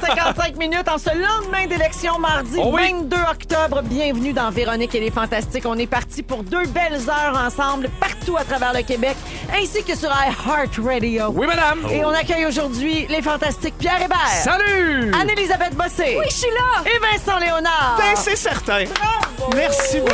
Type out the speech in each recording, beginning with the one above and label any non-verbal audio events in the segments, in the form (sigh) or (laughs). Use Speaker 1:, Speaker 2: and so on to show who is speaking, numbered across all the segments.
Speaker 1: 55 minutes en ce lendemain d'élection, mardi
Speaker 2: Oh oui.
Speaker 1: 22 octobre. Bienvenue dans Véronique et les Fantastiques. On est parti pour deux belles heures ensemble partout à travers le Québec, ainsi que sur iHeartRadio.
Speaker 2: Oui, madame.
Speaker 1: Et on accueille aujourd'hui les Fantastiques Pierre Hébert,
Speaker 2: Salut!
Speaker 1: Anne-Elisabeth Bossé
Speaker 3: Je suis là!
Speaker 1: et Vincent Léonard.
Speaker 4: Ben, c'est certain. Merci beaucoup.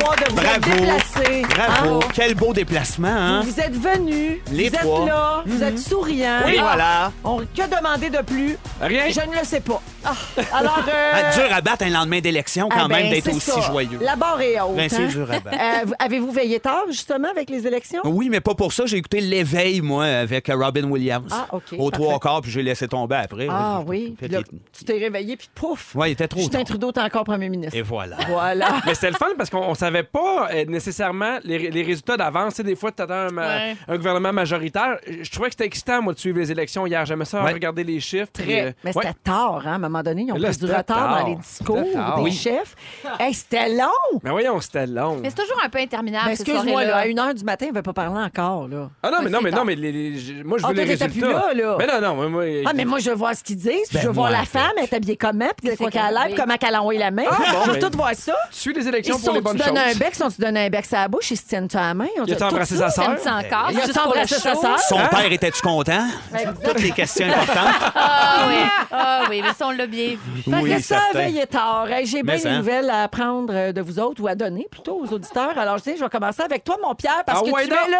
Speaker 1: Trois de vous êtes
Speaker 4: Bravo.
Speaker 1: déplacés.
Speaker 4: Bravo.
Speaker 1: Hein?
Speaker 4: Quel beau déplacement, hein?
Speaker 1: Vous êtes venus,
Speaker 4: Les
Speaker 1: vous êtes
Speaker 4: trois.
Speaker 1: là, vous êtes souriants.
Speaker 4: Et voilà.
Speaker 1: On, que demander de plus?
Speaker 2: Rien.
Speaker 1: Je ne le sais pas.
Speaker 4: (laughs)
Speaker 1: Ah, Alors. euh,
Speaker 4: Ah, dur à battre un lendemain d'élection quand
Speaker 1: ah,
Speaker 4: même
Speaker 1: ben,
Speaker 4: d'être
Speaker 1: c'est
Speaker 4: aussi
Speaker 1: ça.
Speaker 4: joyeux.
Speaker 1: La barre est haute.
Speaker 4: Ben, c'est
Speaker 1: hein?
Speaker 4: dur à
Speaker 1: (laughs)
Speaker 4: battre. Ah
Speaker 1: Euh, vous- Avez-vous veillé tard, justement, avec les élections?
Speaker 4: Oui, mais pas pour ça. J'ai écouté l'éveil, moi, avec Robin Williams.
Speaker 1: Ah, OK,
Speaker 4: Au
Speaker 1: parfait.
Speaker 4: trois quarts, puis j'ai laissé tomber après.
Speaker 1: Ah oui.
Speaker 4: Fait
Speaker 1: Là,
Speaker 4: qu'il-
Speaker 1: tu t'es réveillé, puis pouf!
Speaker 4: Ouais, il était trop
Speaker 1: Justin
Speaker 4: tard.
Speaker 1: Trudeau, t'es encore premier ministre.
Speaker 4: Et voilà. (laughs)
Speaker 1: Voilà.
Speaker 2: Mais c'était le fun parce qu'on on savait pas euh, nécessairement les, ré- les résultats d'avance. Tu sais, Des fois, tu attends un, ma-
Speaker 1: Ouais.
Speaker 2: un gouvernement majoritaire. Je je trouvais que c'était excitant, moi, de suivre les élections hier. J'aimais ça,
Speaker 4: Ouais.
Speaker 2: regarder les chiffres. puis, euh,
Speaker 1: Très. Mais
Speaker 2: ouais.
Speaker 1: c'était tard, hein, à un moment donné. Ils ont
Speaker 2: Là,
Speaker 1: pris du
Speaker 2: c'était
Speaker 1: retard
Speaker 2: tard.
Speaker 1: dans les discours
Speaker 2: C'était tard.
Speaker 1: des
Speaker 2: Oui.
Speaker 1: chefs. Hey, c'était long!
Speaker 2: Mais voyons, c'était long.
Speaker 3: Mais c'est toujours un peu interminable.
Speaker 4: Ah,
Speaker 1: Ben,
Speaker 3: ces
Speaker 1: Excuse-moi,
Speaker 3: soirées-là.
Speaker 1: là, à 1h du matin, on ne veut pas parler encore. Là.
Speaker 2: Ah non, mais
Speaker 3: Ouais,
Speaker 2: non,
Speaker 3: c'est
Speaker 2: mais non,
Speaker 3: tard.
Speaker 2: mais les- les- je- moi, je
Speaker 1: Ah,
Speaker 2: veux les
Speaker 1: toi, t'étais
Speaker 2: résultats.
Speaker 1: plus là, là.
Speaker 2: Mais non, non, moi, moi,
Speaker 1: Ah, mais moi, je veux voir ce qu'ils disent. puis
Speaker 4: Ben,
Speaker 1: je veux voir
Speaker 4: moi,
Speaker 1: la femme, elle est habillée comment, puis de quoi
Speaker 3: C'est
Speaker 1: qu'elle a l'air,
Speaker 3: carré.
Speaker 1: puis comment qu'elle a envoyé la main. (laughs)
Speaker 2: Ah, bon,
Speaker 1: je veux
Speaker 2: ben-
Speaker 1: tout voir ça.
Speaker 2: suis les
Speaker 1: Ils
Speaker 2: élections
Speaker 1: sont
Speaker 2: pour les
Speaker 1: tu
Speaker 2: bonnes
Speaker 1: donnes
Speaker 2: choses.
Speaker 1: un bec, sont tu donnes un bec à la bouche, ils se tiennent à la main. Ils ont
Speaker 2: Il a
Speaker 1: tout
Speaker 2: embrassé
Speaker 1: ça.
Speaker 2: sa sœur?
Speaker 3: T'aimes-tu encore?
Speaker 1: Il a
Speaker 3: Juste pour
Speaker 1: embrassé
Speaker 3: le
Speaker 1: sa
Speaker 3: show?
Speaker 1: sœur.
Speaker 4: Son père était-tu content?
Speaker 1: Ben,
Speaker 4: Toutes les questions importantes.
Speaker 3: Ah oui, ah oui, mais ça, on l'a bien vu.
Speaker 1: (laughs) Fait
Speaker 4: Oui,
Speaker 1: que ça,
Speaker 4: certain.
Speaker 1: veillez tard. Hey, J'ai bien
Speaker 4: Mais
Speaker 1: des
Speaker 4: ça.
Speaker 1: nouvelles à apprendre euh, de vous autres ou à donner plutôt aux auditeurs. Alors, je sais, je vais commencer avec toi, mon Pierre, parce
Speaker 2: Ah
Speaker 1: que
Speaker 2: ouais,
Speaker 1: tu
Speaker 2: donc.
Speaker 1: es là.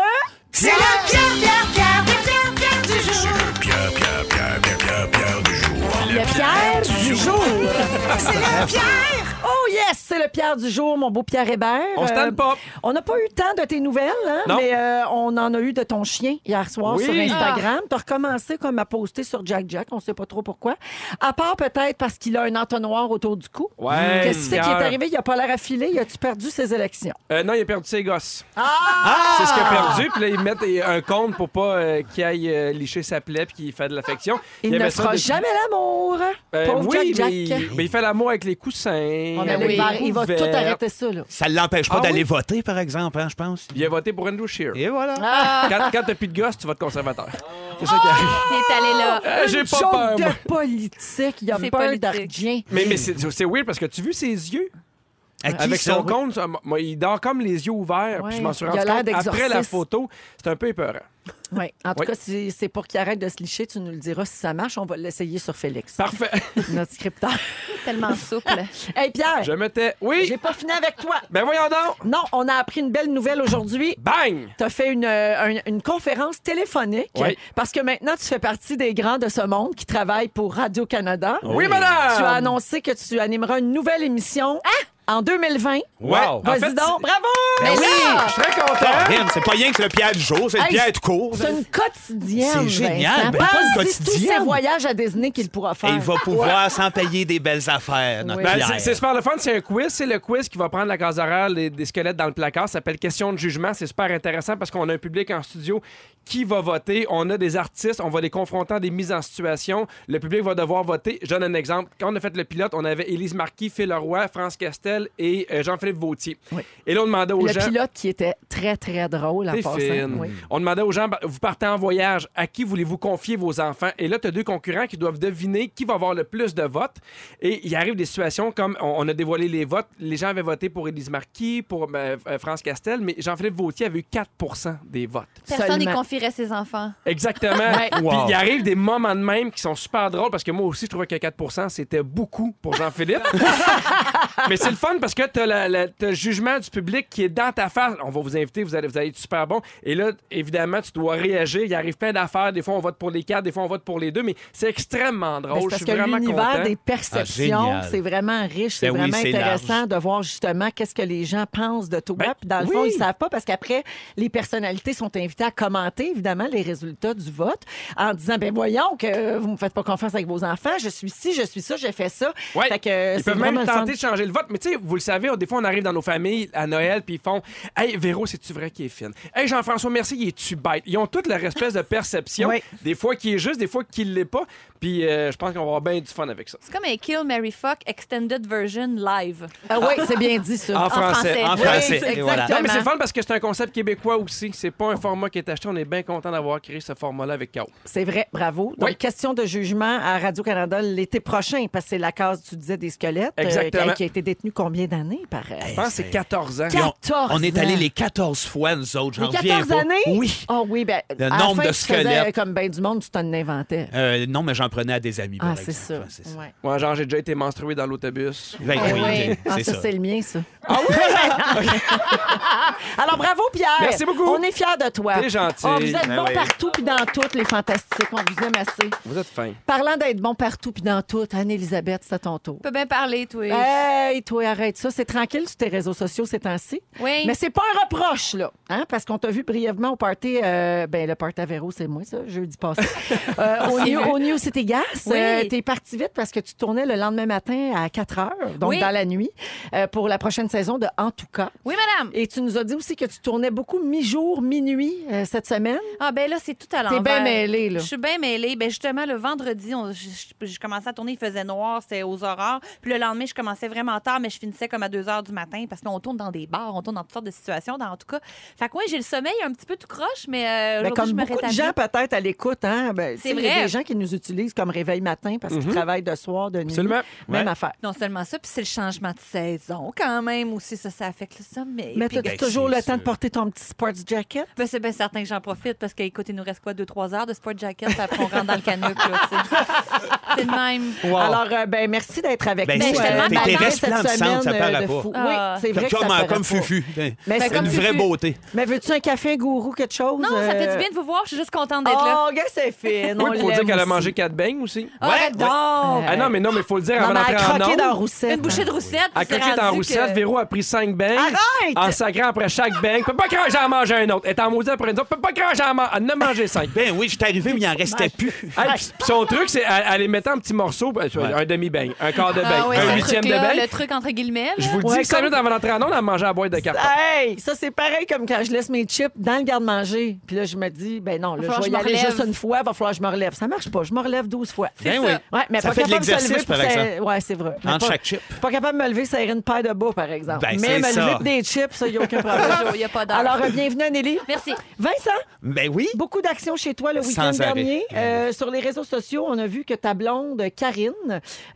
Speaker 5: C'est le Pierre, Pierre, Pierre, Pierre, Pierre, Pierre du jour.
Speaker 6: Pierre, Pierre, Pierre, Pierre, Pierre, Pierre du jour.
Speaker 1: Le Pierre du jour.
Speaker 5: C'est
Speaker 2: Ah,
Speaker 5: le Pierre.
Speaker 1: Oh yes, c'est le Pierre du jour, mon beau Pierre Hébert. Euh,
Speaker 2: On se tanne pas.
Speaker 1: On n'a pas eu tant de tes nouvelles, hein,
Speaker 2: Non.
Speaker 1: mais euh, on en a eu de ton chien hier soir
Speaker 2: Oui. Ah.
Speaker 1: sur Instagram. T'as recommencé comme à poster sur Jack Jack, on sait pas trop pourquoi. À part peut-être parce qu'il a un entonnoir autour du cou.
Speaker 2: Ouais,
Speaker 1: Qu'est-ce que c'est qui est
Speaker 2: Pierre.
Speaker 1: arrivé? Il a pas l'air affilé. Il a-tu perdu ses élections?
Speaker 2: Euh, non, il a perdu ses gosses.
Speaker 1: Ah!
Speaker 2: C'est ce qu'il a perdu. Puis là, ils mettent euh, un compte pour pas euh, qu'il aille euh, licher sa plaie puis qu'il fait de l'affection.
Speaker 1: Il,
Speaker 2: y
Speaker 1: ne
Speaker 2: avait ça
Speaker 1: fera
Speaker 2: depuis-
Speaker 1: jamais l'amour. hein,
Speaker 2: Euh,
Speaker 1: Pauvre
Speaker 2: oui,
Speaker 1: Jack
Speaker 2: mais,
Speaker 1: Jack.
Speaker 2: il- mais il fait l'amour avec les coussins.
Speaker 1: Ah, mais
Speaker 2: avec
Speaker 1: là,
Speaker 3: oui.
Speaker 1: il
Speaker 2: les
Speaker 1: va- il va
Speaker 2: couvertes.
Speaker 1: tout arrêter ça, là.
Speaker 4: Ça ne l'empêche pas
Speaker 2: Ah
Speaker 4: d'aller
Speaker 2: oui?
Speaker 4: voter, par exemple, hein, je pense.
Speaker 2: Il a voté pour Andrew Shear.
Speaker 4: Et voilà.
Speaker 1: Ah.
Speaker 2: Quand, quand t'as plus de gosse, tu vas de conservateur. C'est ça qui arrive.
Speaker 3: Il est allé là.
Speaker 1: (laughs)
Speaker 2: Euh, J'ai
Speaker 1: Ah, Une
Speaker 2: pas
Speaker 1: joke
Speaker 2: peur, moi.
Speaker 1: de politique. Il a
Speaker 3: C'est
Speaker 1: peur
Speaker 3: politique.
Speaker 1: d'argent.
Speaker 2: Mais, mais c'est c'est weird parce que tu as vu ses yeux?
Speaker 1: Ah,
Speaker 4: À qui
Speaker 2: Avec
Speaker 4: ça,
Speaker 2: son
Speaker 4: oui?
Speaker 2: compte, ça, moi, il dort comme les yeux ouverts.
Speaker 1: Ouais,
Speaker 2: Puis je m'en suis
Speaker 1: il a
Speaker 2: rendu
Speaker 1: l'air
Speaker 2: compte après la
Speaker 1: d'exorciste.
Speaker 2: photo. C'est un peu épeurant.
Speaker 1: Oui. En tout
Speaker 2: Oui.
Speaker 1: cas, si c'est pour qu'il arrête de se licher, tu nous le diras si ça marche. On va l'essayer sur Félix,
Speaker 2: Parfait.
Speaker 1: (laughs) notre scripteur.
Speaker 3: Tellement souple.
Speaker 1: hey Pierre,
Speaker 2: Je me tais. Oui.
Speaker 1: j'ai pas fini avec toi.
Speaker 2: Ben voyons donc.
Speaker 1: Non, on a appris une belle nouvelle aujourd'hui.
Speaker 2: Bang!
Speaker 1: Tu as fait une, euh, un- une conférence téléphonique
Speaker 2: Oui.
Speaker 1: parce que maintenant tu fais partie des grands de ce monde qui travaillent pour Radio-Canada.
Speaker 2: Oui, madame!
Speaker 1: Tu as annoncé que tu animeras une nouvelle émission en 2020.
Speaker 2: Ouais.
Speaker 4: Wow.
Speaker 2: En
Speaker 1: Vas-y
Speaker 2: fait,
Speaker 1: donc, bravo!
Speaker 4: Ben oui!
Speaker 2: Je suis très content.
Speaker 4: Caroline, C'est pas rien que le Pierre du jour, c'est le
Speaker 1: Hey,
Speaker 4: Pierre tout court.
Speaker 1: C'est une quotidienne.
Speaker 4: C'est génial.
Speaker 1: Vincent.
Speaker 4: Ben, pas une
Speaker 1: Pense-y
Speaker 4: quotidienne.
Speaker 1: Tous ces voyages à Disney qu'il pourra
Speaker 4: Et
Speaker 1: faire.
Speaker 4: il va pouvoir s'en payer des belles affaires, notre
Speaker 1: Oui.
Speaker 2: Ben,
Speaker 4: Pierre.
Speaker 2: c'est- c'est super le fun, c'est un quiz. C'est le quiz qui va prendre la case horaire les- des squelettes dans le placard. Ça s'appelle Question de jugement. C'est super intéressant parce qu'on a un public en studio qui va voter. On a des artistes, on va les confronter à des mises en situation. Le public va devoir voter. Je donne un exemple. Quand on a fait le pilote, on avait Élise Marquis, Phil Leroy, France Castel et euh, Jean-Philippe Vautier.
Speaker 1: Oui.
Speaker 2: Et là, on demandait aux
Speaker 1: Le
Speaker 2: gens.
Speaker 1: pilote qui était très, très drôle en
Speaker 2: T'es
Speaker 1: passant.
Speaker 2: fine.
Speaker 1: Oui. Ben,
Speaker 2: On demandait aux gens, bah, vous partez en voyage, à qui voulez-vous confier vos enfants? Et là, tu as deux concurrents qui doivent deviner qui va avoir le plus de votes. Et il arrive des situations comme on, on a dévoilé les votes. Les gens avaient voté pour Élise Marquis, pour ben, euh, France Castel, mais Jean-Philippe Vautier avait eu 4 des votes.
Speaker 3: Personne n'y
Speaker 1: Seulement.
Speaker 3: confierait ses enfants.
Speaker 2: Exactement. Puis
Speaker 4: Wow.
Speaker 2: il arrive des moments de même qui sont super drôles parce que moi aussi, je trouvais que 4 c'était beaucoup pour
Speaker 1: (laughs)
Speaker 2: Jean-Philippe. Mais c'est le fun parce que t'as la- la- t'as le jugement du public qui est dans ta face. On va vous inviter, vous allez, vous allez être super bon. Et là, évidemment, tu dois réagir. Il arrive plein d'affaires. Des fois, on vote pour les quatre, des fois, on vote pour les deux. Mais c'est extrêmement
Speaker 1: Mais
Speaker 2: drôle.
Speaker 1: Ben, c'est
Speaker 2: Oh, Je
Speaker 1: parce
Speaker 2: suis
Speaker 1: que
Speaker 2: vraiment content.
Speaker 1: l'univers des perceptions,
Speaker 4: Ah, génial.
Speaker 1: c'est vraiment riche, c'est
Speaker 4: Ben oui,
Speaker 1: vraiment
Speaker 4: c'est
Speaker 1: intéressant
Speaker 4: large.
Speaker 1: de voir justement qu'est-ce que les gens pensent de toi.
Speaker 2: Ben,
Speaker 1: Puis dans le fond,
Speaker 2: oui.
Speaker 1: ils savent pas parce qu'après, les personnalités sont invitées à commenter évidemment les résultats du vote en disant ben voyons que vous me faites pas confiance avec vos enfants, je suis ci, je suis ça, j'ai fait ça.
Speaker 2: Ouais.
Speaker 1: Fait que
Speaker 2: Ils
Speaker 1: c'est
Speaker 2: peuvent même
Speaker 1: vraiment le fun.
Speaker 2: tenter de changer le vote. Mais tu sais, vous le savez, des fois, on arrive dans nos familles à Noël, puis ils font Hey, Véro, c'est-tu vrai qu'il est fine Hey, Jean-François, merci, il est-tu bête Ils ont toute leur espèce de perception,
Speaker 1: Oui.
Speaker 2: des fois qui est juste, des fois qui ne l'est pas. Puis euh, je pense qu'on va avoir bien du fun avec ça.
Speaker 3: C'est comme un Kill Mary Fuck Extended Version live.
Speaker 1: Ah oui, c'est bien dit, ça.
Speaker 2: En français.
Speaker 4: En
Speaker 3: Oui,
Speaker 4: français.
Speaker 3: c'est
Speaker 4: Et voilà.
Speaker 2: Non, mais c'est le
Speaker 3: exactement.
Speaker 2: fun parce que c'est un concept québécois aussi. C'est pas un format qui est acheté. On est bien content d'avoir créé ce format-là avec K.O.
Speaker 1: C'est vrai, bravo. Donc,
Speaker 2: Oui.
Speaker 1: question de jugement à Radio-Canada l'été prochain, parce que c'est la case, tu disais, des squelettes, euh,
Speaker 2: Exactement. Eh,
Speaker 1: qui a été détenue combien d'années, euh, pareil?
Speaker 2: Je pense que c'est 14 ans.
Speaker 1: Quatre-
Speaker 4: Puis on-
Speaker 1: 14
Speaker 4: On est allé
Speaker 1: ans.
Speaker 4: les 14 fois, nous autres.
Speaker 1: Les
Speaker 4: J'en reviens
Speaker 1: 14
Speaker 4: pas.
Speaker 1: années?
Speaker 4: Oui.
Speaker 1: Oh oui, ben,
Speaker 4: Le
Speaker 1: à la
Speaker 4: nombre
Speaker 1: fin,
Speaker 4: de
Speaker 1: tu faisais,
Speaker 4: squelettes.
Speaker 1: comme ben du monde, tu t'en inventais.
Speaker 4: Euh, non, mais j'en prenais à des amis, par
Speaker 1: Ah, c'est
Speaker 4: exemple.
Speaker 1: ça.
Speaker 4: Ouais, c'est ça.
Speaker 1: Ouais.
Speaker 2: Moi, genre, j'ai déjà été menstrué dans l'autobus.
Speaker 4: Ben,
Speaker 1: Ah
Speaker 4: oui,
Speaker 1: oui.
Speaker 4: c'est
Speaker 1: Ah, ça,
Speaker 4: ça.
Speaker 1: c'est le mien, ça. (laughs) Alors, bravo, Pierre.
Speaker 2: Merci beaucoup.
Speaker 1: On est fiers de toi.
Speaker 2: T'es gentil.
Speaker 1: Oh, vous êtes
Speaker 4: Ben
Speaker 1: bons
Speaker 4: oui.
Speaker 1: partout puis dans toutes les fantastiques. On vous aime assez.
Speaker 2: Vous êtes fin.
Speaker 1: Parlant d'être bon partout puis dans toutes, Anne-Élisabeth, c'est à ton tour.
Speaker 3: On peut bien parler, toi.
Speaker 1: Euh, Hey, toi, arrête ça. C'est tranquille sur tes réseaux sociaux ces temps-ci.
Speaker 3: Oui.
Speaker 1: Mais c'est pas un reproche, là. Hein? Parce qu'on t'a vu brièvement au party. euh, ben, le party à Véro, c'est moi, ça,
Speaker 3: (laughs)
Speaker 1: jeudi passé. Euh, au,
Speaker 3: C'est
Speaker 1: New,
Speaker 3: vrai.
Speaker 1: au New City Gas.
Speaker 3: Oui.
Speaker 1: euh, T'es parti vite parce que tu tournais le lendemain matin à 4 heures, donc
Speaker 3: Oui.
Speaker 1: dans la nuit, euh, pour la prochaine saison de En tout cas.
Speaker 3: Oui, madame.
Speaker 1: Et tu nous as dit aussi que tu tournais beaucoup mi-jour, minuit euh, cette semaine.
Speaker 3: Ah, ben là, c'est tout à l'envers.
Speaker 1: T'es bien mêlée, là.
Speaker 3: Je suis bien mêlée. Ben justement, le vendredi, on- je je- je commençais à tourner, il faisait noir, c'était aux aurores. Puis le lendemain, je commençais vraiment tard, mais je finissais comme à 2 heures du matin parce qu'on tourne dans des bars, on tourne dans toutes sortes de situations, dans, en tout cas. Fait que oui, j'ai le sommeil un petit peu tout croche, mais euh,
Speaker 1: Ben,
Speaker 3: aujourd'hui,
Speaker 1: comme
Speaker 3: je me
Speaker 1: beaucoup de
Speaker 3: rétablis.
Speaker 1: gens peut-être à l'écoute, hein? ben, tu sais,
Speaker 3: C'est
Speaker 1: il y a
Speaker 3: vrai. Mhm.
Speaker 1: des gens qui nous utilisent comme réveil matin parce qu'ils travaillent de soir, de nuit.
Speaker 2: Absolument.
Speaker 1: Même
Speaker 4: Ouais.
Speaker 1: affaire.
Speaker 3: Non seulement ça, puis c'est le changement de saison quand même aussi, ça, ça affecte le sommeil.
Speaker 1: Mais
Speaker 3: Puis-
Speaker 1: t'as
Speaker 4: ben,
Speaker 1: toujours
Speaker 4: c'est
Speaker 1: le temps de
Speaker 4: sûr.
Speaker 1: porter ton petit sports jacket.
Speaker 3: Ben, c'est bien certain que j'en profite parce qu'écoute, il nous reste quoi, 2-3 heures de sport jacket, puis après on rentre dans le canuc. là, tu sais. (laughs) c'est le même.
Speaker 1: Alors, euh, ben, merci d'être avec
Speaker 4: Ben,
Speaker 1: nous.
Speaker 3: c'est-
Speaker 1: euh,
Speaker 3: t'es- t'es
Speaker 1: pendant cette
Speaker 4: resplendissante,
Speaker 1: semaine,
Speaker 4: ça paraît
Speaker 1: euh, de
Speaker 4: pas.
Speaker 1: fou.
Speaker 3: Ah.
Speaker 1: Oui, c'est vrai que ça
Speaker 4: Comme,
Speaker 1: paraît
Speaker 4: comme
Speaker 1: pas.
Speaker 4: Fufu. Ben,
Speaker 1: Mais
Speaker 3: Ben,
Speaker 1: c'est
Speaker 3: comme
Speaker 4: une
Speaker 1: une-
Speaker 4: vraie
Speaker 3: Fufu.
Speaker 4: beauté.
Speaker 1: Mais veux-tu un café, un gourou, quelque chose?
Speaker 3: Non, ça fait du bien
Speaker 1: euh?
Speaker 3: de vous voir, je suis juste contente d'être là.
Speaker 1: Oh, gars, c'est fin. On
Speaker 2: Oui, faut dire
Speaker 1: l'aime
Speaker 2: qu'elle a
Speaker 1: aussi.
Speaker 2: mangé quatre beignes aussi.
Speaker 3: Ah, Arrête donc!
Speaker 2: Ah non, mais non, mais faut le dire
Speaker 1: Non,
Speaker 2: avant
Speaker 1: mais
Speaker 2: d'entrer
Speaker 1: elle
Speaker 2: en
Speaker 1: a croqué
Speaker 2: onde.
Speaker 1: dans Roussette.
Speaker 3: Une bouchée de roussette.
Speaker 2: À
Speaker 3: puis c'est
Speaker 2: croquer dans
Speaker 3: rendu
Speaker 2: Roussette,
Speaker 3: que-
Speaker 2: Véro a pris cinq beignes.
Speaker 1: Arrête!
Speaker 2: En sacrant après chaque beigne. Peut pas craindre, j'en mange un autre. Elle est en maudit après une autre. Peut pas craindre, j'en mange. Elle en a mangé cinq.
Speaker 4: Ben oui, je suis arrivé, mais il en restait plus.
Speaker 2: Hey, pis- pis son truc, c'est elle elle les mettait en petits morceaux, euh, sur-
Speaker 4: Ouais.
Speaker 2: un demi-beigne, un quart de beigne,
Speaker 3: Ah ouais,
Speaker 2: un
Speaker 3: ce
Speaker 2: huitième de
Speaker 3: truc-là, le
Speaker 2: beigne.
Speaker 3: truc entre guillemets.
Speaker 2: Je vous le
Speaker 1: Ouais,
Speaker 2: dis, que cinq
Speaker 1: comme-
Speaker 2: minutes avant d'entrer en onde, elle mangeait à boîte de carton.
Speaker 1: Hey, ça c'est pareil comme quand je laisse mes chips dans le garde-manger. Puis là, je me dis, ben non, là,
Speaker 3: Va falloir que
Speaker 1: je vais
Speaker 3: je
Speaker 1: y
Speaker 3: me
Speaker 1: aller
Speaker 3: relève.
Speaker 1: juste une fois, va falloir que je me relève. Ça marche pas, je me relève 12 fois.
Speaker 4: Ben oui.
Speaker 1: Ouais, mais
Speaker 4: Ça
Speaker 1: pas
Speaker 4: fait de
Speaker 1: capable se
Speaker 4: l'exercice,
Speaker 1: lever pour
Speaker 4: par
Speaker 1: serrer-
Speaker 4: exemple.
Speaker 1: Ouais, c'est vrai. Mais
Speaker 4: Entre
Speaker 1: pas-
Speaker 4: chaque chip.
Speaker 1: Pas capable de me lever, ça une paire de bas, par exemple.
Speaker 4: Ben,
Speaker 1: mais
Speaker 4: c'est
Speaker 1: me lever
Speaker 4: ça.
Speaker 1: pour des chips, ça, il n'y a aucun
Speaker 7: (laughs)
Speaker 3: Bonjour,
Speaker 1: problème.
Speaker 3: il n'y a pas d'heure.
Speaker 1: Alors, euh, bienvenue, Anneli.
Speaker 3: Merci.
Speaker 1: Vincent,
Speaker 4: Ben oui.
Speaker 1: beaucoup d'actions chez toi le
Speaker 4: Sans
Speaker 1: week-end
Speaker 4: arrêt. Eh
Speaker 1: dernier. Euh, sur les réseaux sociaux, on a vu que ta blonde, Karine,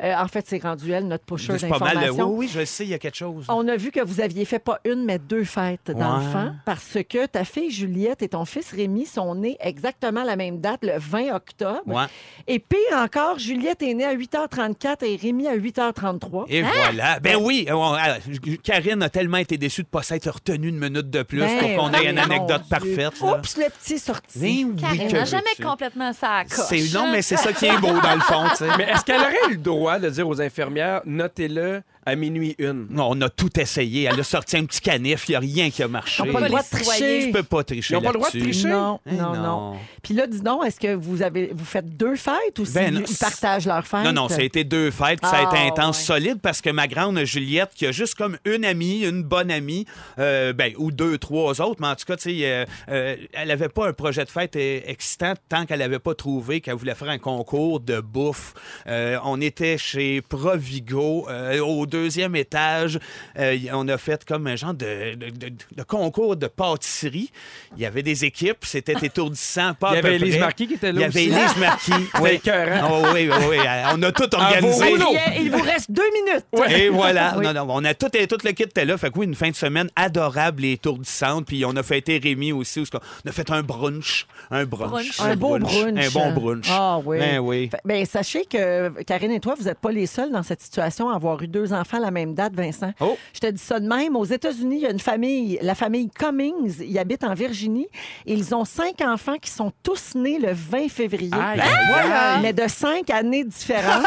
Speaker 1: euh, en fait, c'est rendu elle, notre pusher
Speaker 4: C'est pas mal.
Speaker 1: d'information.
Speaker 4: euh, Oui, oui, je sais, il y a quelque chose.
Speaker 1: On a vu que vous aviez fait pas une, mais deux fêtes d'enfants parce que ta fille Juliette et ton fils Rémi sont nés exactement à la même date, le 20 octobre.
Speaker 4: Ouais.
Speaker 1: Et pire encore, Juliette est née à 8h34 et Rémi à 8h33.
Speaker 4: Et voilà. Ben oui, euh, on- ah, Karine a tellement été déçue de ne pas s'être retenue une minute de plus
Speaker 1: Ben
Speaker 4: pour qu'on ait
Speaker 1: oui,
Speaker 4: une
Speaker 1: mon
Speaker 4: anecdote
Speaker 1: Dieu.
Speaker 4: parfaite. là.
Speaker 1: Oups, le petit sorti.
Speaker 4: Ben oui,
Speaker 3: Karine
Speaker 4: que
Speaker 3: n'a
Speaker 4: je
Speaker 3: jamais
Speaker 4: sais.
Speaker 3: complètement ça à coche.
Speaker 4: C'est Non, mais c'est ça qui est beau, dans le fond. tu sais.
Speaker 2: Mais est-ce qu'elle aurait eu le droit de dire aux infirmières, notez-le à minuit une?
Speaker 4: Non, on a tout essayé. Elle a sorti un petit canif. Il n'y a rien qui a marché.
Speaker 1: Ils n'ont pas le droit de
Speaker 3: Les citoyens.
Speaker 4: Je
Speaker 1: tricher.
Speaker 4: peux pas tricher
Speaker 2: Ils ont pas le droit de
Speaker 4: là-dessus.
Speaker 2: tricher.
Speaker 1: Non,
Speaker 4: Eh
Speaker 1: non, non,
Speaker 4: non.
Speaker 1: Puis là, dis donc, est-ce que vous avez vous faites deux fêtes ou si
Speaker 4: Ben, non,
Speaker 1: ils partagent leurs fêtes?
Speaker 4: Non, non, ça a été deux fêtes, puis ça a été
Speaker 1: Ah,
Speaker 4: intense,
Speaker 1: ouais.
Speaker 4: solide, parce que ma grande Juliette, qui a juste comme une amie, une bonne amie, euh, ben, ou deux, trois autres, mais en tout cas, tu sais, euh, euh, elle avait pas un projet de fête euh, excitant tant qu'elle avait pas trouvé qu'elle voulait faire un concours de bouffe. Euh, on était chez Provigo, euh, au deuxième étage. Euh, y- on a fait comme un genre de, de- de- de concours de pâtisserie. Il y avait des équipes, c'était étourdissant, pas
Speaker 2: Il y
Speaker 4: à peu
Speaker 2: avait Élise
Speaker 4: près.
Speaker 2: Marquis qui était là
Speaker 4: Il y avait
Speaker 2: aussi.
Speaker 4: Élise Marquis.
Speaker 2: (laughs) C'était écœurant.
Speaker 4: Oh, oui, oui, oui. On a tout
Speaker 2: vos
Speaker 4: organisé.
Speaker 1: Ben, Il,
Speaker 2: rouleaux.
Speaker 1: y a- il vous reste deux minutes.
Speaker 4: Et voilà.
Speaker 1: Oui.
Speaker 4: Non, non, on a tout, et tout le kit était là. Fait que oui, une fin de semaine adorable et étourdissante. Puis on a fêté Rémi aussi. où ce qu'on- on a fait un brunch. Un brunch.
Speaker 3: Brunch.
Speaker 1: Un beau brunch.
Speaker 4: Un bon brunch.
Speaker 1: Ah oui.
Speaker 4: Ben oui.
Speaker 1: Fait- ben, sachez que Karine et toi, vous n'êtes pas les seuls dans cette situation à avoir eu deux enfants à la même date, Vincent.
Speaker 4: Oh.
Speaker 1: Je te dis ça de même. Aux États-Unis, il y a une famille, la famille Cummings, ils habitent en Virginie. Ils ont cinq enfants qui sont tous nés le 20 février.
Speaker 2: Aïe,
Speaker 1: Ah!
Speaker 2: aïe,
Speaker 1: Voilà.
Speaker 2: aïe.
Speaker 1: Mais de cinq années
Speaker 2: (laughs)
Speaker 1: différentes.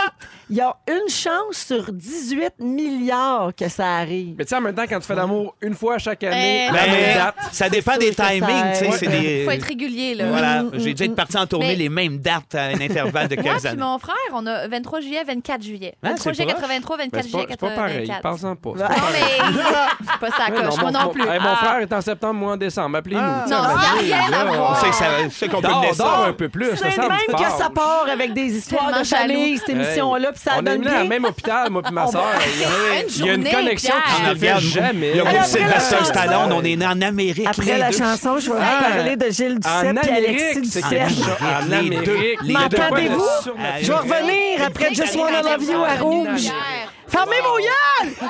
Speaker 1: Il y a une chance sur 18 milliards que ça arrive.
Speaker 2: Mais tu sais, en même temps, quand tu fais l'amour une fois à chaque année,
Speaker 3: Eh,
Speaker 2: la
Speaker 4: Ben,
Speaker 2: même date,
Speaker 4: ça dépend des
Speaker 1: Ah, sûr que ça
Speaker 4: timings. tu sais,
Speaker 1: aide.
Speaker 4: c'est des-
Speaker 3: Faut être régulier, là.
Speaker 4: Voilà.
Speaker 1: Mm,
Speaker 4: J'ai dû être parti en tournée
Speaker 3: Mais-
Speaker 4: les mêmes dates à un intervalle de
Speaker 3: Moi
Speaker 4: quelques
Speaker 3: puis
Speaker 4: années.
Speaker 3: mon frère, on a 23 juillet, 24 juillet.
Speaker 4: Ah,
Speaker 3: 23
Speaker 4: c'est
Speaker 3: juillet
Speaker 4: proche.
Speaker 3: 83,
Speaker 2: Ben,
Speaker 3: 24
Speaker 2: c'est pas,
Speaker 3: juillet
Speaker 2: c'est pas
Speaker 7: euh,
Speaker 2: pareil.
Speaker 7: 24.
Speaker 2: Parle-en pas. c'est
Speaker 1: Non,
Speaker 2: pas
Speaker 7: Non,
Speaker 2: pareil.
Speaker 7: (laughs) mais. pas ça
Speaker 2: Ouais,
Speaker 7: coche, Ah, moi
Speaker 2: mon,
Speaker 7: non plus.
Speaker 2: mon- hey, mon
Speaker 7: Ah.
Speaker 2: frère est en septembre, moi en décembre. Appelez-nous.
Speaker 7: Non, ça n'a rien à voir.
Speaker 4: C'est que ça- c'est qu'on peut
Speaker 2: Dors,
Speaker 4: le laisser.
Speaker 2: dors un peu plus.
Speaker 1: C'est
Speaker 2: ça
Speaker 1: le
Speaker 2: semble
Speaker 1: même que
Speaker 2: fort.
Speaker 1: ça part avec des histoires de
Speaker 7: Tellement jaloux.
Speaker 1: famille, cette émission-là, puis ça
Speaker 2: on est
Speaker 1: donne
Speaker 2: venu à
Speaker 1: bien.
Speaker 2: la même hôpital, moi et ma soeur.
Speaker 7: une
Speaker 2: Il y a une
Speaker 7: journée,
Speaker 2: connexion
Speaker 7: Pierre.
Speaker 2: qui
Speaker 4: Ah,
Speaker 2: ne fait
Speaker 4: regarde,
Speaker 2: jamais.
Speaker 4: Il y a
Speaker 1: Alors,
Speaker 4: mon Sébastien
Speaker 1: après la
Speaker 4: Stallone,
Speaker 1: chanson-
Speaker 4: on est né en Amérique.
Speaker 1: Après la
Speaker 4: les deux.
Speaker 1: chanson, je vais vous
Speaker 2: Ah.
Speaker 1: parler de Gilles
Speaker 2: En
Speaker 1: Duceppe et Alexis
Speaker 2: Amérique, c'est
Speaker 1: Duceppe.
Speaker 4: quelque chose.
Speaker 2: En
Speaker 4: Les deux.
Speaker 2: Amérique,
Speaker 4: Les
Speaker 2: les deux.
Speaker 1: M'entendez-vous?
Speaker 2: Surnaturel.
Speaker 1: Je vais revenir après Just Wanna Love You à Rouge. Fermez vos gueules! (laughs)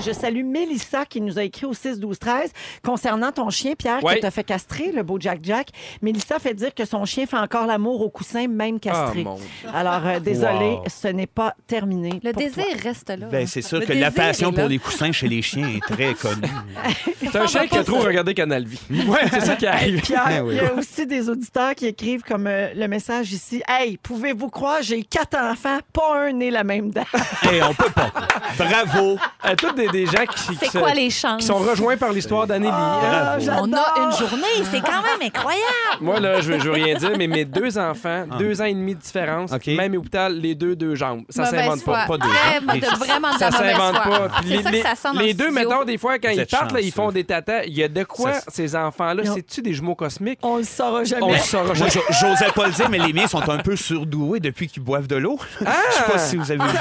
Speaker 1: Je salue Mélissa qui nous a écrit au 6-12-13 concernant ton chien, Pierre,
Speaker 2: Ouais.
Speaker 1: qui t'a fait castrer, le beau Jack Jack. Mélissa fait dire que son chien fait encore l'amour au coussin, même castré.
Speaker 2: Ah, mon Dieu.
Speaker 1: Alors, euh, désolé,
Speaker 2: Wow.
Speaker 1: ce n'est pas terminé.
Speaker 7: Le
Speaker 1: pour
Speaker 7: désir
Speaker 1: toi.
Speaker 2: (laughs)
Speaker 7: reste là.
Speaker 4: Ben, c'est sûr
Speaker 7: Le
Speaker 4: que la
Speaker 7: désir
Speaker 4: passion
Speaker 7: est
Speaker 4: pour
Speaker 7: là.
Speaker 4: les coussins chez les chiens est très (laughs) connue.
Speaker 1: (laughs)
Speaker 2: C'est un chien qui a trop regardé Canal Vie. C'est ça qui arrive.
Speaker 1: Pierre, il y a aussi des auditeurs qui écrivent comme euh, le message ici Hey, pouvez-vous croire, j'ai quatre enfants, pas un né la même date.
Speaker 4: Hey, Eh, on peut pas. Bravo.
Speaker 2: À Euh, toutes des, des gens qui, qui
Speaker 7: C'est
Speaker 2: se-
Speaker 7: quoi les chances?
Speaker 2: qui sont rejoints par l'histoire d'Anneli. hein.
Speaker 1: Ah, j'adore.
Speaker 3: On a une journée, c'est quand même incroyable.
Speaker 2: Moi, là, je veux, je veux rien dire, mais mes deux enfants,
Speaker 1: Ah.
Speaker 2: deux ans et demi de différence,
Speaker 4: OK.
Speaker 2: même hôpital, les deux, deux jambes. Ça
Speaker 7: Mauvaise
Speaker 2: s'invente pas.
Speaker 7: foi.
Speaker 4: pas de-
Speaker 7: Vraiment,
Speaker 4: Les-
Speaker 7: de- vraiment de
Speaker 2: Ça
Speaker 7: la mauvaise
Speaker 2: s'invente
Speaker 7: foi.
Speaker 2: pas. Puis
Speaker 7: C'est
Speaker 2: les,
Speaker 7: ça que ça sent dans
Speaker 2: les
Speaker 7: le
Speaker 2: deux,
Speaker 7: studio.
Speaker 2: mettons, des fois, quand
Speaker 4: Vous
Speaker 2: ils
Speaker 4: êtes
Speaker 2: partent, là, ils
Speaker 4: chanceux.
Speaker 2: font des tatas. Il y a de quoi,
Speaker 4: Ça-
Speaker 2: ces enfants-là?
Speaker 1: Non.
Speaker 2: C'est-tu des jumeaux cosmiques?
Speaker 1: On le saura jamais.
Speaker 2: On le saura
Speaker 4: Moi,
Speaker 2: jamais.
Speaker 4: j- j'osais pas le dire, mais les miens sont un peu surdoués depuis qu'ils boivent de l'eau. (laughs)
Speaker 2: Ah!
Speaker 4: Je sais pas si vous avez vu.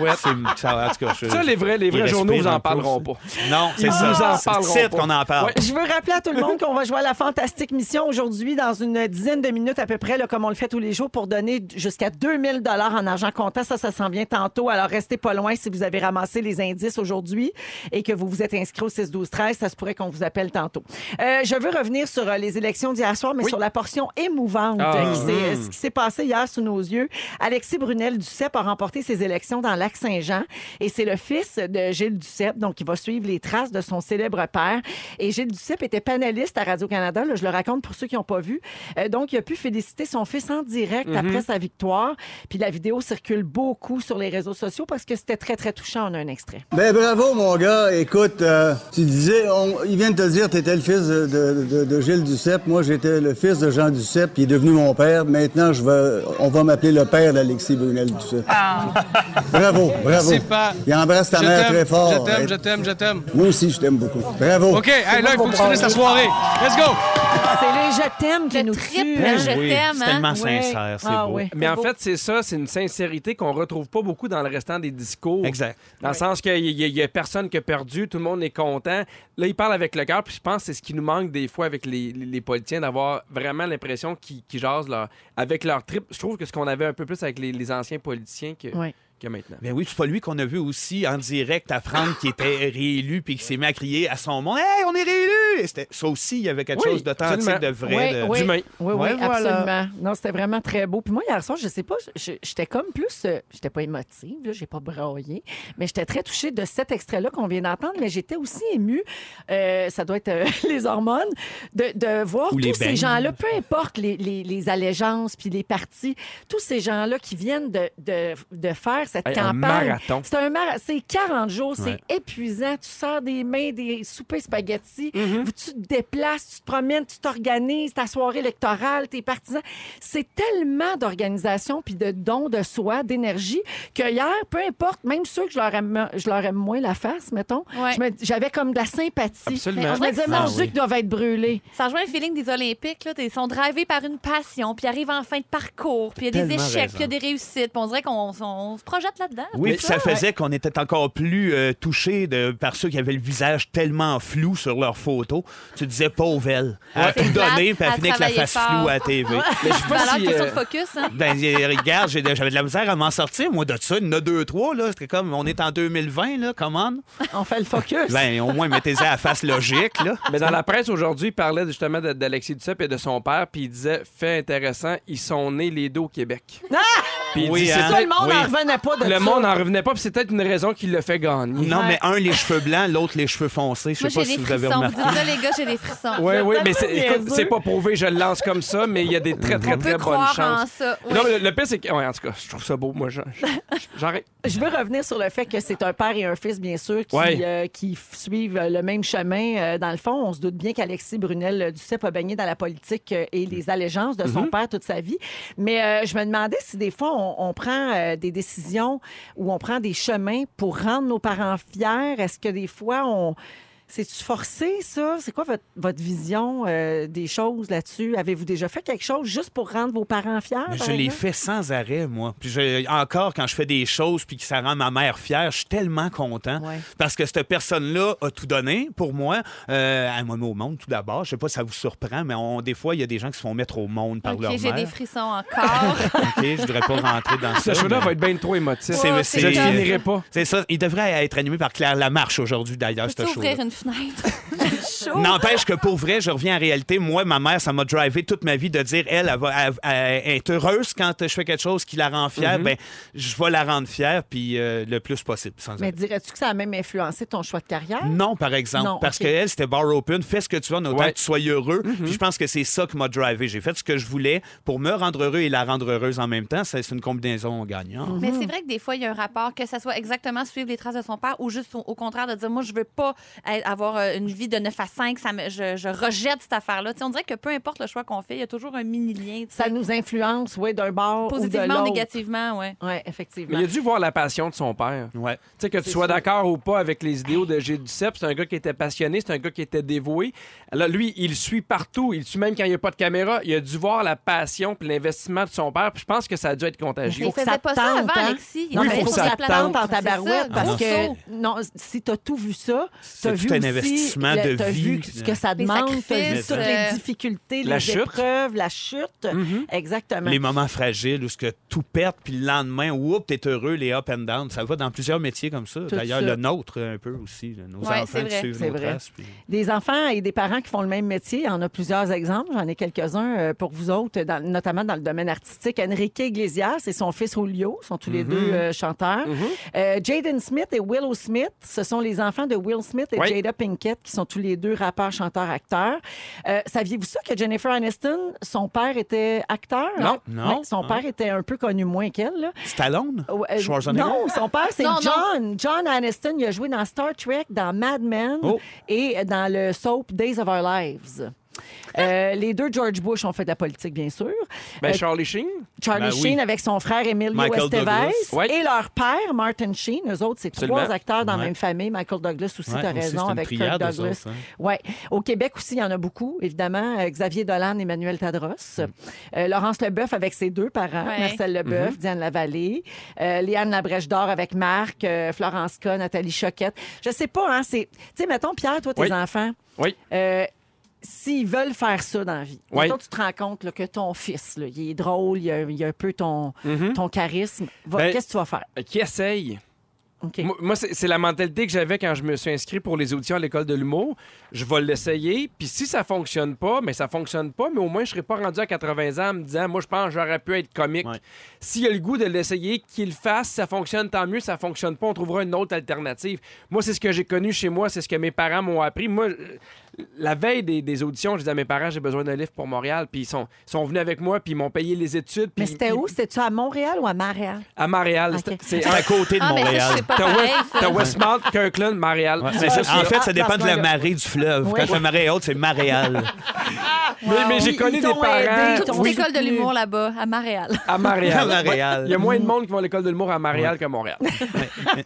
Speaker 2: ouais.
Speaker 4: C'est- ça, en tout cas, je-
Speaker 2: Ah, Ça, les vrais, les
Speaker 4: ils
Speaker 2: vrais journaux,
Speaker 4: respirent
Speaker 2: vous
Speaker 4: un
Speaker 2: en
Speaker 4: peu,
Speaker 2: parleront
Speaker 4: ça.
Speaker 2: pas.
Speaker 4: Non, c'est
Speaker 2: Ils
Speaker 4: ça.
Speaker 2: vous en
Speaker 4: C'est
Speaker 2: parleront
Speaker 4: titre
Speaker 2: pas.
Speaker 4: qu'on en parle.
Speaker 2: Ouais.
Speaker 1: Je veux rappeler à tout le monde qu'on va jouer à la fantastique mission aujourd'hui dans une dizaine de minutes à peu près, là, comme on le fait tous les jours, pour donner jusqu'à 2000 dollars en argent comptant. Ça, ça s'en vient tantôt. Alors, restez pas loin si vous avez ramassé les indices aujourd'hui et que vous vous êtes inscrit au 6-12-13. Ça se pourrait qu'on vous appelle tantôt. Euh, je veux revenir sur euh, les élections d'hier soir, mais sur la portion émouvante
Speaker 2: Ah,
Speaker 1: euh, qui s'est- ce qui s'est passé hier sous nos yeux. Alexis Brunel Duceppe a remporté ses élections dans Lac-Saint-Jean et c'est le fils de Gilles Duceppe, donc il va suivre les traces de son célèbre père. Et Gilles Duceppe était panéliste à Radio-Canada, là, je le raconte pour ceux qui n'ont pas vu. Euh, donc, il a pu féliciter son fils en direct après sa victoire. Puis la vidéo circule beaucoup sur les réseaux sociaux parce que c'était très, très touchant. On a un extrait.
Speaker 8: Ben bravo mon gars, écoute, euh, tu disais, on, il vient de te dire que t'étais le fils de, de- de- de Gilles Duceppe, moi j'étais le fils de Jean Duceppe, qui est devenu mon père, maintenant je vais, on va m'appeler le père d'Alexis Brunel Duceppe. Bravo, bravo.
Speaker 9: Merci, Pa.
Speaker 8: Il embrasse ta
Speaker 9: Je
Speaker 8: mère
Speaker 9: t'aime,
Speaker 8: très fort.
Speaker 9: Je t'aime,
Speaker 8: Elle-
Speaker 9: je t'aime, je t'aime.
Speaker 8: Moi aussi je t'aime beaucoup. Bravo.
Speaker 9: OK, hey, là, il faut que tu finisses la soirée. Let's go!
Speaker 1: C'est les je t'aime qui
Speaker 7: Ah! Le
Speaker 1: nous
Speaker 7: triple
Speaker 1: tuent.
Speaker 7: je
Speaker 4: Oui,
Speaker 7: t'aime.
Speaker 4: c'est
Speaker 7: hein.
Speaker 4: tellement
Speaker 1: Ouais.
Speaker 4: sincère, c'est
Speaker 1: Ah
Speaker 4: beau.
Speaker 1: ouais.
Speaker 2: Mais en
Speaker 1: Bravo.
Speaker 2: fait, c'est ça, c'est une sincérité qu'on retrouve pas beaucoup dans le restant des discours.
Speaker 4: Exact.
Speaker 2: Dans le sens qu'il y, a- il y a personne qui a perdu, tout le monde est content. Là, il parle avec le cœur, puis je pense que c'est ce qui nous manque des fois avec les, les- les politiciens, d'avoir vraiment l'impression qu'ils qu'ils jasent leur- avec leur trip. Je trouve que ce qu'on avait un peu plus avec les, les anciens politiciens que,
Speaker 1: Ouais.
Speaker 2: que maintenant.
Speaker 4: Ben oui, c'est pas lui qu'on a vu aussi en direct à Franck qui était réélu puis qui s'est mis à crier à son monde Hey, on est réélu! Et c'était- Ça aussi, il y avait quelque
Speaker 2: Oui,
Speaker 4: chose d'authentique,
Speaker 2: absolument.
Speaker 4: de vrai. de-
Speaker 1: oui,
Speaker 2: d'humain.
Speaker 1: Oui, oui,
Speaker 4: Ouais, voilà.
Speaker 1: absolument. Non, c'était vraiment très beau. Puis moi, hier soir, je sais pas, je- j'étais comme plus. euh, j'étais pas émotive, là, j'ai pas braillé, mais j'étais très touchée de cet extrait-là qu'on vient d'entendre, mais j'étais aussi émue, euh, ça doit être euh, (laughs) les hormones, de, de voir
Speaker 4: Ou les
Speaker 1: tous ces
Speaker 4: beignes.
Speaker 1: gens-là, peu importe les, les- les allégeances puis les partis, tous ces gens-là qui viennent de, de- de faire cette
Speaker 2: Hey, un
Speaker 1: campagne.
Speaker 2: marathon.
Speaker 1: C'est un marathon. C'est 40 jours,
Speaker 4: Ouais.
Speaker 1: c'est épuisant. Tu sors des mains, des soupers spaghettis,
Speaker 2: Mm-hmm.
Speaker 1: tu te déplaces, tu te promènes, tu t'organises, ta soirée électorale, tes partisans. C'est tellement d'organisation puis de dons de soi, d'énergie, que hier, peu importe, même ceux que je leur aime, je leur aime moins la face, mettons,
Speaker 7: Ouais.
Speaker 1: je me- j'avais comme de la sympathie.
Speaker 2: Absolument.
Speaker 1: Je me disais,
Speaker 4: Ah
Speaker 1: mon Dieu,
Speaker 4: oui.
Speaker 1: qu'ils doivent être brûlés.
Speaker 7: Ça rejoint le feeling des Olympiques. Là. Ils sont drivés par une passion, puis ils arrivent en fin de parcours, puis il y a des
Speaker 4: Tellement
Speaker 7: échecs,
Speaker 4: raison.
Speaker 7: puis il y a des réussites. Puis on dirait qu'on on- on se projette là-dedans.
Speaker 4: Oui,
Speaker 7: c'est
Speaker 4: puis ça faisait qu'on était encore plus euh, touchés de, par ceux qui avaient le visage tellement flou sur leurs photos. Tu disais pauvre elle. Elle a
Speaker 7: C'est
Speaker 4: tout donné,
Speaker 7: plate,
Speaker 4: puis elle
Speaker 7: elle
Speaker 4: finit avec la
Speaker 7: travaillait
Speaker 4: face
Speaker 7: fort.
Speaker 4: floue à la TV.
Speaker 2: Mais je sais pas
Speaker 7: Alors,
Speaker 2: si,
Speaker 7: question
Speaker 2: euh,
Speaker 7: de focus. Hein.
Speaker 4: Ben, y- regarde, j'ai de- j'avais de la misère à m'en sortir, moi, de ça. Il y en a deux, trois, là. C'était comme, on est en 2020, là, comment?
Speaker 1: On fait le focus.
Speaker 4: Ben, au moins, mettez-les à la face logique, là.
Speaker 2: Mais dans la presse aujourd'hui, il parlait justement de- d'Alexis Duceppe et de son père, puis il disait fait intéressant, ils sont nés les deux au Québec.
Speaker 1: Ah!
Speaker 2: Puis il
Speaker 4: Oui,
Speaker 2: dit, c'est
Speaker 4: hein?
Speaker 1: Ça, le monde
Speaker 4: Oui.
Speaker 1: n'en revenait pas de
Speaker 2: Le
Speaker 1: ça.
Speaker 2: monde n'en revenait pas, puis c'est peut-être une raison qui le fait gagner.
Speaker 4: Non, mais un, les cheveux blancs, l'autre, les cheveux foncés. Je
Speaker 7: Moi,
Speaker 4: sais pas
Speaker 7: j'ai
Speaker 4: si
Speaker 7: des
Speaker 4: vous avez
Speaker 7: frissons. Vous
Speaker 4: remarqué.
Speaker 7: dites ça, les gars, j'ai des frissons.
Speaker 2: Oui, oui, mais c'est
Speaker 1: bien
Speaker 2: écoute,
Speaker 1: sûr.
Speaker 2: c'est pas prouvé, je le lance comme ça, mais il y a des très, très,
Speaker 7: On peut
Speaker 2: très bonnes
Speaker 7: croire en
Speaker 2: chances.
Speaker 7: ça. oui.
Speaker 2: Non, mais le, le pire, c'est que. ouais, en tout cas, je trouve ça beau. Moi, j'en- j'arrête.
Speaker 1: Je veux revenir sur le fait que c'est un père et un fils, bien sûr, qui,
Speaker 2: Ouais.
Speaker 1: euh, qui f- suivent euh, le même chemin. Euh, dans le fond, on se doute bien qu'Alexis Brunel euh, Duceppe a
Speaker 4: Mhm.
Speaker 1: baigné dans la politique euh, et les allégeances de son père toute sa vie. Mais euh, je me demandais si des fois, on, on, on prend euh, des décisions ou on prend des chemins pour rendre nos parents fiers? Est-ce que des fois, on. C'est-tu forcé, ça? C'est quoi votre, votre vision euh, des choses là-dessus? Avez-vous déjà fait quelque chose juste pour rendre vos parents fiers?
Speaker 4: Mais
Speaker 1: par
Speaker 4: je l'ai
Speaker 1: exemple?
Speaker 4: fait sans arrêt, moi. Puis je- encore, quand je fais des choses puis que ça rend ma mère fière, je suis tellement content.
Speaker 1: Ouais.
Speaker 4: Parce que cette personne-là a tout donné pour moi. Euh, elle m'a mis au monde, tout d'abord. Je sais pas si ça vous surprend, mais on- des fois, il y a des gens qui se font mettre au monde par
Speaker 7: OK,
Speaker 4: leur
Speaker 7: j'ai
Speaker 4: mère.
Speaker 7: des
Speaker 4: (laughs)
Speaker 7: frissons encore.
Speaker 4: OK, je voudrais pas rentrer dans
Speaker 2: (laughs) (laughs)
Speaker 4: ça.
Speaker 2: Ce show-là
Speaker 4: mais-
Speaker 2: va être bien trop émotif.
Speaker 7: C'est-
Speaker 2: Je
Speaker 7: c'est-
Speaker 2: ne finirai pas.
Speaker 4: C'est ça. Il devrait être animé par Claire Lamarche aujourd'hui, d'ailleurs, ce
Speaker 7: Peux-tu
Speaker 4: show
Speaker 7: ouvrir
Speaker 4: (laughs)
Speaker 7: une fenêtre?
Speaker 1: Oh!
Speaker 7: Chaud.
Speaker 4: N'empêche que pour vrai, je reviens en réalité. Moi, ma mère, ça m'a drivé toute ma vie de dire elle, elle, va, elle- elle est heureuse quand je fais quelque chose qui la rend fière.
Speaker 1: Mm-hmm.
Speaker 4: ben, je vais la rendre fière, puis euh, le plus possible. Sans
Speaker 1: Mais
Speaker 4: arrêt.
Speaker 1: dirais-tu que ça a même influencé ton choix de carrière?
Speaker 4: Non, par exemple,
Speaker 1: Non,
Speaker 4: parce
Speaker 1: ok. Mm-hmm.
Speaker 4: qu'elle, c'était bar open, fais ce que tu veux, mais autant
Speaker 2: Ouais.
Speaker 4: que tu sois heureux. Puis je pense que c'est ça qui m'a drivé. J'ai fait ce que je voulais pour me rendre heureux et la rendre heureuse en même temps. C'est c'est une combinaison gagnante.
Speaker 7: Mais c'est vrai que des fois, il y a un rapport, que ça soit exactement suivre les traces de son père ou juste au, au contraire de dire, moi, je veux pas être- avoir euh, une vie de 9 à 5, ça me- je, je rejette cette affaire-là. Tu sais, On dirait que peu importe le choix qu'on fait, il y a toujours un mini-lien. tu sais,
Speaker 1: Ça nous influence, oui, d'un bord ou de
Speaker 7: Positivement ou
Speaker 1: l'autre.
Speaker 7: négativement, ouais.
Speaker 1: Oui,
Speaker 2: Mais
Speaker 1: effectivement.
Speaker 2: il a dû voir la passion de son père.
Speaker 1: Mm.
Speaker 4: Ouais.
Speaker 2: Tu sais, que tu sois d'accord ou pas avec les idéaux de Gilles Duceppe, c'est un gars qui était passionné, c'est un gars qui était dévoué. Là, lui, il suit partout. Il suit même quand il n'y a pas de caméra. Il a dû voir la passion puis l'investissement de son père. Puis je pense que ça a dû être contagieux.
Speaker 7: Mais il
Speaker 1: que
Speaker 7: faisait
Speaker 1: ça
Speaker 7: pas ça
Speaker 1: tente,
Speaker 7: avant,
Speaker 1: hein?
Speaker 7: Alexis. Il
Speaker 1: Non,
Speaker 2: Oui,
Speaker 1: mais
Speaker 7: faisait
Speaker 1: faut que
Speaker 7: pas
Speaker 1: ça
Speaker 7: la plante.
Speaker 1: tente en tabarouette
Speaker 7: C'est ça.
Speaker 1: parce
Speaker 7: Gros
Speaker 1: que non, si t'as tout vu ça, t'as
Speaker 4: C'est
Speaker 1: vu
Speaker 4: tout un
Speaker 1: aussi
Speaker 4: investissement
Speaker 1: le-
Speaker 4: de
Speaker 1: t'as
Speaker 4: vie.
Speaker 1: vu ce que ça
Speaker 7: Les
Speaker 1: demande, t'as vu
Speaker 7: sacrifices,
Speaker 1: toutes
Speaker 7: euh,
Speaker 1: les difficultés,
Speaker 2: La
Speaker 1: les
Speaker 2: chute.
Speaker 1: épreuves, la chute, exactement.
Speaker 4: Les moments fragiles où ce que tout perd, puis le lendemain, oups, t'es heureux, les up and down. Ça va dans plusieurs métiers comme ça. D'ailleurs,
Speaker 1: ça.
Speaker 4: le nôtre, euh, un peu aussi. là. Nos
Speaker 7: Ouais, c'est
Speaker 4: enfants qui
Speaker 7: vrai,
Speaker 4: suivent
Speaker 1: c'est
Speaker 4: nos
Speaker 1: vrai.
Speaker 4: traces. puis-
Speaker 1: Des enfants et des parents qui font le même métier, il y en a plusieurs exemples. J'en ai quelques-uns euh, pour vous autres, dans- notamment dans le domaine artistique. Enrique Iglesias et son fils Julio sont tous
Speaker 2: Mhm.
Speaker 1: les deux euh, chanteurs. Euh, Jaden Smith et Willow Smith, ce sont les enfants de Will Smith et
Speaker 2: Oui.
Speaker 1: Jada Pinkett, qui sont tous les deux rappeurs, chanteurs, acteurs. Euh, Saviez-vous ça que Jennifer Aniston, son père était acteur?
Speaker 2: Non.
Speaker 4: Non.
Speaker 1: Ouais, son
Speaker 4: Ah.
Speaker 1: père était un peu connu moins qu'elle. là.
Speaker 4: Stallone?
Speaker 1: Oh, euh,
Speaker 4: Schwarzenegger?
Speaker 1: non, son père, c'est
Speaker 7: Non, non.
Speaker 1: John. John Aniston, il a joué dans Star Trek, dans Mad Men
Speaker 4: Oh.
Speaker 1: et dans le soap Days of Our Lives. Euh, les deux George Bush ont fait de la politique, bien sûr.
Speaker 2: Ben,
Speaker 1: Euh,
Speaker 2: Charlie Sheen,
Speaker 1: Charlie
Speaker 4: Ben oui.
Speaker 1: Sheen avec son frère Emilio
Speaker 4: Michael
Speaker 1: Estevez
Speaker 4: Douglas.
Speaker 2: Ouais.
Speaker 1: et leur père, Martin Sheen. Eux autres, c'est trois
Speaker 2: Absolument.
Speaker 1: acteurs dans la
Speaker 4: Ouais.
Speaker 1: même famille. Michael Douglas aussi,
Speaker 4: Ouais,
Speaker 1: t'as
Speaker 4: aussi, c'est
Speaker 1: raison,
Speaker 4: une
Speaker 1: avec
Speaker 4: prière
Speaker 1: Kirk
Speaker 4: d'eux
Speaker 1: Douglas.
Speaker 4: autres, hein.
Speaker 1: Ouais. Au Québec aussi, il y en a beaucoup, évidemment. Euh, Xavier Dolan, Emmanuel Tadros.
Speaker 4: Mm.
Speaker 1: Euh, Laurence Leboeuf avec ses deux parents,
Speaker 7: Ouais.
Speaker 1: Marcel
Speaker 4: Mm-hmm.
Speaker 1: Leboeuf, Diane Lavallée. Euh, Léane Labrèche d'Or avec Marc, euh, Florence K, Nathalie Choquette. Je sais pas, hein, c'est... Tu sais, mettons, Pierre, toi, tes
Speaker 2: Oui.
Speaker 1: enfants...
Speaker 2: Oui.
Speaker 1: euh, S'ils veulent faire ça dans la vie,
Speaker 2: Oui.
Speaker 1: mettons, tu te rends compte là, que ton fils, là, il est drôle, il a, il a un peu ton, ton charisme. Va-
Speaker 2: Mhm. Ben-
Speaker 1: Qu'est-ce que tu vas faire?
Speaker 2: qui essaye.
Speaker 1: OK.
Speaker 2: Moi, moi, c'est c'est la mentalité que j'avais quand je me suis inscrit pour les auditions à l'école de l'humour. Je vais l'essayer, puis si ça fonctionne pas, mais ça fonctionne pas, mais au moins je serai pas rendu à 80 ans en me disant moi je pense que j'aurais pu être comique.
Speaker 4: Ouais.
Speaker 2: S'il a le goût de l'essayer, qu'il le fasse, ça fonctionne tant mieux, ça fonctionne pas, on trouvera une autre alternative. Moi c'est ce que j'ai connu chez moi, c'est ce que mes parents m'ont appris. Moi euh, la veille des, des auditions, je disais à mes parents j'ai besoin d'un livre pour Montréal, puis ils sont, sont venus avec moi, puis ils m'ont payé les études. puis
Speaker 1: Mais c'était
Speaker 2: ils-
Speaker 1: où? C'était-tu à Montréal ou à Montréal?
Speaker 2: À Montréal.
Speaker 1: Ok.
Speaker 2: C'est
Speaker 4: C'est à côté de
Speaker 7: Ah, mais ça,
Speaker 4: Montréal.
Speaker 7: je sais pas
Speaker 2: T'as
Speaker 7: pareil,
Speaker 2: West-
Speaker 7: ça.
Speaker 2: t'as Westmount, Kirkland, Montréal.
Speaker 4: Mais ça,
Speaker 1: Ah,
Speaker 4: en fait,
Speaker 1: ah,
Speaker 4: ça dépend
Speaker 1: dans
Speaker 4: de
Speaker 1: ce
Speaker 4: la
Speaker 1: coin-là.
Speaker 4: marée du fleuve.
Speaker 1: Oui.
Speaker 4: Quand la marée est haute, c'est
Speaker 1: (laughs)
Speaker 4: maréal.
Speaker 2: Mais, mais j'ai
Speaker 1: Ils-
Speaker 2: connu
Speaker 1: ils
Speaker 2: des
Speaker 1: t'ont
Speaker 2: parents
Speaker 1: aidé,
Speaker 7: Toute
Speaker 1: t'ont
Speaker 7: petite
Speaker 1: Oui.
Speaker 7: école de l'humour là-bas, à Montréal.
Speaker 2: à
Speaker 4: (laughs)
Speaker 2: Montréal.
Speaker 4: À Montréal.
Speaker 2: Il y a moins de monde qui vont à l'école de l'humour à Montréal qu'à Montréal. Ça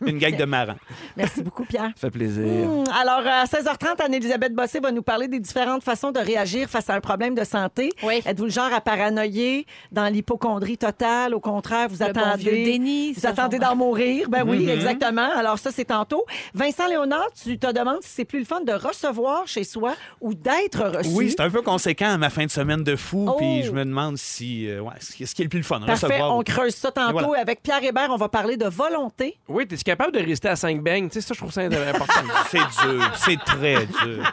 Speaker 4: Une gang de marins.
Speaker 1: Merci beaucoup, Pierre.
Speaker 2: fait plaisir.
Speaker 1: Hum, Alors, à 16h30, Anne-Elisabeth Bossé va nous parler des différentes façons de réagir face à un problème de santé.
Speaker 7: Oui.
Speaker 1: Êtes-vous le genre à paranoïer dans l'hypochondrie totale? Au contraire, vous
Speaker 7: Le bon
Speaker 1: attendez.
Speaker 7: vieux déni,
Speaker 1: vous
Speaker 7: ça,
Speaker 1: attendez
Speaker 7: genre. Mm-hmm.
Speaker 1: d'en mourir. Ben oui, exactement. Alors, ça, c'est tantôt. Vincent Léonard, tu te demandes si c'est plus le fun de recevoir chez soi ou d'être reçu.
Speaker 4: Oui, c'est un peu conséquent à ma fin de semaine de fou.
Speaker 1: Oh.
Speaker 4: Puis je me demande si, euh, ouais, ce qui ce qui est le plus le fun.
Speaker 1: Parfait,
Speaker 4: recevoir
Speaker 1: on
Speaker 4: ou-
Speaker 1: creuse ça tantôt.
Speaker 4: Et voilà.
Speaker 1: Avec Pierre Hébert, on va parler de volonté.
Speaker 2: Oui, t'es capable de résister à 5 bangs. Tu sais, ça, je trouve
Speaker 4: (laughs)
Speaker 2: ça important.
Speaker 4: C'est dur. C'est très dur.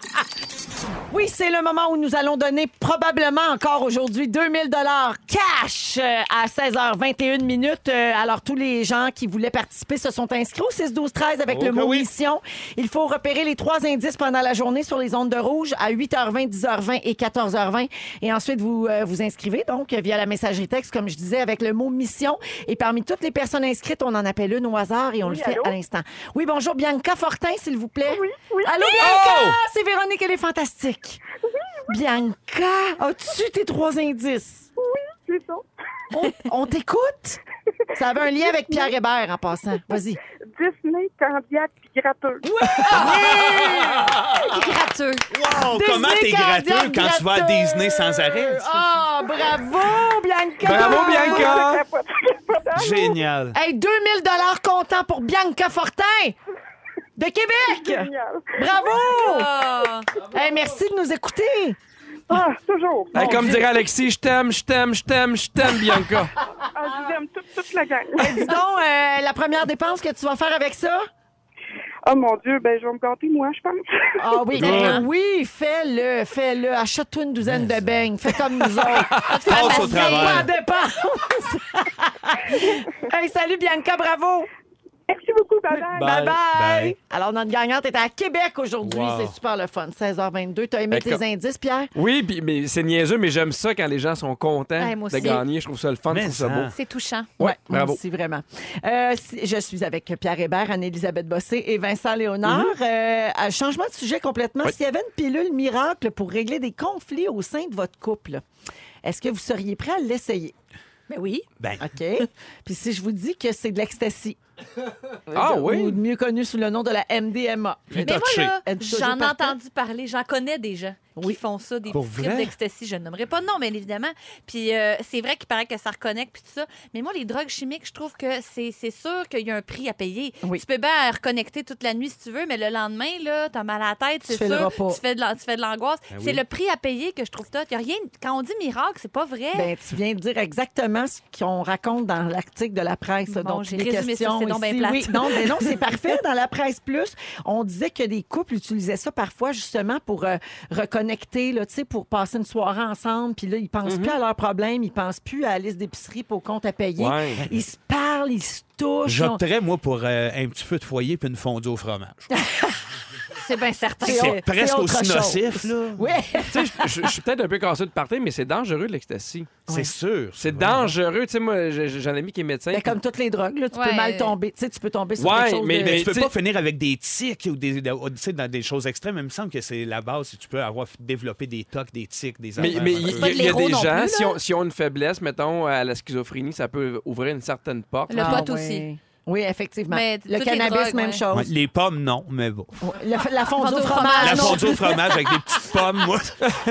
Speaker 1: Oui, c'est le moment où nous allons donner probablement encore aujourd'hui 2000 dollars cash euh, à 16h21 minutes. Euh, Alors tous les gens qui voulaient participer se sont inscrits au 6 12 13 avec
Speaker 4: Oh
Speaker 1: le
Speaker 4: que
Speaker 1: mot
Speaker 4: oui.
Speaker 1: mission. Il faut repérer les trois indices pendant la journée sur les ondes de rouge à 8h20, 10h20 et 14h20 et ensuite vous euh, vous inscrivez donc via la messagerie texte comme je disais avec le mot mission et parmi toutes les personnes inscrites, on en appelle une au hasard et on le fait à l'instant. Oui, bonjour Bianca Fortin s'il vous plaît. Allô Bianca, c'est Véronique, elle est fantastique. Bianca, as-tu tes trois indices? Oui, c'est ça. On, on t'écoute? Ça avait un lien avec Pierre Hébert en passant. Vas-y.
Speaker 10: Disney, Candiac, puis gratteux.
Speaker 1: Ah.
Speaker 7: (laughs) Gratteux.
Speaker 4: Wow,
Speaker 1: Disney
Speaker 4: comment t'es
Speaker 1: Candiac
Speaker 4: gratteux quand tu vas à
Speaker 1: gratteux.
Speaker 4: Disney sans arrêt?
Speaker 1: Ah, bravo, Bianca!
Speaker 2: Bravo, Bianca!
Speaker 4: Génial.
Speaker 1: Hey, 2000 dollars comptant pour Bianca Fortin de Québec.
Speaker 10: Génial.
Speaker 1: Bravo!
Speaker 7: Ah.
Speaker 1: Hey, merci de nous écouter.
Speaker 10: Ah, toujours.
Speaker 2: Hey, comme dirait Alexis, je t'aime, je t'aime, je t'aime, je t'aime, Bianca.
Speaker 10: Ah, je vous aime toute, toute la gang.
Speaker 1: Dis donc, euh, la première dépense que tu vas faire avec ça?
Speaker 10: Oh mon Dieu, ben je vais me gâter, moi, je pense. (laughs)
Speaker 1: Ah oui, ben oui, fais-le, fais-le. Achète-toi une douzaine de beignes. Fais comme nous
Speaker 4: (laughs)
Speaker 1: autres.
Speaker 4: Passe au
Speaker 1: Pas
Speaker 4: travers.
Speaker 1: de dépense. (laughs) hey, salut Bianca, bravo.
Speaker 10: Merci beaucoup,
Speaker 1: Bye.
Speaker 10: bye-bye.
Speaker 4: Bye.
Speaker 1: bye
Speaker 4: Bye.
Speaker 1: Alors, notre gagnante est à Québec aujourd'hui.
Speaker 4: Wow.
Speaker 1: C'est super le fun. 16h22. T'as aimé
Speaker 2: Ben,
Speaker 1: tes
Speaker 2: comme-
Speaker 1: indices, Pierre?
Speaker 2: Oui, puis- mais c'est niaiseux, mais j'aime ça quand les gens sont contents
Speaker 7: Ouais, moi
Speaker 2: de
Speaker 7: aussi.
Speaker 2: gagner. Je trouve ça le fun, je
Speaker 4: Mais
Speaker 2: trouve
Speaker 4: ça.
Speaker 2: ça beau.
Speaker 7: C'est touchant.
Speaker 2: Ouais,
Speaker 1: Moi
Speaker 2: bravo.
Speaker 1: aussi, vraiment. Euh, si- je suis avec Pierre Hébert, Anne-Elisabeth Bossé et Vincent Léonard.
Speaker 2: Mm-hmm.
Speaker 1: Euh, à changement de sujet complètement. S'il y avait une pilule miracle pour régler des conflits au sein de votre couple, est-ce que vous seriez prêt à l'essayer?
Speaker 7: Mais oui.
Speaker 4: Ben,
Speaker 1: OK? Puis si je vous dis que c'est de l'ecstasy.
Speaker 2: Ah
Speaker 1: De- Ou
Speaker 2: oui?
Speaker 1: mieux connu sous le nom de la MDMA.
Speaker 7: Mais moi,
Speaker 4: touché.
Speaker 7: là,
Speaker 1: Êtes-vous toujours
Speaker 7: j'en ai
Speaker 1: partant?
Speaker 7: entendu parler. J'en connais des gens
Speaker 1: Oui.
Speaker 7: qui font ça, des
Speaker 4: Pour
Speaker 7: petits trips
Speaker 4: vrai?
Speaker 7: d'ecstasy. Je ne nommerai pas de nom, mais évidemment. Puis euh, c'est vrai qu'il paraît que ça reconnecte, puis tout ça. Mais moi, les drogues chimiques, je trouve que c'est c'est sûr qu'il y a un prix à payer.
Speaker 1: Oui.
Speaker 7: Tu peux bien reconnecter toute la nuit si tu veux, mais le lendemain, là, t'as mal à la tête, c'est
Speaker 1: fais le
Speaker 7: sûr.
Speaker 1: repas.
Speaker 7: Tu fais de l'an- tu fais de l'angoisse.
Speaker 4: Ben
Speaker 7: c'est le prix à payer que je trouve top. Y a rien... Quand on dit miracle, c'est pas vrai.
Speaker 1: Ben, tu viens de dire exactement ce qu'on raconte dans l'article de la presse. là,
Speaker 7: Bon,
Speaker 1: donc,
Speaker 7: j'ai
Speaker 1: il est
Speaker 7: résumé ça,
Speaker 1: question
Speaker 7: c'est donc
Speaker 1: ici.
Speaker 7: bien plate.
Speaker 1: Oui, non, mais non,
Speaker 7: (laughs)
Speaker 1: c'est parfait. Dans la presse plus, on disait que des couples utilisaient ça parfois justement pour euh, reconnecter, là, tu sais, pour passer une soirée ensemble. Puis là, ils pensent plus à leurs problèmes, ils pensent plus à la liste d'épicerie pour compte à payer.
Speaker 2: Ouais.
Speaker 1: Ils se parlent, ils se touchent. on- (laughs)
Speaker 4: j'opterais, moi, pour euh, un petit feu de foyer puis une fondue au fromage.
Speaker 7: C'est bien certain.
Speaker 1: C'est-
Speaker 4: C'est presque
Speaker 1: autre
Speaker 4: aussi
Speaker 1: chose.
Speaker 4: nocif, là.
Speaker 1: Oui.
Speaker 2: Tu sais, je je- je suis peut-être un peu cassé de partir, mais c'est dangereux l'ecstasy.
Speaker 4: C'est sûr.
Speaker 2: C'est dangereux. Tu sais, moi, j'ai- j'ai un ami qui est médecin.
Speaker 1: Ben, comme toutes les drogues, là, tu peux
Speaker 7: Ouais.
Speaker 1: mal tomber. Tu sais, tu peux tomber sur
Speaker 2: Ouais,
Speaker 1: quelque chose de-
Speaker 4: Mais tu peux
Speaker 2: t'sais-
Speaker 4: pas finir avec des tics ou des, ou, tu sais, dans des choses extrêmes. Il me semble que c'est la base si tu peux avoir développé des tocs, des tics, des
Speaker 2: Mais,
Speaker 4: affaires
Speaker 2: mais
Speaker 4: un
Speaker 2: il y,
Speaker 4: peu.
Speaker 7: pas de
Speaker 2: il y a
Speaker 7: l'héros
Speaker 2: des
Speaker 7: non
Speaker 2: gens,
Speaker 7: plus,
Speaker 2: si,
Speaker 7: là.
Speaker 2: on, si on a une faiblesse, mettons, à la schizophrénie, ça peut ouvrir une certaine porte.
Speaker 7: Le
Speaker 1: Ah,
Speaker 7: pot
Speaker 1: ouais.
Speaker 7: aussi.
Speaker 1: Oui, effectivement.
Speaker 7: Mais
Speaker 1: le
Speaker 7: toutes les
Speaker 1: cannabis,
Speaker 7: drogues,
Speaker 1: même
Speaker 7: ouais.
Speaker 4: Ouais,
Speaker 1: chose.
Speaker 4: les pommes, non, mais bon.
Speaker 1: Le- la fondue
Speaker 7: Fondue
Speaker 1: au
Speaker 7: au
Speaker 1: fromage.
Speaker 4: La
Speaker 7: non.
Speaker 4: fondue au fromage avec des petites pommes, moi.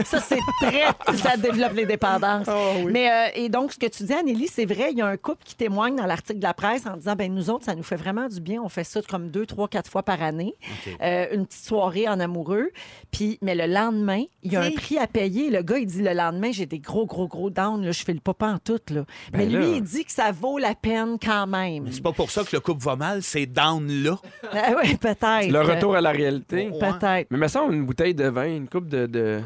Speaker 1: Ça, c'est très. Ça développe les dépendances. Mais, euh, et donc, ce que tu dis, Anneli, c'est vrai, il y a un couple qui témoigne dans l'article de la presse en disant ben nous autres, ça nous fait vraiment du bien. On fait ça comme deux, trois, quatre fois par année. Euh, une petite soirée en amoureux. Puis, mais le lendemain, il y a un
Speaker 7: T'sais.
Speaker 1: prix à payer. Le gars, il dit le lendemain, j'ai des gros, gros, gros downs. Là, je fais le papa en tout. Là. mais
Speaker 2: Ben là.
Speaker 1: lui, il dit que ça vaut la peine quand même.
Speaker 4: C'est pas pour ça que le couple va mal, c'est down là.
Speaker 1: Ah oui, peut-être.
Speaker 2: Le retour à la réalité.
Speaker 1: Oh,
Speaker 4: Ouais.
Speaker 1: Peut-être.
Speaker 2: Mais me semble une bouteille de vin, une coupe de, de,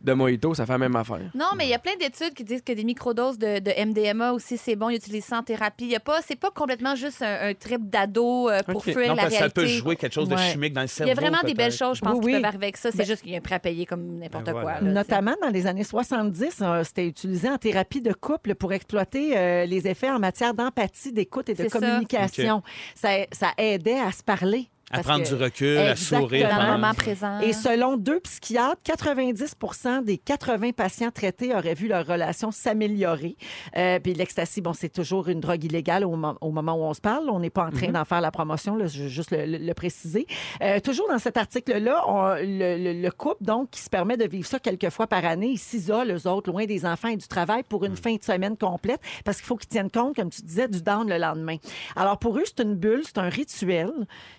Speaker 2: de mojito, ça fait la même affaire.
Speaker 7: Non, mais il y a plein d'études qui disent que des microdoses de, de MDMA aussi, c'est bon, ils utilisent ça en thérapie. Il y a pas, c'est pas complètement juste un, un trip d'ado euh, pour
Speaker 2: Ok.
Speaker 7: fuir
Speaker 4: Non,
Speaker 7: la
Speaker 4: parce que
Speaker 7: réalité.
Speaker 4: ça peut jouer quelque chose de
Speaker 1: Ouais.
Speaker 4: chimique dans le
Speaker 7: il
Speaker 4: cerveau.
Speaker 7: y a vraiment des
Speaker 4: peut-être.
Speaker 7: belles choses, je pense,
Speaker 1: Oui, oui. Ben,
Speaker 7: qui peuvent arriver avec ça. C'est juste qu'il y a un prêt à payer comme n'importe
Speaker 4: Ben
Speaker 7: quoi.
Speaker 4: voilà.
Speaker 7: là, tu sais.
Speaker 1: Notamment dans les années 70, euh, c'était utilisé en thérapie de couple pour exploiter euh, les effets en matière d'empathie, d'écoute et de
Speaker 7: C'est ça.
Speaker 1: communication. Ça. Ça, aidait à se parler.
Speaker 4: À
Speaker 1: Parce
Speaker 4: prendre
Speaker 1: que-
Speaker 4: du recul, à sourire.
Speaker 7: Dans le
Speaker 1: Exactement.
Speaker 7: moment présent.
Speaker 1: Et selon deux psychiatres, 90 des 80 patients traités auraient vu leur relation s'améliorer. Euh, puis l'ecstasy, bon, c'est toujours une drogue illégale au, mo- au moment où on se parle. On n'est pas en train
Speaker 7: Mm-hmm.
Speaker 1: d'en faire la promotion, là, je veux juste le, le- le préciser. Euh, toujours dans cet article-là, on- le, le- le couple, donc, qui se permet de vivre ça quelques fois par année, ils s'isolent, eux autres, loin des enfants et du travail pour
Speaker 4: Mm.
Speaker 1: une fin de semaine complète parce qu'il faut qu'ils tiennent compte, comme tu disais, du down le lendemain. Alors, pour eux, c'est une bulle, c'est un rituel.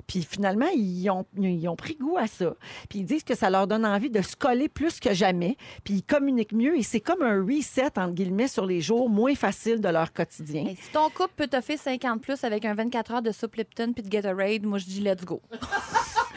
Speaker 1: Puis finalement, ils ont, ils ont pris goût à ça. Puis ils disent que ça leur donne envie de se coller plus que jamais. Puis ils communiquent mieux et c'est comme un reset, entre guillemets, sur les jours moins faciles de leur quotidien.
Speaker 7: Hey, si ton couple peut t'offrir 50 plus avec un 24 heures de soupe Lipton puis de Gatorade, moi je dis let's go.
Speaker 1: (laughs)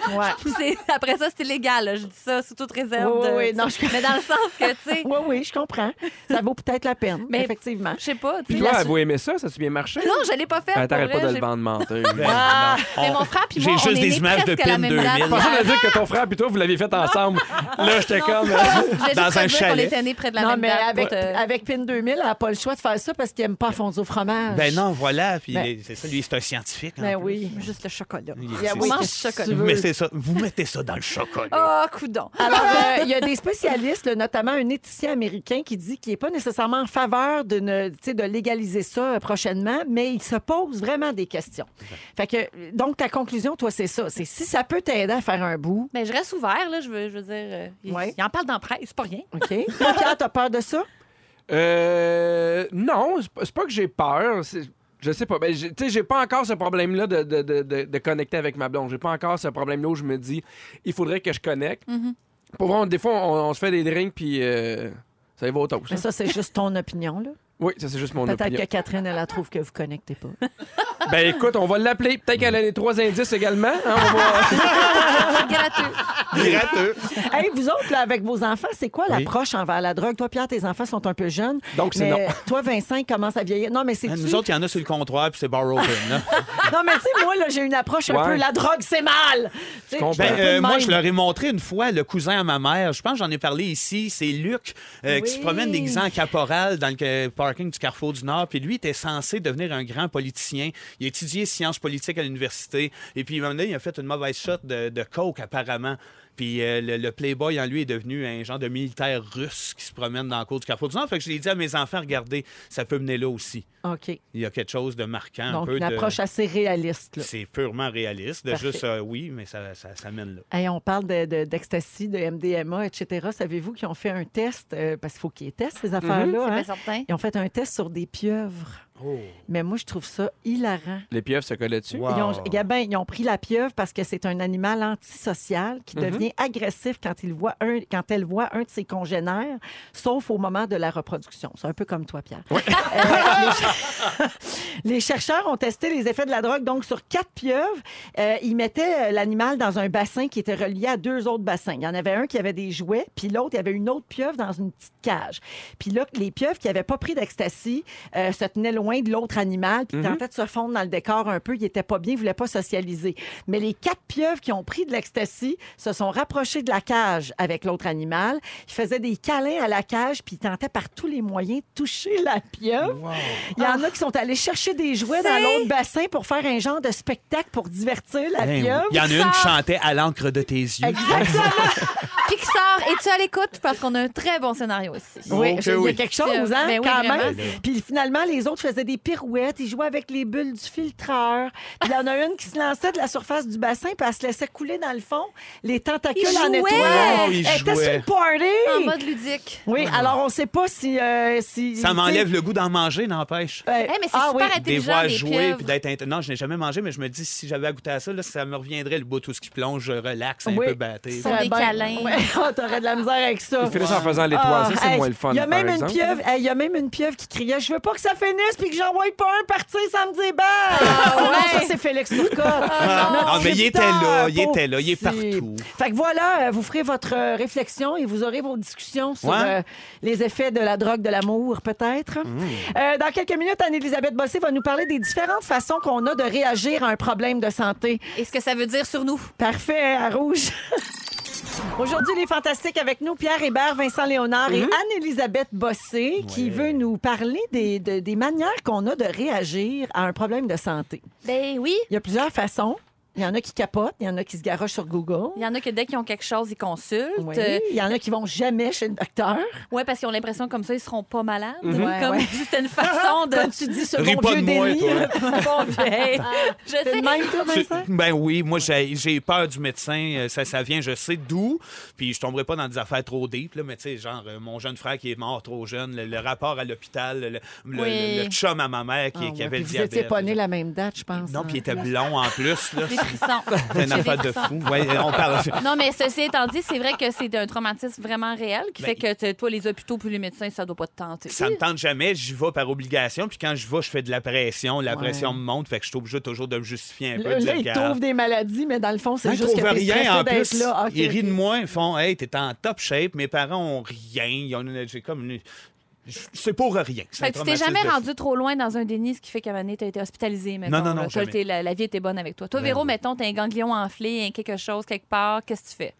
Speaker 1: Ouais.
Speaker 7: Puis c'est- Après ça, c'est illégal. là. Je dis ça sous toute réserve.
Speaker 1: Oui,
Speaker 7: de-
Speaker 1: oui, non, je-
Speaker 7: Mais dans le sens que, tu sais,
Speaker 1: (laughs) Oui, oui, je comprends. Ça vaut peut-être la peine,
Speaker 7: Mais-
Speaker 1: effectivement.
Speaker 7: je sais pas. tu
Speaker 2: Puis
Speaker 7: sais,
Speaker 2: toi,
Speaker 7: la-
Speaker 2: vous aimez ça? Ça a-tu bien marché?
Speaker 7: Non, je l'ai pas fait.
Speaker 2: Ben, T'arrêtes
Speaker 7: pour
Speaker 2: pas de le
Speaker 7: vrai, j'ai- Ah,
Speaker 2: vendre menteur.
Speaker 7: (laughs)
Speaker 2: là.
Speaker 4: Ben, non.
Speaker 7: Mais
Speaker 4: On-
Speaker 7: mon frère puis
Speaker 4: J'ai
Speaker 7: moi, on
Speaker 4: juste
Speaker 7: est
Speaker 4: des
Speaker 7: nés
Speaker 4: images de
Speaker 7: presque à la
Speaker 4: pin
Speaker 7: même
Speaker 4: 2000.
Speaker 7: date.
Speaker 2: Je pensais qu'on allait dire que ton frère et toi, vous l'aviez fait ensemble. Là, j'étais comme.
Speaker 7: (laughs) (laughs) Je voulais
Speaker 4: Dans
Speaker 7: juste
Speaker 4: un
Speaker 7: te dire qu'on
Speaker 4: chalet.
Speaker 7: était nés près de la
Speaker 1: Non,
Speaker 7: même
Speaker 1: mais
Speaker 7: date euh, pour
Speaker 1: avec,
Speaker 7: te-
Speaker 1: avec PIN 2000, elle n'a pas le choix de faire ça parce qu'elle n'aime pas fondre au fromage.
Speaker 4: Ben non, voilà. Puis
Speaker 1: Ben-
Speaker 4: les- c'est ça, lui, c'est un scientifique. en
Speaker 1: Ben
Speaker 4: plus.
Speaker 1: oui.
Speaker 7: Juste le chocolat.
Speaker 4: Il-
Speaker 1: Yeah,
Speaker 4: c'est ça.
Speaker 1: oui,
Speaker 7: mange
Speaker 1: qu'est-ce que
Speaker 7: chocolat.
Speaker 1: tu veux.
Speaker 4: Mais c'est ça, vous mettez ça dans le chocolat.
Speaker 7: Oh, coudon.
Speaker 1: Alors, euh, il y a des spécialistes, là, notamment un éthicien américain, qui dit qu'il n'est pas nécessairement en faveur de, ne- tu sais, de légaliser ça euh, prochainement, mais il se pose vraiment des questions. Fait que, donc, ta conclusion, toi, c'est ça. C'est si ça peut t'aider à faire un bout,
Speaker 7: Mais je reste ouvert, là. Je veux, je veux dire, euh, il,
Speaker 1: Ouais.
Speaker 7: il en parle dans la presse, c'est pas rien.
Speaker 1: OK? Toi, Pierre, t'as peur de ça?
Speaker 2: Euh, non, c'est pas- c'est pas que j'ai peur. c'est- Je sais pas. Ben, j'ai- tu sais, j'ai pas encore ce problème-là de, de, de, de- de connecter avec ma blonde. J'ai pas encore ce problème-là où je me dis, il faudrait que je connecte.
Speaker 1: Mm-hmm.
Speaker 2: Pour vrai, on- des fois, on, on se fait des drinks, puis euh, ça y va au toast. hein.
Speaker 1: Mais ça, c'est juste ton opinion, là.
Speaker 2: Oui, ça, c'est juste mon
Speaker 1: Peut-être
Speaker 2: opinion.
Speaker 1: que Catherine, elle, la trouve que vous connectez pas.
Speaker 2: Ben écoute, on va l'appeler. Peut-être qu'elle a les trois indices également. hein, on va-
Speaker 7: Ah. Gratuit.
Speaker 4: Gratteux.
Speaker 1: hey, vous autres, là, avec vos enfants, c'est quoi
Speaker 4: Oui.
Speaker 1: l'approche envers la drogue? Toi, Pierre, tes enfants sont un peu jeunes.
Speaker 2: Donc,
Speaker 1: mais
Speaker 2: c'est non.
Speaker 1: Toi, Vincent, il commence à vieillir. Non, mais c'est.
Speaker 4: Ah, Nous autres, il y en a sur le comptoir, puis c'est bar open. là.
Speaker 1: (laughs) Non, mais tu sais, moi, là, j'ai une approche un
Speaker 2: Ouais.
Speaker 1: peu la drogue, c'est mal. Tu sais,
Speaker 2: comprends.
Speaker 1: je suis un
Speaker 4: Ben,
Speaker 1: peu
Speaker 4: euh,
Speaker 1: de
Speaker 4: moi,
Speaker 1: même.
Speaker 4: je leur ai montré une fois le cousin à ma mère. Je pense que j'en ai parlé ici. C'est Luc euh, qui se
Speaker 1: Oui.
Speaker 4: promène déguisé en caporal dans le ca- parking du Carrefour du Nord. Puis lui, était censé devenir un grand politicien. Il a étudié sciences politiques à l'université. Et puis, un moment donné, il a fait une mauvaise shot de, de coke, apparemment. Puis euh, le, le playboy en lui est devenu un genre de militaire russe qui se promène dans le cours du Carrefour du Nord. Fait que je l'ai dit à mes enfants, regardez, ça peut mener là aussi.
Speaker 1: OK.
Speaker 4: Il y a quelque chose de marquant. un
Speaker 1: Donc,
Speaker 4: peu
Speaker 1: une
Speaker 4: de-
Speaker 1: approche assez réaliste. Là.
Speaker 4: C'est purement réaliste. De
Speaker 1: Parfait.
Speaker 4: juste, euh, oui, mais ça, ça, ça mène là.
Speaker 1: Hey, on parle de- de- d'ecstasy, de, MDMA, etc. Savez-vous qu'ils ont fait un test, euh, parce qu'il faut qu'ils testent
Speaker 2: Mhm.
Speaker 1: ces affaires-là. hein?
Speaker 7: C'est certain.
Speaker 1: Ils ont fait un test sur des pieuvres.
Speaker 2: Oh.
Speaker 1: Mais moi, je trouve ça hilarant.
Speaker 2: (laughs) Les pieuvres se collaient dessus.
Speaker 4: Wow.
Speaker 1: Ils ont, Gabin, ils ont pris la pieuvre parce que c'est un animal antisocial qui devient agressif quand, il voit un, quand elle voit un de ses congénères, sauf au moment de la reproduction. C'est un peu comme toi, Pierre. Euh, les, ch- (laughs) les chercheurs ont testé les effets de la drogue donc sur quatre pieuvres. Euh, ils mettaient euh, l'animal dans un bassin qui était relié à deux autres bassins. Il y en avait un qui avait des jouets, puis l'autre, il y avait une autre pieuvre dans une petite cage. Puis là, les pieuvres qui n'avaient pas pris d'ecstasy euh, se tenaient loin de l'autre animal, puis tentaient de se fondre dans le décor un peu. Ils n'étaient pas bien, ils ne voulaient pas socialiser. Mais les quatre pieuvres qui ont pris de l'ecstasy se sont rapprochées de la cage avec l'autre animal. Ils faisaient des câlins à la cage, puis ils tentaient par tous les moyens de toucher la pieuvre. Il y en
Speaker 4: Ah.
Speaker 1: a qui sont allés chercher des jouets dans l'autre bassin pour faire un genre de spectacle pour divertir la
Speaker 4: Ben oui.
Speaker 1: pieuvre.
Speaker 4: Il y en a une qui chantait à l'encre de tes yeux.
Speaker 7: Pixar, es-tu à l'écoute? Parce qu'on a un très bon scénario aussi.
Speaker 1: Oui,
Speaker 4: Ok,
Speaker 1: je- il y a
Speaker 4: oui.
Speaker 1: quelque chose, hein,
Speaker 7: Ben oui,
Speaker 1: quand
Speaker 7: vraiment.
Speaker 1: même. Puis finalement, les autres faisaient des pirouettes, ils jouaient avec les bulles du filtreur. Puis il y en a une qui se lançait de la surface du bassin, puis elle se laissait couler dans le fond, les tentacules
Speaker 7: Ils
Speaker 1: en
Speaker 7: jouaient!
Speaker 1: étoile.
Speaker 4: Oh, ils
Speaker 1: Elle était
Speaker 4: jouaient.
Speaker 1: sur le party!
Speaker 7: En mode ludique.
Speaker 1: Oui, alors on ne sait pas si... euh, si
Speaker 4: Ça m'enlève le goût d'en manger, n'empêche.
Speaker 1: Euh,
Speaker 7: Eh, mais c'est
Speaker 1: ah,
Speaker 7: super
Speaker 1: oui.
Speaker 4: Des
Speaker 7: intelligent,
Speaker 4: voix
Speaker 7: les
Speaker 4: jouer
Speaker 7: pieuvres.
Speaker 4: puis d'être int- non je n'ai jamais mangé mais je me dis si j'avais à goûter à ça là, ça me reviendrait le bout tout ce qui plonge relax un
Speaker 1: Oui.
Speaker 4: peu batté
Speaker 7: Sont
Speaker 1: Très
Speaker 7: des
Speaker 1: bien.
Speaker 7: câlins.
Speaker 1: Ouais, (laughs) oh, T'aurais de la misère avec ça.
Speaker 2: Ils finissent en faisant l'étoile.
Speaker 1: Ah,
Speaker 2: ça, c'est
Speaker 1: hey,
Speaker 2: moins le fun.
Speaker 1: Il y a
Speaker 2: par
Speaker 1: même une
Speaker 2: exemple.
Speaker 1: pieuvre, hey, il y a même une pieuvre qui criait Je veux pas que ça finisse puis que j'envoie pas un partir samedi bas.
Speaker 7: ouais.
Speaker 1: Ah, ça c'est Félix Turcotte.
Speaker 4: Non, Ah, mais il était là, il
Speaker 1: Pauvre
Speaker 4: était là, il est
Speaker 1: petit.
Speaker 4: partout.
Speaker 1: Fait que voilà, euh, vous ferez votre euh, réflexion et vous aurez vos discussions sur
Speaker 4: Ouais.
Speaker 1: euh, les effets de la drogue de l'amour peut-être.
Speaker 4: Mmh.
Speaker 1: Euh, dans quelques minutes, Anne-Élisabeth Bossé va nous parler des différentes façons qu'on a de réagir à un problème de santé.
Speaker 7: Et ce que ça veut dire sur nous?
Speaker 1: Parfait, hein, à rouge. (laughs) Aujourd'hui, les fantastiques avec nous, Pierre Hébert, Vincent Léonard et Anne-Élisabeth Bossé, qui veut nous parler des, de- des manières qu'on a de réagir à un problème de santé.
Speaker 7: Ben oui.
Speaker 1: Il y a plusieurs façons. Il y en a qui capotent, il y en a qui se garochent sur Google.
Speaker 7: Il y en a que dès qu'ils ont quelque chose, ils consultent.
Speaker 1: Oui,
Speaker 7: Euh,
Speaker 1: Il y en a qui vont jamais chez le docteur.
Speaker 7: Ouais, parce qu'ils ont l'impression comme ça, ils seront pas malades.
Speaker 1: Ouais,
Speaker 7: comme
Speaker 1: ouais.
Speaker 7: c'était une façon (laughs) de.
Speaker 1: Comme tu dis, ce
Speaker 4: Ris
Speaker 1: bon
Speaker 4: pas
Speaker 1: vieux
Speaker 4: de moi,
Speaker 1: déni.
Speaker 7: (laughs) Bon, ben,
Speaker 1: (laughs)
Speaker 7: je
Speaker 1: C'est
Speaker 7: sais.
Speaker 1: le même, toi,
Speaker 4: Tu-
Speaker 1: Vincent?
Speaker 4: Ben oui, moi j'ai j'ai peur du médecin, euh, ça, ça vient, je sais d'où, puis je tomberai pas dans des affaires trop deep, là, mais tu sais, genre euh, mon jeune frère qui est mort trop jeune, le, le rapport à l'hôpital, le, le-
Speaker 7: Oui.
Speaker 4: le- le chum à ma mère qui,
Speaker 1: Ah,
Speaker 4: qui
Speaker 1: ouais,
Speaker 4: avait
Speaker 1: puis
Speaker 4: le
Speaker 1: vous
Speaker 4: diabète.
Speaker 1: étiez pas nés la même date, je pense.
Speaker 4: Non, puis il
Speaker 1: hein.
Speaker 4: était blond en plus,
Speaker 1: (laughs)
Speaker 4: là.
Speaker 7: Des
Speaker 4: (laughs)
Speaker 7: frissons.
Speaker 4: C'est une
Speaker 7: J'ai des
Speaker 4: affaire de
Speaker 7: frissons.
Speaker 4: fou. Ouais, on parle.
Speaker 7: Non, mais ceci étant dit, c'est vrai que c'est un traumatisme vraiment réel qui
Speaker 4: Ben,
Speaker 7: fait que t- toi, les hôpitaux puis les médecins, ça doit pas te tenter.
Speaker 4: Ça me tente jamais, j'y vais par obligation, puis quand je vais, je fais de la pression, la
Speaker 1: Ouais.
Speaker 4: pression me monte, fait que je suis obligé toujours de me justifier un peu.
Speaker 1: Là,
Speaker 4: de dire,
Speaker 1: ils
Speaker 4: regarde,
Speaker 1: trouvent des maladies, mais dans le fond, c'est
Speaker 4: Ils
Speaker 1: juste que
Speaker 4: trouvent
Speaker 1: t'es stressé
Speaker 4: rien en
Speaker 1: d'être
Speaker 4: plus.
Speaker 1: là. Ah, Ok,
Speaker 4: ils rient de
Speaker 1: ok.
Speaker 4: moi, ils font Hey, t'es en top shape, mes parents ont rien. Ils ont une- J'ai comme une- C'est pour rien. C'est
Speaker 7: Fait
Speaker 4: un
Speaker 7: que tu t'es
Speaker 4: traumatisme
Speaker 7: jamais
Speaker 4: de
Speaker 7: rendu trop loin dans un déni, ce qui fait qu'à un moment donné, t'as été hospitalisé. Mettons,
Speaker 4: Non, non, non,
Speaker 7: là. T'as
Speaker 4: jamais. Ben
Speaker 7: été- la, la vie était bonne avec toi. Toi, Véro, mettons, t'as un ganglion enflé, un quelque chose, quelque part. Qu'est-ce que tu fais?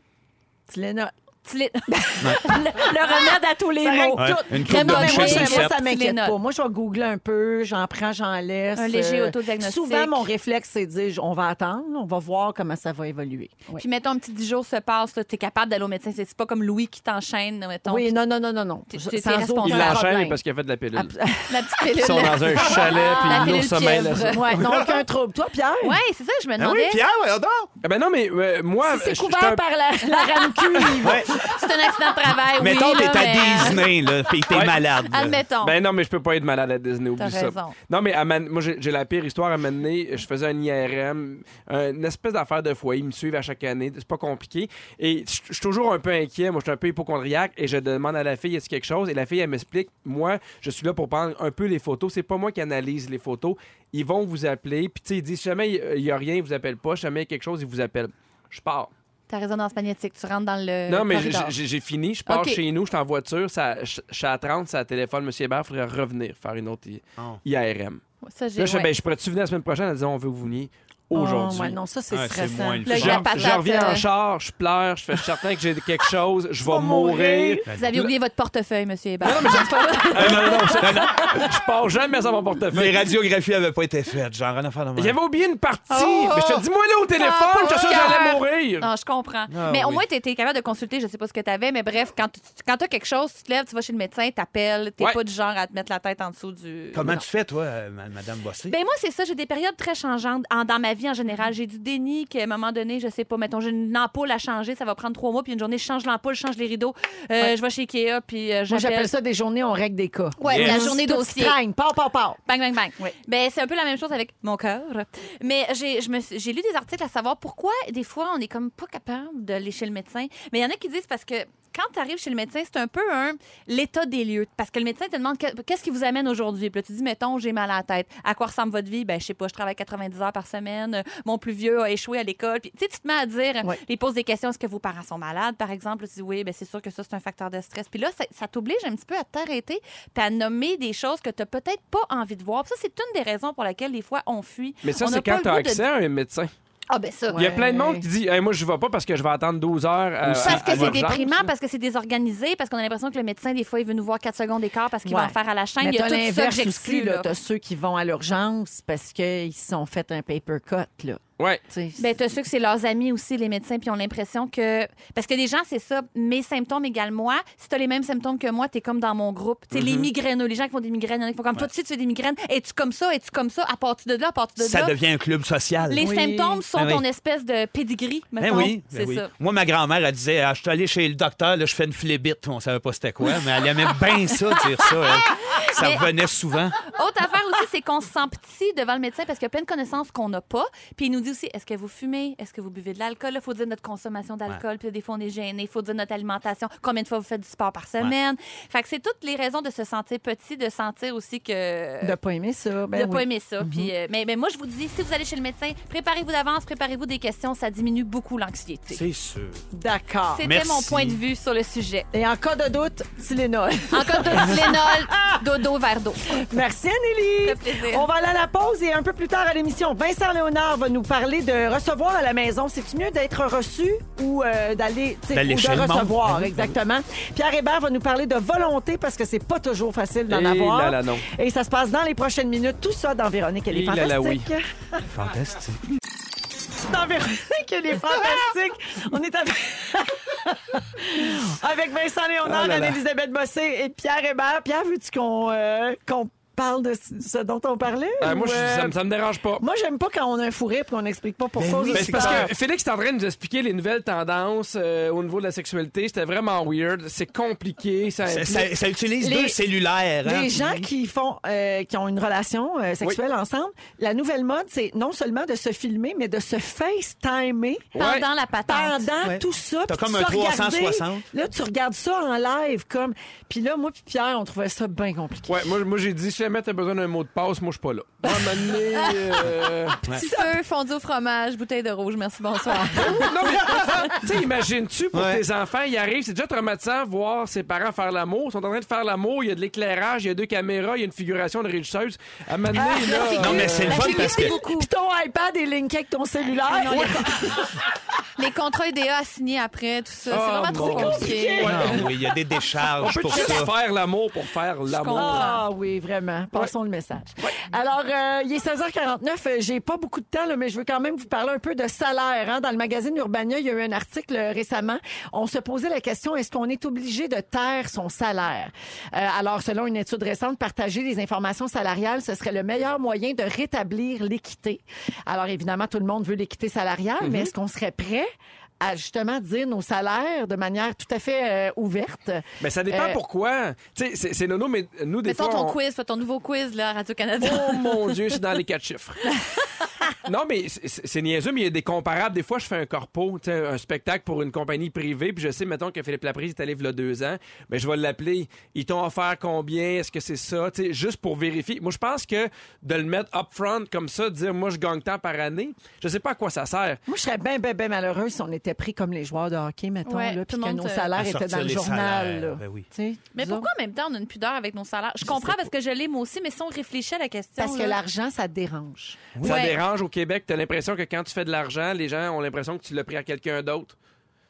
Speaker 1: Tylenol.
Speaker 4: (laughs)
Speaker 7: Tylen- le, (laughs) le remède à tous les
Speaker 1: Ça
Speaker 7: maux.
Speaker 4: Ouais,
Speaker 1: règle tout.
Speaker 4: une
Speaker 1: Mais
Speaker 4: coupe
Speaker 1: non,
Speaker 4: de
Speaker 1: mais moi,
Speaker 4: chien,
Speaker 1: ça- moi,
Speaker 4: sept.
Speaker 1: ça m'inquiète
Speaker 7: Tylenol.
Speaker 1: pas. Moi, je vais googler un peu, j'en prends, j'en laisse.
Speaker 7: Un léger
Speaker 1: Euh,
Speaker 7: autodiagnostic.
Speaker 1: Souvent, mon réflexe, c'est de dire je- on va attendre, on va voir comment ça va évoluer. Oui.
Speaker 7: Puis mettons, un petit 10 jours se passe, tu es capable d'aller au médecin. C'est c'est pas comme Louis qui t'enchaîne, mettons.
Speaker 1: Oui, non, non, non, non, non.
Speaker 7: T'es-
Speaker 1: Je-
Speaker 7: t'es-
Speaker 1: sans
Speaker 7: t'es
Speaker 1: aucun
Speaker 7: responsable.
Speaker 2: Il
Speaker 7: a un
Speaker 2: l'enchaîne
Speaker 1: problème.
Speaker 2: parce qu'il a fait de la pilule.
Speaker 1: Abs-
Speaker 7: La petite
Speaker 2: Ils
Speaker 7: pilule.
Speaker 2: sont dans un chalet,
Speaker 7: La
Speaker 2: puis
Speaker 7: pilule
Speaker 2: l'ours se mêle à
Speaker 7: pieuvre. (laughs)
Speaker 2: ça.
Speaker 1: Ouais, non, aucun trouble. Toi, Pierre?
Speaker 7: Oui, c'est ça, je me
Speaker 4: Ah oui,
Speaker 7: demandais.
Speaker 4: Pierre, ouais, adore.
Speaker 2: Eh Ben non, mais euh, moi,
Speaker 1: Si c'est
Speaker 2: je-
Speaker 1: couvert
Speaker 2: j'étais un-
Speaker 1: par la, la rame cuivre.
Speaker 4: Ouais.
Speaker 7: (laughs) c'est un accident de travail.
Speaker 4: Mettons,
Speaker 7: oui,
Speaker 4: t'es
Speaker 7: là,
Speaker 4: à
Speaker 7: mais, euh,
Speaker 4: Disney, là, pis t'es
Speaker 2: Ouais.
Speaker 4: malade. là.
Speaker 7: Admettons.
Speaker 2: Ben non, mais je peux pas être malade à Disney, oublie
Speaker 7: T'as
Speaker 2: ça.
Speaker 7: raison.
Speaker 2: Non, mais à Man- moi, j'ai j'ai la pire histoire à mener. Je faisais un IRM, un- une espèce d'affaire de foyer. Ils me suivent à chaque année. C'est pas compliqué. Et je je suis toujours un peu inquiet. Moi, je suis un peu hypochondriaque et je demande à la fille, est-ce quelque chose? Et la fille, elle m'explique, moi, je suis là pour prendre un peu les photos. C'est pas moi qui analyse les photos. Ils vont vous appeler. Puis, tu sais, ils disent, si jamais il y a rien, ils vous appellent pas. Si jamais il y a quelque chose, ils vous appellent. Je pars.
Speaker 7: T'as résonance magnétique, tu rentres dans le.
Speaker 2: Non, mais j'ai-
Speaker 7: Euh, corridor.
Speaker 2: j'ai j'ai fini. Je pars
Speaker 7: Ok.
Speaker 2: chez nous, je suis en voiture. ça- Je je suis à 30, ça téléphone, Monsieur Hébert, il faudrait revenir faire une autre I-
Speaker 4: Oh.
Speaker 2: IRM.
Speaker 7: Ça, j'ai.
Speaker 2: Là, je fais,
Speaker 7: ouais.
Speaker 2: ben, je pourrais-tu venir la semaine prochaine? Elle disait, on veut que vous veniez
Speaker 1: Oh, ouais,
Speaker 2: aujourd'hui.
Speaker 1: non, ça, c'est
Speaker 4: Ouais, c'est
Speaker 1: stressant.
Speaker 4: moins le
Speaker 7: Là, il
Speaker 2: je,
Speaker 7: y a la
Speaker 4: fun.
Speaker 7: patate,
Speaker 2: je reviens
Speaker 7: euh,
Speaker 2: en char, je pleure, je fais je suis certain que j'ai quelque chose, je vais
Speaker 1: vas mourir.
Speaker 2: mourir.
Speaker 7: Vous avez oublié votre portefeuille, monsieur Hébert. Non,
Speaker 2: Euh, non, non, ça- Euh, je pars jamais sans mon portefeuille.
Speaker 4: Les radiographies n'avaient pas été faites, genre, rien à faire de mal.
Speaker 2: J'avais oublié une partie,
Speaker 4: Oh!
Speaker 2: mais je te dis, moi, là, au
Speaker 7: Ah,
Speaker 2: téléphone,
Speaker 7: pas
Speaker 2: je suis
Speaker 7: de
Speaker 2: sûr que j'allais
Speaker 7: cœur.
Speaker 2: mourir.
Speaker 7: je comprends.
Speaker 4: Ah,
Speaker 7: mais au
Speaker 4: oui.
Speaker 7: moins, t'étais capable de consulter, je sais pas ce que t'avais, mais bref, quand tu quand t'as quelque chose, tu te lèves, tu vas chez le médecin, t'appelles, t'es
Speaker 2: Ouais.
Speaker 7: pas du genre à te mettre la tête en dessous du.
Speaker 4: Comment
Speaker 7: Non.
Speaker 4: tu fais, toi, euh, ma- Madame Bossé?
Speaker 7: Ben moi, c'est ça. J'ai des périodes très changeantes en- dans ma vie en
Speaker 1: Mm.
Speaker 7: général. J'ai du déni qu'à un moment donné, je sais pas, mettons, j'ai une ampoule à changer, ça va prendre trois mois, puis une journée, je change l'ampoule, je change les rideaux, euh, je vais chez Ikea, puis euh,
Speaker 1: Moi,
Speaker 7: j'appelle.
Speaker 1: j'appelle ça des journées, on règle des cas.
Speaker 7: Ouais, la
Speaker 4: Yes.
Speaker 7: journée
Speaker 1: Tout ce qui
Speaker 7: dossier.
Speaker 1: traîne, Pars, pars, pars.
Speaker 7: Bang, bang, bang. Ben, c'est un peu la même chose avec mon cœur. Mais j'ai je me suis- j'ai lu des articles à savoir pourquoi, des fois, on est comme pas capable d'aller chez le médecin. Mais il y en a qui disent parce que quand tu arrives chez le médecin, c'est un peu un l'état des lieux. Parce que le médecin te demande que- qu'est-ce qui vous amène aujourd'hui. Puis là, tu dis, mettons, j'ai mal à la tête. À quoi ressemble votre vie? Ben, je sais pas, je travaille 90 heures par semaine. Euh, Mon plus vieux a échoué à l'école. Puis, tu sais, tu te mets à dire,
Speaker 1: Ouais.
Speaker 7: il pose des questions. Est-ce que vos parents sont malades, par exemple? Tu dis, oui, ben, c'est sûr que ça, c'est un facteur de stress. Puis là, ça, ça t'oblige un petit peu à t'arrêter puis à nommer des choses que tu n'as peut-être pas envie de voir. Puis ça, c'est une des raisons pour laquelle, des fois, on fuit.
Speaker 2: Mais ça,
Speaker 7: On
Speaker 2: c'est
Speaker 7: n'a pas
Speaker 2: quand
Speaker 7: le
Speaker 2: tu as
Speaker 7: goût de-
Speaker 2: accès à un médecin.
Speaker 7: Ah, ben ça.
Speaker 2: Il y a
Speaker 1: Ouais.
Speaker 2: plein de monde qui dit, Hey, moi, je vais pas parce que je vais attendre 12 heures. euh,
Speaker 7: Parce que
Speaker 2: à
Speaker 7: c'est
Speaker 2: l'urgence.
Speaker 7: déprimant, parce que c'est désorganisé, parce qu'on a l'impression que le médecin, des fois, il veut nous voir 4 secondes d'écart parce qu'il va
Speaker 1: Ouais.
Speaker 7: en faire à la chaîne.
Speaker 1: Mais
Speaker 7: il y a
Speaker 1: t'as
Speaker 7: tout ça que
Speaker 1: l'inverse aussi,
Speaker 7: j'exclus.
Speaker 1: là.
Speaker 7: là.
Speaker 1: T'as ceux qui vont à l'urgence parce qu'ils se sont fait un paper cut, là.
Speaker 2: Ouais.
Speaker 1: Tu sais,
Speaker 7: Ben, t'as ceux que c'est leurs amis aussi, les médecins, puis ils ont l'impression que. Parce que les gens, c'est ça, mes symptômes égale moi. Si t'as les mêmes symptômes que moi, t'es comme dans mon groupe. Tu sais,
Speaker 4: Mhm.
Speaker 7: les migraineux, les gens qui font des migraines, il y en a qui font comme toi, tu sais, tu fais des migraines, es-tu comme ça, es-tu comme ça, à partir de là, à partir de
Speaker 4: Ça
Speaker 7: là.
Speaker 4: devient un club social.
Speaker 7: Les
Speaker 1: Oui.
Speaker 7: symptômes sont
Speaker 4: Ben oui.
Speaker 7: ton espèce de pedigree,
Speaker 4: Ben
Speaker 7: mettons.
Speaker 4: oui, ben
Speaker 7: c'est
Speaker 4: oui.
Speaker 7: ça.
Speaker 4: Moi, ma grand-mère, elle disait ah, Je suis allé chez le docteur, là, je fais une flébite. On savait pas c'était quoi, mais elle aimait bien ça, dire ça. elle. Ça
Speaker 7: Mais-
Speaker 4: revenait souvent.
Speaker 7: Autre affaire aussi, c'est qu'on se sent petit devant le médecin parce qu'il y a plein de connaissances qu'on n'a pas. Puis il nous dit aussi est-ce que vous fumez Est-ce que vous buvez de l'alcool Il faut dire notre consommation d'alcool. Puis des fois, on est gêné. Il faut dire notre alimentation. Combien de fois vous faites du sport par semaine Fait que c'est toutes les raisons de se sentir petit, de sentir aussi que.
Speaker 1: De pas aimer ça.
Speaker 7: de
Speaker 1: Ben
Speaker 7: pas
Speaker 1: oui.
Speaker 7: aimer ça. Puis, euh, mais, mais moi, je vous dis, si vous allez chez le médecin, préparez-vous d'avance, préparez-vous des questions. Ça diminue beaucoup l'anxiété.
Speaker 4: C'est sûr.
Speaker 1: D'accord.
Speaker 7: C'était
Speaker 4: Merci.
Speaker 7: mon point de vue sur le sujet.
Speaker 1: Et en cas de doute, Tylenol.
Speaker 7: Encore de Tylenol, dodo, verre d'eau.
Speaker 1: (laughs) Merci, Anneli.
Speaker 7: Ça fait plaisir.
Speaker 1: On va aller à la pause et un peu plus tard à l'émission, Vincent Léonard va nous parler de recevoir à la maison. C'est-tu mieux d'être reçu ou euh, d'aller tu sais,
Speaker 4: D'aller
Speaker 1: ou
Speaker 4: chez le
Speaker 1: de
Speaker 4: monde.
Speaker 1: recevoir?
Speaker 2: Hein?
Speaker 4: Ben oui, ben oui.
Speaker 1: Exactement. Pierre Hébert va nous parler de volonté parce que c'est pas toujours facile d'en
Speaker 2: Eh
Speaker 1: avoir.
Speaker 2: là là, non.
Speaker 1: Et ça se passe dans les prochaines minutes. Tout ça dans Véronique, elle est
Speaker 2: Eh là là,
Speaker 1: fantastique.
Speaker 4: Fantastique.
Speaker 1: dans Véronique,
Speaker 2: (laughs)
Speaker 1: elle est fantastique. On est avec, (laughs) avec Vincent Léonard,
Speaker 2: Ah là là.
Speaker 1: Anne-Elisabeth Bossé et Pierre Hébert. Pierre, veux-tu qu'on euh, qu'on parle de ce ce dont on parlait?
Speaker 2: Euh, moi,
Speaker 1: ou,
Speaker 2: je-
Speaker 1: euh,
Speaker 2: ça, me- ça me dérange pas.
Speaker 1: Moi, j'aime pas quand on a un fourré et qu'on n'explique pas pourquoi.
Speaker 2: Ben, c'est
Speaker 1: parce
Speaker 2: parce que Félix est en train de nous expliquer les nouvelles tendances euh, au niveau de la sexualité. C'était vraiment weird. C'est compliqué. Ça
Speaker 4: Ça,
Speaker 2: implique-
Speaker 4: ça- ça utilise
Speaker 1: Les-
Speaker 4: deux cellulaires. hein.
Speaker 1: Les gens qui font, euh, qui ont une relation euh, sexuelle ensemble, la nouvelle mode, c'est non seulement de se filmer, mais de se FaceTimer
Speaker 7: Pendant la patente.
Speaker 1: pendant
Speaker 4: Ouais.
Speaker 1: tout ça.
Speaker 4: T'as
Speaker 1: puis
Speaker 4: comme
Speaker 1: tu
Speaker 4: un
Speaker 1: vas regarder-
Speaker 4: 360.
Speaker 1: là, tu regardes ça en live comme. Puis là, moi puis Pierre, on trouvait ça bien compliqué.
Speaker 2: Ouais, moi, moi j'ai dit, si jamais t'as besoin d'un mot de passe, moi, je suis pas là. Moi, à un moment donné, euh,
Speaker 7: Petit feu, fondu au fromage, bouteille de rouge. Merci, bonsoir.
Speaker 2: Non, mais tu sais, imagines-tu pour
Speaker 4: Ouais.
Speaker 2: tes enfants, ils arrivent, c'est déjà traumatisant voir ses parents faire l'amour. Ils sont en train de faire l'amour, il y a de l'éclairage, il y a deux caméras, il y a une figuration de régisseuse. À un moment donné, là.
Speaker 4: Ah.
Speaker 2: euh,
Speaker 4: Non, mais c'est le
Speaker 7: La
Speaker 4: fun
Speaker 7: fille,
Speaker 4: parce que.
Speaker 7: merci beaucoup.
Speaker 1: Puis ton iPad est linké avec ton cellulaire.
Speaker 7: Ah non, il y a- les contrats EDA à signer après, tout ça.
Speaker 2: Ah,
Speaker 7: c'est vraiment trop
Speaker 2: mon
Speaker 7: compliqué.
Speaker 4: Non, oui, il y a des
Speaker 2: On
Speaker 4: décharges
Speaker 2: peut
Speaker 4: pour
Speaker 2: juste
Speaker 4: ça.
Speaker 2: faire l'amour pour faire l'amour.
Speaker 1: Ah oui, vraiment. Passons le message. Alors, euh, il est 16h49. Euh, J'ai pas beaucoup de temps, là, mais je veux quand même vous parler un peu de salaire. hein. Dans le magazine Urbania, il y a eu un article euh, récemment. On se posait la question, est-ce qu'on est obligé de taire son salaire? Euh, alors, selon une étude récente, partager les informations salariales, ce serait le meilleur moyen de rétablir l'équité. Alors, évidemment, tout le monde veut l'équité salariale, mais est-ce qu'on serait prêt à justement dire nos salaires de manière tout à fait euh, ouverte?
Speaker 2: Mais ça dépend
Speaker 1: Euh,
Speaker 2: pourquoi. Tu sais, c'est- c'est nono, mais nous, des
Speaker 7: Mettons
Speaker 2: fois.
Speaker 7: ton
Speaker 2: on-
Speaker 7: quiz, ton nouveau quiz là, à Radio-Canada.
Speaker 2: (laughs) Oh mon Dieu, c'est dans les quatre
Speaker 7: (laughs)
Speaker 2: chiffres. Non, mais c'est- c'est c'est niaiseux, mais il y a des comparables. Des fois, je fais un corpo, tu sais, un spectacle pour une compagnie privée, puis je sais, mettons, que Philippe Laprise est allé il y a deux ans, mais je vais l'appeler. Ils t'ont offert combien? Est-ce que c'est ça? Tu sais, juste pour vérifier. Moi, je pense que de le mettre upfront comme ça, de dire, moi, je gagne tant par année, je sais pas à quoi ça sert.
Speaker 1: Moi, je serais bien, bien, bien malheureuse si on était pris comme les joueurs de hockey, mettons,
Speaker 7: Ouais,
Speaker 1: là,
Speaker 7: tout
Speaker 1: puis
Speaker 7: le
Speaker 1: que
Speaker 7: monde,
Speaker 1: nos
Speaker 7: euh,
Speaker 4: À
Speaker 1: salaires étaient dans
Speaker 4: sortir
Speaker 1: le
Speaker 4: les
Speaker 1: journal.
Speaker 4: salaires,
Speaker 1: là.
Speaker 4: ben oui.
Speaker 1: Tu sais,
Speaker 7: Mais
Speaker 1: nous
Speaker 7: pourquoi
Speaker 1: autres,
Speaker 7: en même temps on a une pudeur avec nos salaires? Je comprends parce que je l'ai moi aussi, mais si on réfléchit à la question.
Speaker 1: Parce que
Speaker 7: là-
Speaker 1: l'argent, ça te dérange.
Speaker 2: Ça
Speaker 7: Ouais.
Speaker 2: dérange au Québec. T'as l'impression que quand tu fais de l'argent, les gens ont l'impression que tu l'as pris à quelqu'un d'autre.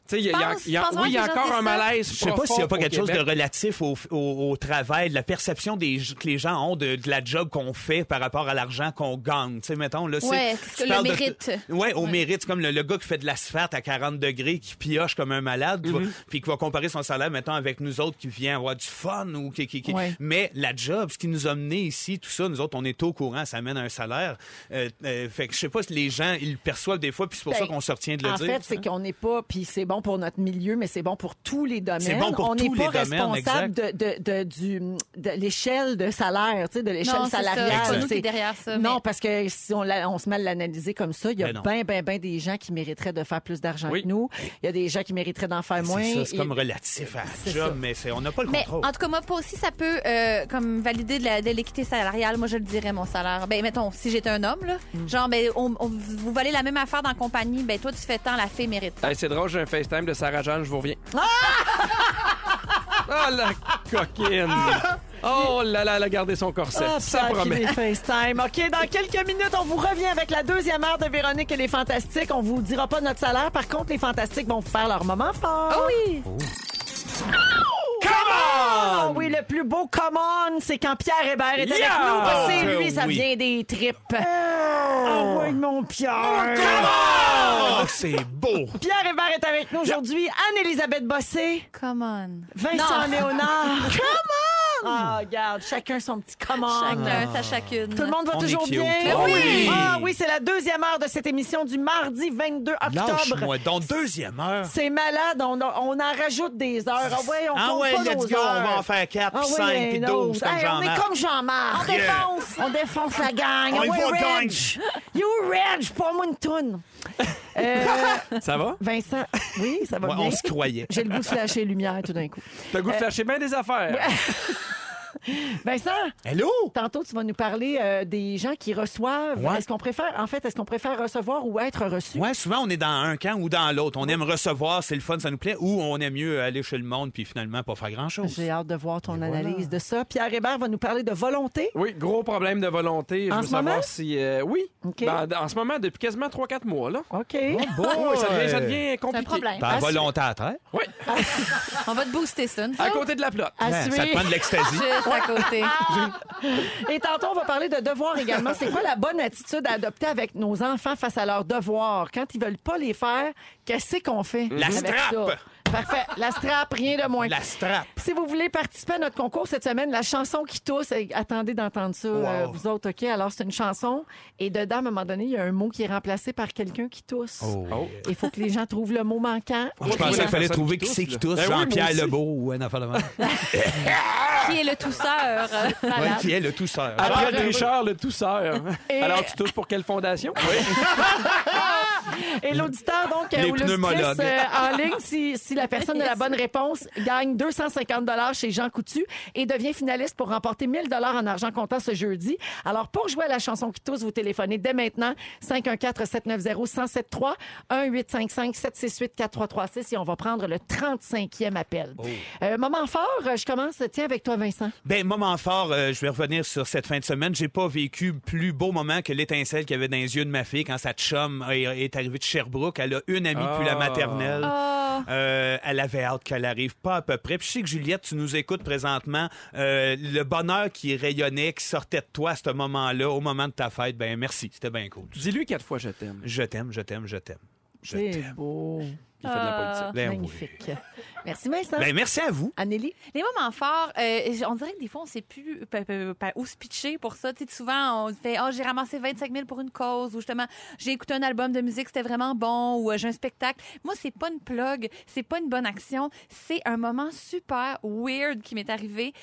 Speaker 2: Tu sais, il y a- il y a,
Speaker 7: Pense-
Speaker 2: il y a-
Speaker 7: pense
Speaker 2: oui, il y a
Speaker 7: vraiment que
Speaker 2: encore un
Speaker 7: les gens disent ça.
Speaker 2: malaise.
Speaker 4: Je sais pas
Speaker 2: profond
Speaker 4: s'il n'y a pas
Speaker 2: au
Speaker 4: quelque chose de
Speaker 2: Québec.
Speaker 4: relatif au, au- au travail, de la perception des, que les gens ont de, de la job qu'on fait par rapport à l'argent qu'on gagne. Tu sais, mettons, là, c'est...
Speaker 7: Ouais, est-ce que
Speaker 4: tu
Speaker 7: le
Speaker 4: parles de-
Speaker 7: mérite?
Speaker 4: ouais, au mérite. C'est comme le, le gars qui fait de l'asphalte à 40 degrés, qui pioche comme un malade, qui va-
Speaker 2: Mm-hmm.
Speaker 4: puis qui va comparer son salaire, mettons, avec nous autres qui vient avoir du fun ou qui... qui- qui-
Speaker 1: Ouais.
Speaker 4: Mais la job, ce qui nous a menés ici, tout ça, nous autres, on est au courant, ça amène à un salaire. Euh, euh, fait que je sais pas si les gens, ils le perçoivent des fois, puis c'est pour
Speaker 1: Ben,
Speaker 4: ça qu'on se retient de le
Speaker 1: en
Speaker 4: dire.
Speaker 1: fait, c'est qu'on n'est pas, puis c'est bon pour notre milieu, mais c'est bon pour tous les domaines.
Speaker 4: C'est bon pour
Speaker 1: on n'est
Speaker 4: tous
Speaker 1: pas
Speaker 4: les domaines,
Speaker 1: responsable de, de- de- du, de l'échelle de salaire, tu sais, de l'échelle
Speaker 7: Non, c'est ça.
Speaker 1: salariale.
Speaker 7: C'est pas nous
Speaker 1: C'est-
Speaker 7: qui est derrière ça,
Speaker 1: Non,
Speaker 7: mais-
Speaker 1: parce que si on, la- on se met à l'analyser comme ça, il y a
Speaker 4: Mais Ben non.
Speaker 1: bien, bien, bien des gens qui mériteraient de faire plus d'argent
Speaker 2: Oui.
Speaker 1: que nous. Il y a des gens qui mériteraient d'en faire moins.
Speaker 4: C'est ça, c'est
Speaker 1: Et-
Speaker 4: comme relatif à la
Speaker 1: C'est
Speaker 4: job,
Speaker 1: ça.
Speaker 4: mais c'est- on n'a pas le
Speaker 7: Mais
Speaker 4: contrôle.
Speaker 7: en tout cas, moi pas aussi, ça peut euh, comme valider de la- de l'équité salariale. Moi, je le dirais, mon salaire. Ben, mettons, si j'étais un homme, là, genre, ben, on- on- vous valez la même affaire dans la compagnie, ben, toi, tu fais tant, la fée mérite.
Speaker 2: Hey, c'est drôle, j'ai un FaceTime de Sarah Jeanne, je vous reviens. Ah, la coquine! Oh là là, elle a gardé son corset.
Speaker 1: Ah,
Speaker 2: ça
Speaker 1: Pierre qui
Speaker 2: promet.
Speaker 1: les FaceTime. OK, dans quelques minutes, on vous revient avec la deuxième heure de Véronique et les Fantastiques. On vous dira pas notre salaire. Par contre, les Fantastiques vont vous faire leur moment fort. Oh oui! Come on! Ah Oui, le plus beau come on, c'est quand Pierre Hébert est
Speaker 2: Yeah!
Speaker 1: avec nous. C'est
Speaker 4: Oh,
Speaker 1: lui,
Speaker 4: que
Speaker 1: ça
Speaker 4: oui.
Speaker 1: vient des tripes. Oh, oui, mon Pierre!
Speaker 4: Ah, c'est
Speaker 1: (laughs)
Speaker 4: beau!
Speaker 1: Pierre Hébert est avec nous aujourd'hui. Anne-Élisabeth Bossé,
Speaker 7: Come on.
Speaker 1: Vincent
Speaker 7: Non.
Speaker 1: Léonard. Come on! Ah, regarde, chacun son petit come on.
Speaker 7: (laughs) Chacun, sa chacune.
Speaker 1: Tout le monde va
Speaker 4: On est
Speaker 1: toujours
Speaker 4: cute.
Speaker 1: bien?
Speaker 4: Mais oui! oui!
Speaker 1: Ah oui, c'est la deuxième heure de cette émission du mardi 22 octobre.
Speaker 4: Lâche-moi, dans deuxième heure.
Speaker 1: C'est malade, on, a- on en rajoute des heures. Ah ouais, on
Speaker 4: Ah
Speaker 1: compte
Speaker 4: ouais,
Speaker 1: pas
Speaker 4: let's
Speaker 1: nos
Speaker 4: go,
Speaker 1: heures.
Speaker 4: on va en faire quatre,
Speaker 1: Ah
Speaker 4: puis
Speaker 1: ouais,
Speaker 4: cinq,
Speaker 1: il y en a
Speaker 4: puis
Speaker 1: une
Speaker 4: douze,
Speaker 1: autre.
Speaker 4: comme
Speaker 1: Hey, On
Speaker 4: Jean-Marc.
Speaker 1: est comme Jean-Marc.
Speaker 4: On Yeah. défonce.
Speaker 1: On défonce la gang.
Speaker 4: On
Speaker 1: Ah
Speaker 4: y
Speaker 1: ouais,
Speaker 4: va, gang.
Speaker 1: Reg. You Reg, pas moi une toune.
Speaker 4: (laughs)
Speaker 1: Euh,
Speaker 2: Ça va?
Speaker 1: Vincent, oui, ça va
Speaker 4: Ouais,
Speaker 1: bien.
Speaker 4: on se croyait.
Speaker 1: J'ai le goût de flasher les lumières tout d'un coup.
Speaker 2: T'as le
Speaker 7: Euh,
Speaker 2: goût de flasher bien des affaires.
Speaker 1: Vincent,
Speaker 4: Hello?
Speaker 1: tantôt tu vas nous parler euh, des gens qui reçoivent.
Speaker 4: Ouais.
Speaker 1: Est-ce qu'on préfère, en fait, est-ce qu'on préfère recevoir ou être reçu?
Speaker 4: Ouais, souvent on est dans un camp ou dans l'autre. On aime recevoir, c'est le fun, ça nous plaît, ou on aime mieux aller chez le monde puis finalement pas faire grand-chose.
Speaker 1: J'ai hâte de voir ton analyse de ça. Pierre Hébert va nous parler de volonté.
Speaker 2: Oui, gros problème de volonté. Je
Speaker 1: En
Speaker 2: veux
Speaker 1: ce
Speaker 2: savoir
Speaker 1: moment?
Speaker 2: si. euh, oui.
Speaker 1: OK.
Speaker 2: Ben, en ce moment, depuis quasiment 3-4 mois, là.
Speaker 1: OK.
Speaker 2: Oui, ça devient, ça devient
Speaker 7: Oh, C'est un
Speaker 2: compliqué.
Speaker 7: problème.
Speaker 4: Par volontaire, hein?
Speaker 2: Oui,
Speaker 7: On va te booster ça. une fois.
Speaker 2: à côté de la plotte.
Speaker 1: À
Speaker 4: Ben, Ça te
Speaker 1: suivre.
Speaker 4: prend de l'ecstasy.
Speaker 7: Juste à côté.
Speaker 1: Et tantôt, on va parler de devoirs également. C'est quoi la bonne attitude à adopter avec nos enfants face à leurs devoirs? Quand ils veulent pas les faire, qu'est-ce qu'on fait?
Speaker 4: La
Speaker 1: avec
Speaker 4: strappe.
Speaker 1: ça? Parfait. La strap, rien de moins.
Speaker 4: La strap.
Speaker 1: Si vous voulez participer à notre concours cette semaine, la chanson qui tousse, eh, attendez d'entendre ça, euh, vous autres, OK? Alors, c'est une chanson. Et dedans, à un moment donné, il y a un mot qui est remplacé par quelqu'un qui tousse.
Speaker 2: Oh.
Speaker 1: Il faut que les gens trouvent le mot manquant.
Speaker 4: Je pensais qu'il fallait
Speaker 2: Personne
Speaker 4: trouver
Speaker 2: qui
Speaker 4: qui
Speaker 2: tousse,
Speaker 4: c'est qui
Speaker 2: là.
Speaker 4: tousse,
Speaker 2: Ben oui, moi
Speaker 4: Jean-Pierre
Speaker 2: aussi.
Speaker 4: Lebeau ou un affaire de même.
Speaker 7: Qui est le tousseur?
Speaker 4: Ouais, Qui est le tousseur.
Speaker 2: Après le tricheur, le tousseur.
Speaker 1: Et-
Speaker 2: Ah, ben Alors, tu touches pour quelle fondation? Oui.
Speaker 1: Et l'auditeur, donc,
Speaker 4: Les
Speaker 1: euh, ou l'auditrice
Speaker 4: pneumologues.
Speaker 1: euh, en ligne, si, si la personne a la bonne réponse, gagne 250 chez Jean Coutu et devient finaliste pour remporter 1000 en argent comptant ce jeudi. Alors, pour jouer à la chanson qui tousse, vous téléphonez dès maintenant 514-790-1073 1-855-768-4336 et on va prendre le 35e appel.
Speaker 4: Oh.
Speaker 1: Euh, moment fort, euh, je commence, tiens, avec toi, Vincent.
Speaker 4: Ben, moment fort, euh, je vais revenir sur cette fin de semaine. J'ai pas vécu plus beau moment que l'étincelle qu'il y avait dans les yeux de ma fille quand sa chum est, est allée arrivée de Sherbrooke. Elle a une amie depuis la
Speaker 2: Ah.
Speaker 4: maternelle.
Speaker 7: Ah.
Speaker 4: Euh, elle avait hâte qu'elle arrive, pas à peu près. Puis je sais que Juliette, tu nous écoutes présentement. Euh, le bonheur qui rayonnait, qui sortait de toi à ce moment-là, au moment de ta fête, ben merci, c'était bien cool.
Speaker 2: Dis-lui quatre fois je t'aime.
Speaker 4: Je t'aime, je t'aime, je t'aime. Je
Speaker 1: C'est
Speaker 4: t'aime.
Speaker 1: beau.
Speaker 2: Il fait de la politique.
Speaker 4: Ben oui.
Speaker 1: Magnifique. Merci, Vincent.
Speaker 4: Ben merci à vous.
Speaker 1: Anneli,
Speaker 7: Les moments forts, euh, on dirait que des fois, on sait plus euh, pa- pa- pa- où se pitcher pour ça. Tu sais, souvent, on fait Ah, j'ai ramassé 25 000 pour une cause, ou justement, j'ai écouté un album de musique, c'était vraiment bon, ou euh, j'ai un spectacle. Moi, c'est pas une plug, c'est pas une bonne action, c'est un moment super weird qui m'est arrivé.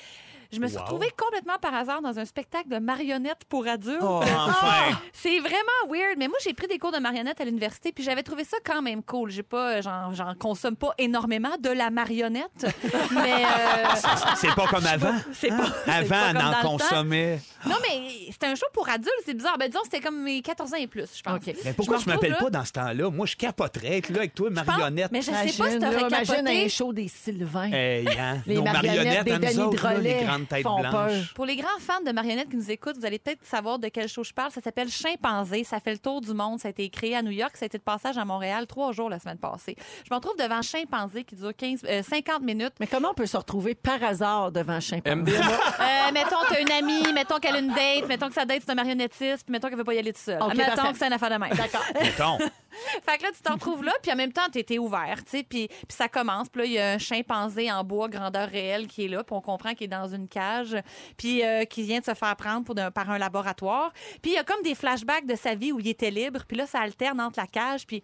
Speaker 7: Je me suis
Speaker 4: Wow.
Speaker 7: retrouvée complètement par hasard dans un spectacle de marionnettes pour adultes. (laughs)
Speaker 4: Oh, enfin.
Speaker 7: C'est vraiment weird, mais moi j'ai pris des cours de marionnette à l'université puis j'avais trouvé ça quand même cool. J'ai pas euh, j'en j'en consomme pas énormément de la marionnette, (laughs) mais euh,
Speaker 4: C'est
Speaker 7: (laughs)
Speaker 4: pas comme avant.
Speaker 7: c'est pas-
Speaker 4: Hein?
Speaker 7: c'est pas
Speaker 4: Avant,
Speaker 7: comme dans
Speaker 4: on
Speaker 7: le
Speaker 4: en
Speaker 7: temps.
Speaker 4: consommait.
Speaker 7: non mais c'était un show pour adultes, c'est bizarre. Ben disons c'était comme mes 14 ans et plus, je pense.
Speaker 1: OK.
Speaker 4: Mais pourquoi
Speaker 7: Je me
Speaker 4: tu m'appelles
Speaker 7: retrouve,
Speaker 4: pas dans ce temps-là? Moi, je capoterais être là avec toi,
Speaker 7: Je pense-
Speaker 4: marionnette.
Speaker 7: Mais je sais pas si
Speaker 1: imagine, là,
Speaker 7: t'aurais
Speaker 1: imagine
Speaker 7: capoté.
Speaker 1: un show des Sylvains.
Speaker 4: Hey, hein?
Speaker 1: Les
Speaker 4: Nos
Speaker 1: marionnettes,
Speaker 4: marionnettes,
Speaker 1: des
Speaker 4: à nous
Speaker 1: Denis
Speaker 4: autres, là,
Speaker 1: Drolet
Speaker 4: les grandes têtes
Speaker 1: font
Speaker 4: blanches.
Speaker 7: Pour les grands fans de marionnettes qui nous écoutent, vous allez peut-être savoir de quel show je parle. Ça s'appelle Chimpanzé. Ça fait le tour du monde. Ça a été créé à New York. Ça a été de passage à Montréal trois jours la semaine passée. Je me retrouve devant Chimpanzé qui dure 15, euh, 50 minutes.
Speaker 1: Mais comment on peut se retrouver par hasard devant Chimpanzé?
Speaker 2: MDMA.
Speaker 1: (laughs)
Speaker 7: Euh, mettons, t'as une amie, mettons qu'elle a une date, mettons que sa date, c'est un marionnettiste, puis mettons qu'elle veut pas y aller toute seule.
Speaker 1: Ok,
Speaker 7: mettons
Speaker 1: parfait.
Speaker 7: que c'est une affaire de même.
Speaker 1: D'accord.
Speaker 4: Mettons.
Speaker 7: (laughs) fait que là, tu t'en retrouves là, puis en même temps, t'étais ouvert, tu sais, puis, puis ça commence. Puis là, il y a un chimpanzé en bois, grandeur réelle, qui est là, puis on comprend qu'il est dans une cage, puis euh, qui vient de se faire prendre pour d'un- par un laboratoire. Puis il y a comme des flashbacks de sa vie où il était libre, puis là, ça alterne entre la cage, puis...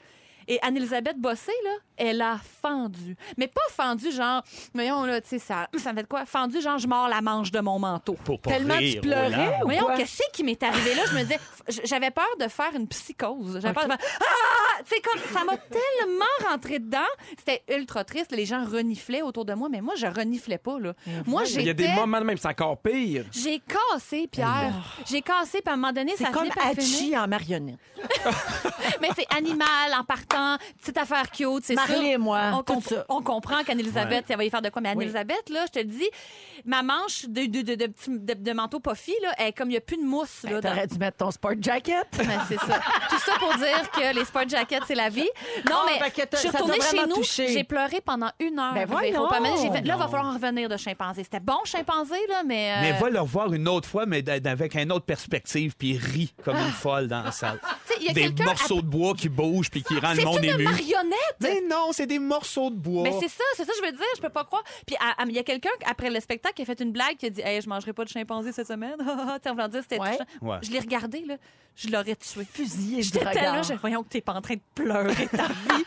Speaker 7: Et Anne-Elisabeth Bossé, là, elle a fendu. Mais pas fendu, genre, voyons, là, tu sais, ça, ça me fait de quoi? Fendu, genre, je mords la manche de mon manteau.
Speaker 4: Pour pas
Speaker 1: Tellement tu
Speaker 4: rire,
Speaker 1: pleurais
Speaker 4: voilà.
Speaker 1: ou
Speaker 7: Voyons,
Speaker 1: quoi?
Speaker 7: qu'est-ce qui m'est arrivé là? Je me disais, j- j'avais peur de faire une psychose. J'avais peur de faire. Ah! Tu sais, comme, ça m'a tellement rentré dedans. C'était ultra triste. Les gens reniflaient autour de moi, mais moi, je reniflais pas, là.
Speaker 1: Eh
Speaker 7: Moi,
Speaker 2: Il y a des
Speaker 7: j'étais.
Speaker 2: moments de même, c'est encore pire.
Speaker 7: J'ai cassé, Pierre. J'ai cassé, puis à un moment donné, ça
Speaker 1: C'est comme
Speaker 7: finit par finir.
Speaker 1: Hachi en marionnette.
Speaker 7: Mais c'est animal en partant, petite affaire cute, c'est sûr.
Speaker 1: Marie et moi,
Speaker 7: On,
Speaker 1: tout
Speaker 7: comp-
Speaker 1: ça.
Speaker 7: on comprend qu'Anne-Elisabeth, elle va y faire de quoi. Mais
Speaker 1: Oui.
Speaker 7: Anne-Elisabeth, là, je te le dis, ma manche de, de, de, de, petit- de- de manteau puffy, là, elle, comme il n'y a plus de mousse, là, dans-
Speaker 1: T'aurais dû mettre ton sport
Speaker 7: (laughs)
Speaker 1: jacket.
Speaker 7: Ben, c'est ça. Tout ça pour dire que les sport jackets, c'est la vie. Non,
Speaker 1: Ah,
Speaker 7: mais
Speaker 1: fait que t'as-
Speaker 7: je suis
Speaker 1: ça t'a
Speaker 7: retournée chez
Speaker 1: vraiment
Speaker 7: nous.
Speaker 1: touché.
Speaker 7: J'ai pleuré pendant une heure.
Speaker 1: Ben
Speaker 7: Fait,
Speaker 1: voyons.
Speaker 7: faut pas mal- j'ai fait, là, va falloir en revenir de chimpanzé. C'était bon, chimpanzé, là, mais. euh,
Speaker 4: Mais va le revoir une autre fois, mais d'a- avec une autre perspective, puis rit comme une folle dans la salle.
Speaker 7: Tu sais, il y a
Speaker 4: Des
Speaker 7: quelqu'un
Speaker 4: morceaux de bois qui bougent, puis qui rendent
Speaker 7: C'est
Speaker 4: le monde
Speaker 7: une
Speaker 4: ému.
Speaker 7: marionnette!
Speaker 4: Mais non, c'est des morceaux de bois.
Speaker 7: Mais c'est ça, c'est ça que je veux dire, je peux pas croire. Puis à- à- il y a quelqu'un après le spectacle qui a fait une blague qui a dit "Hey, je mangerai pas de chimpanzé cette semaine." (laughs) Tu sais, en voulant dire c'était
Speaker 1: Ouais.
Speaker 7: touchant.
Speaker 4: Ouais.
Speaker 7: Je l'ai regardé là, je l'aurais tué.
Speaker 1: Fusillé du
Speaker 7: J'étais là,
Speaker 1: regard.
Speaker 7: je, voyons que t'es pas en train de pleurer ta
Speaker 1: (laughs)
Speaker 7: vie.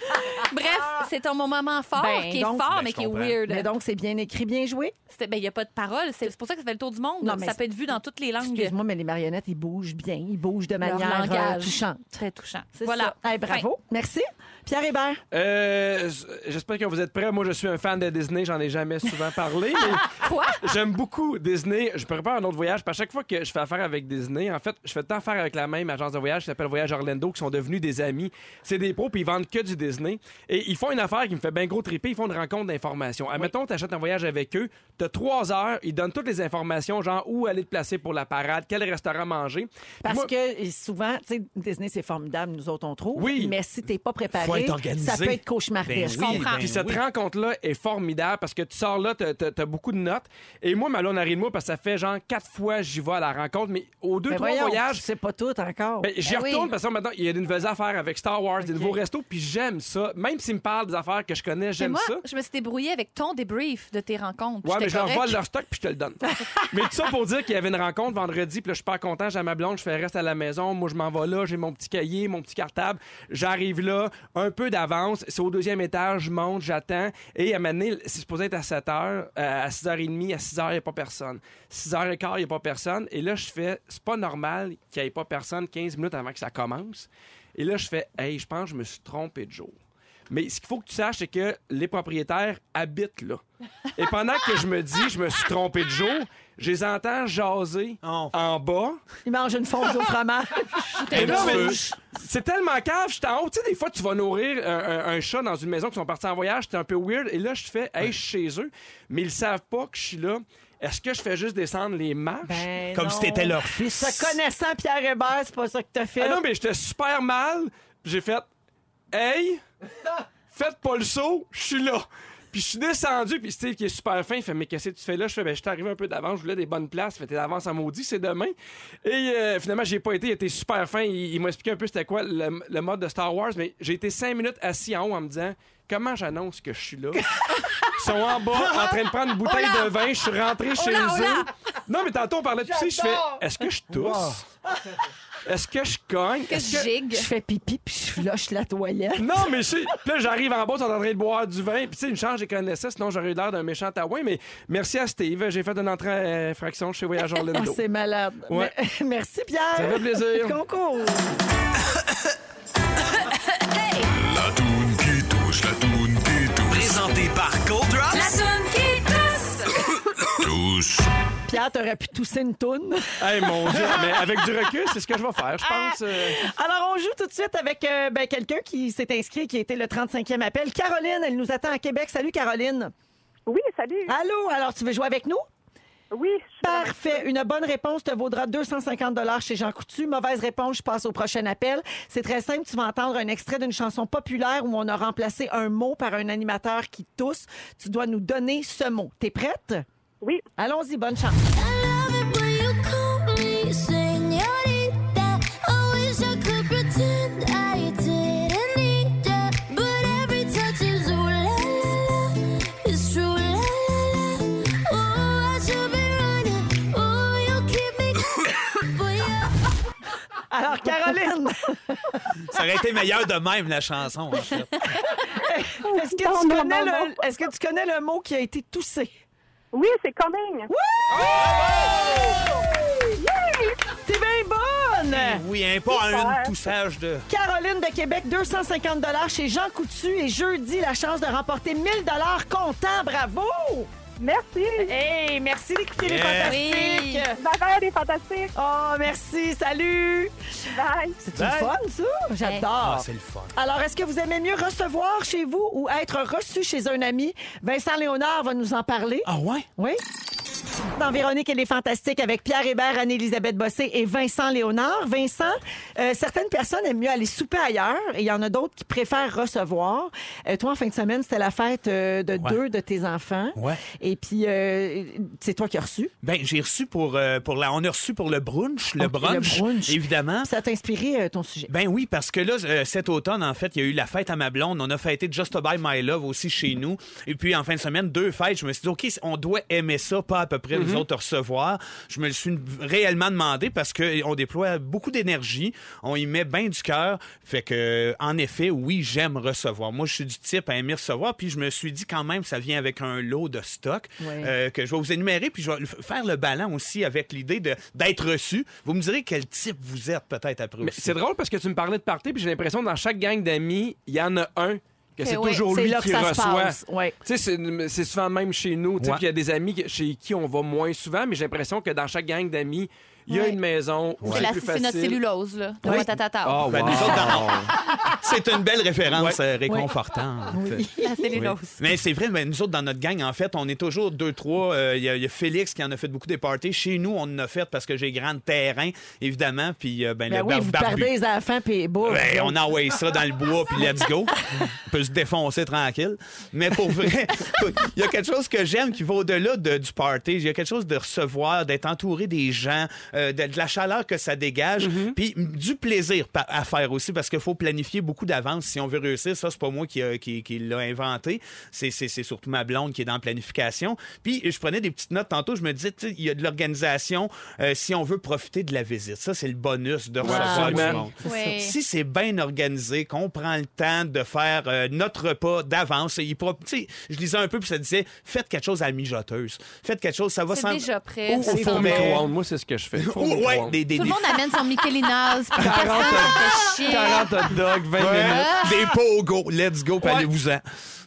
Speaker 7: Bref, c'est un moment fort
Speaker 1: Ben,
Speaker 7: qui est
Speaker 1: donc,
Speaker 7: fort
Speaker 4: ben,
Speaker 7: mais
Speaker 4: je
Speaker 7: qui est
Speaker 4: comprends.
Speaker 7: weird.
Speaker 1: Mais donc, c'est bien écrit, bien joué.
Speaker 7: Il ben, n'y a pas de parole. C'est c'est pour ça que ça fait le tour du monde.
Speaker 1: Non, mais
Speaker 7: ça
Speaker 1: c'est-
Speaker 7: peut être vu dans toutes les langues.
Speaker 1: Excuse-moi, mais les marionnettes, ils bougent bien. Ils bougent de
Speaker 7: Leur
Speaker 1: manière euh,
Speaker 7: langage.
Speaker 1: touchante.
Speaker 7: Très touchant.
Speaker 1: C'est
Speaker 7: Voilà.
Speaker 1: ça. Hey, bravo. Merci. Pierre Hébert.
Speaker 2: Euh, J'espère que vous êtes prêts. Moi, je suis un fan de Disney. J'en ai jamais souvent parlé. mais
Speaker 7: Quoi?
Speaker 2: J'aime beaucoup Disney. Je prépare un autre voyage. Puis à chaque fois que je fais affaire avec Disney, en fait, je fais tant affaire avec la même agence de voyage qui s'appelle Voyage Orlando, qui sont devenus des amis. C'est des pros, puis ils vendent que du Disney. Et ils font une affaire qui me fait bien gros triper. Ils font une rencontre d'informations. Admettons, tu achètes un voyage avec eux. Tu as trois heures. Ils donnent toutes les informations, genre où aller te placer pour la parade, quel restaurant manger. Puis
Speaker 1: Parce
Speaker 2: moi-
Speaker 1: que souvent, tu sais, Disney, c'est formidable, nous autres, on trouve.
Speaker 2: Oui.
Speaker 1: Mais si t'es pas
Speaker 4: Faut
Speaker 1: préparé,
Speaker 4: être organisé.
Speaker 1: ça peut être cauchemardesque.
Speaker 4: Ben oui, ben
Speaker 2: Puis cette
Speaker 4: oui.
Speaker 2: rencontre-là est formidable parce que tu sors là, t'as- t'as t'as beaucoup de notes. Et moi, ma blonde arrive de moi parce que ça fait genre quatre fois j'y vais à la rencontre, mais aux deux,
Speaker 1: Mais
Speaker 2: trois
Speaker 1: voyons,
Speaker 2: voyages.
Speaker 1: C'est pas tout encore.
Speaker 2: Ben, j'y
Speaker 7: Ben oui.
Speaker 2: retourne parce que maintenant, il y a des nouvelles affaires avec Star Wars, des
Speaker 1: Ok.
Speaker 2: nouveaux restos, puis j'aime ça. Même s'ils me parlent des affaires que je connais,
Speaker 7: Mais
Speaker 2: j'aime
Speaker 7: moi,
Speaker 2: ça.
Speaker 7: je me suis débrouillée avec ton débrief de tes rencontres.
Speaker 2: Ouais,
Speaker 7: J'étais
Speaker 2: mais je leur
Speaker 7: correcte.
Speaker 2: vole leur stock puis je te le donne. mais tout ça pour dire qu'il y avait une rencontre vendredi, puis là, je suis pas content, j'ai ma blonde, je fais reste à la maison, moi je m'en vais là, j'ai mon petit cahier, mon petit cartable, j'arrive là, un peu d'avance, c'est au deuxième étage, je monte, j'attends, et à un moment donné, c'est supposé être à 7 h, à 6h30, à 6h, il n'y a pas personne. 6h15, il n'y a pas personne, et là, je fais, c'est pas normal qu'il n'y ait pas personne 15 minutes avant que ça commence. Et là, je fais, hey, je pense que je me suis trompé de jour. Mais ce qu'il faut que tu saches, c'est que les propriétaires habitent là. Et pendant que je me dis, je me suis trompé de jour, je les entends jaser
Speaker 4: Oh.
Speaker 2: en bas.
Speaker 1: Ils mangent une fondue au fromage.
Speaker 4: (laughs) Ben
Speaker 2: Et là, mais c'est tellement cave, je suis en haut. Tu sais, des fois, tu vas nourrir un, un- un chat dans une maison qui sont partis en voyage, c'est un peu weird. Et là, je fais, hey, je suis chez eux, mais ils savent pas que je suis là. Est-ce que je fais juste descendre les marches?
Speaker 1: Ben
Speaker 4: Comme
Speaker 1: non.
Speaker 4: si t'étais leur fils.
Speaker 1: Te connaissant Pierre Hébert, c'est pas ça que t'as fait.
Speaker 2: Ah non, mais j'étais super mal. J'ai fait. Hey, faites pas le saut, je suis là. Puis je suis descendu, puis Steve qui est super fin, il fait Mais qu'est-ce que tu fais là Je fais Ben, je suis arrivé un peu d'avance, je voulais des bonnes places. Il Fait t'es d'avance en maudit, c'est demain. Et euh, finalement, j'ai pas été, il était super fin. Il, il m'a expliqué un peu c'était quoi le, le mode de Star Wars, mais j'ai été cinq minutes assis en haut en me disant Comment j'annonce que je suis là Ils sont en bas en train de prendre une bouteille de vin, je suis rentré chez eux. Non, mais tantôt, on parlait de pisser, je fais Est-ce que je tousse Est-ce que je cogne
Speaker 7: Que je gigue.
Speaker 1: Je fais pipi, puis je flush la toilette.
Speaker 2: non, mais je sais. Puis là, j'arrive en bas, ils sont en train de boire du vin. Puis tu sais, une chance, j'ai connaissais, sinon j'aurais eu l'air d'un méchant taouin. Mais merci à Steve. J'ai fait une entrée à infraction chez Voyageur
Speaker 1: (laughs) Ah,
Speaker 2: Lindo.
Speaker 1: c'est malade.
Speaker 2: Ouais.
Speaker 1: Mais- (laughs) Merci, Pierre.
Speaker 2: Ça fait plaisir.
Speaker 1: Concours.
Speaker 6: La toune qui touche, la toune qui touche.
Speaker 11: Présenté par Cold Drops.
Speaker 5: La toune qui tousse.
Speaker 6: Touche.
Speaker 1: Pierre, t'aurais pu tousser une toune.
Speaker 2: Hey, mon Dieu. Mais avec du recul, c'est ce que je vais faire, je
Speaker 1: Ah.
Speaker 2: pense. Euh,
Speaker 1: Alors, on joue tout de suite avec euh, ben, quelqu'un qui s'est inscrit, qui était le 35e appel. Caroline, elle nous attend à Québec. Salut, Caroline.
Speaker 10: Oui, salut.
Speaker 1: Allô, alors tu veux jouer avec nous?
Speaker 10: Oui, je suis vraiment-
Speaker 1: Parfait. Une bonne réponse te vaudra 250 chez Jean Coutu. Mauvaise réponse, je passe au prochain appel. C'est très simple. Tu vas entendre un extrait d'une chanson populaire où on a remplacé un mot par un animateur qui tousse. Tu dois nous donner ce mot. T'es prête?
Speaker 10: Oui.
Speaker 1: Allons-y, bonne chance. Alors, Caroline,
Speaker 4: Ça aurait été meilleur de même, la chanson, en fait.
Speaker 1: est-ce que, tu connais le- est-ce que tu connais le mot qui a été toussé?
Speaker 10: Oui, c'est Corinne.
Speaker 1: T'es bien bonne!
Speaker 4: Oui, un pas un poussage de.
Speaker 1: Caroline de Québec, 250 chez Jean Coutu et jeudi, la chance de remporter 1000 comptant. Bravo!
Speaker 10: Merci.
Speaker 1: Hey, merci d'écouter les
Speaker 4: Yeah.
Speaker 1: fantastiques!
Speaker 10: Bye-bye, les fantastiques.
Speaker 1: Oh, merci, salut!
Speaker 10: Bye.
Speaker 1: C'est une
Speaker 4: Bye.
Speaker 1: fun, ça?
Speaker 4: Ah,
Speaker 1: J'adore!
Speaker 4: c'est le fun.
Speaker 1: Alors, est-ce que vous aimez mieux recevoir chez vous ou être reçu chez un ami? Vincent Léonard va nous en parler.
Speaker 4: Ah ouais?
Speaker 1: Oui? Dans Véronique et les Fantastiques avec Pierre Hébert, Anne-Élisabeth Bossé et Vincent Léonard. Vincent, euh, certaines personnes aiment mieux aller souper ailleurs et il y en a d'autres qui préfèrent recevoir. Euh, toi, en fin de semaine, c'était la fête euh, de
Speaker 4: Ouais.
Speaker 1: deux de tes enfants.
Speaker 4: Ouais.
Speaker 1: Et puis, euh, c'est toi qui as reçu.
Speaker 4: Ben, j'ai reçu pour, euh, pour la. On a reçu pour le brunch, le,
Speaker 1: Ok, le
Speaker 4: brunch,
Speaker 1: brunch.
Speaker 4: évidemment.
Speaker 1: Ça t'a inspiré euh, ton sujet.
Speaker 4: Ben oui, parce que là, euh, cet automne, en fait, il y a eu la fête à ma blonde. On a fêté Just By My Love aussi chez nous. Et puis, en fin de semaine, deux fêtes. Je me suis dit, OK, on doit aimer ça, pas à peu près
Speaker 2: Mhm.
Speaker 4: nous autres recevoir. Je me le suis réellement demandé parce que on déploie beaucoup d'énergie. On y met bien du cœur. Fait que, en effet, oui, j'aime recevoir. Moi, je suis du type à aimer recevoir. Puis, je me suis dit quand même, ça vient avec un lot de stock
Speaker 1: Ouais.
Speaker 4: euh, que je vais vous énumérer. Puis, je vais le f- faire le ballon aussi avec l'idée de- d'être reçu. Vous me direz quel type vous êtes peut-être après
Speaker 2: mais
Speaker 4: aussi.
Speaker 2: c'est drôle parce que tu me parlais de party, puis j'ai l'impression que dans chaque gang d'amis, il y en a un que c'est
Speaker 7: euh, ouais,
Speaker 2: toujours
Speaker 1: c'est
Speaker 2: lui
Speaker 1: là que
Speaker 2: qui
Speaker 1: ça se
Speaker 2: reçoit.
Speaker 1: passe, ouais.
Speaker 2: Tu sais, c'est- c'est souvent même chez nous. Tu sais,
Speaker 4: Ouais.
Speaker 2: puis il y a des amis que- chez qui on va moins souvent, mais j'ai l'impression que dans chaque gang d'amis, il y a
Speaker 7: Ouais.
Speaker 2: une maison. où
Speaker 7: C'est la-
Speaker 2: plus
Speaker 7: c'est notre
Speaker 2: facile.
Speaker 7: cellulose, là. Le
Speaker 4: Oui.
Speaker 7: watatata.
Speaker 2: Ah,
Speaker 4: Ben,
Speaker 2: wow.
Speaker 4: nous autres, dans- (laughs) C'est une belle référence euh, réconfortante.
Speaker 7: La cellulose.
Speaker 4: Oui. Mais c'est vrai, mais nous autres, dans notre gang, en fait, on est toujours deux, trois. Euh, Il y, a- il y a Félix qui en a fait beaucoup des parties. Chez nous, on en a fait parce que j'ai grand terrain, évidemment. Puis, euh, ben,
Speaker 1: Ben
Speaker 4: le
Speaker 1: oui,
Speaker 4: bar-
Speaker 1: vous
Speaker 4: barbu.
Speaker 1: perdez les enfants, puis boum.
Speaker 4: Ben, on envoie ça dans le bois, puis let's go. On peut se défoncer tranquille. Mais pour vrai, il y a quelque chose que j'aime qui va au-delà de- du party. Il y a quelque chose de recevoir, d'être entouré des gens, euh, de, de la chaleur que ça dégage, puis m- du plaisir pa- à faire aussi, parce qu'il faut planifier beaucoup d'avance si on veut réussir. Ça, c'est pas moi qui, a- qui, qui l'a inventé. C'est- C'est c'est surtout ma blonde qui est dans la planification. Puis je prenais des petites notes tantôt. Je me disais, tu sais, il y a de l'organisation euh, si on veut profiter de la visite. Ça, c'est le bonus de recevoir du
Speaker 2: absolument.
Speaker 4: monde.
Speaker 7: Oui.
Speaker 4: Si c'est bien organisé, qu'on prend le temps de faire euh, notre repas d'avance, et il pro- tu sais, je lisais un peu puis ça disait faites quelque chose à la mijoteuse, faites quelque chose, ça va
Speaker 7: C'est
Speaker 4: sans-
Speaker 7: déjà prêt,
Speaker 4: Ou
Speaker 7: ça
Speaker 4: au
Speaker 7: sent
Speaker 4: four
Speaker 7: bon.
Speaker 2: Au
Speaker 4: micro-ondes.
Speaker 2: micro-ondes, moi, c'est ce que je fais.
Speaker 4: Ou-
Speaker 2: Au
Speaker 4: (laughs) ouais,
Speaker 2: micro-ondes.
Speaker 4: des, des,
Speaker 7: Tout le
Speaker 4: des-
Speaker 7: monde amène
Speaker 2: (laughs)
Speaker 7: son Michelinas, puis personne ne fait chier.
Speaker 2: 40 hot dogs, 20
Speaker 4: Ouais,
Speaker 2: minutes.
Speaker 4: des pogo, let's go, puis
Speaker 2: Ouais.
Speaker 4: allez-vous-en.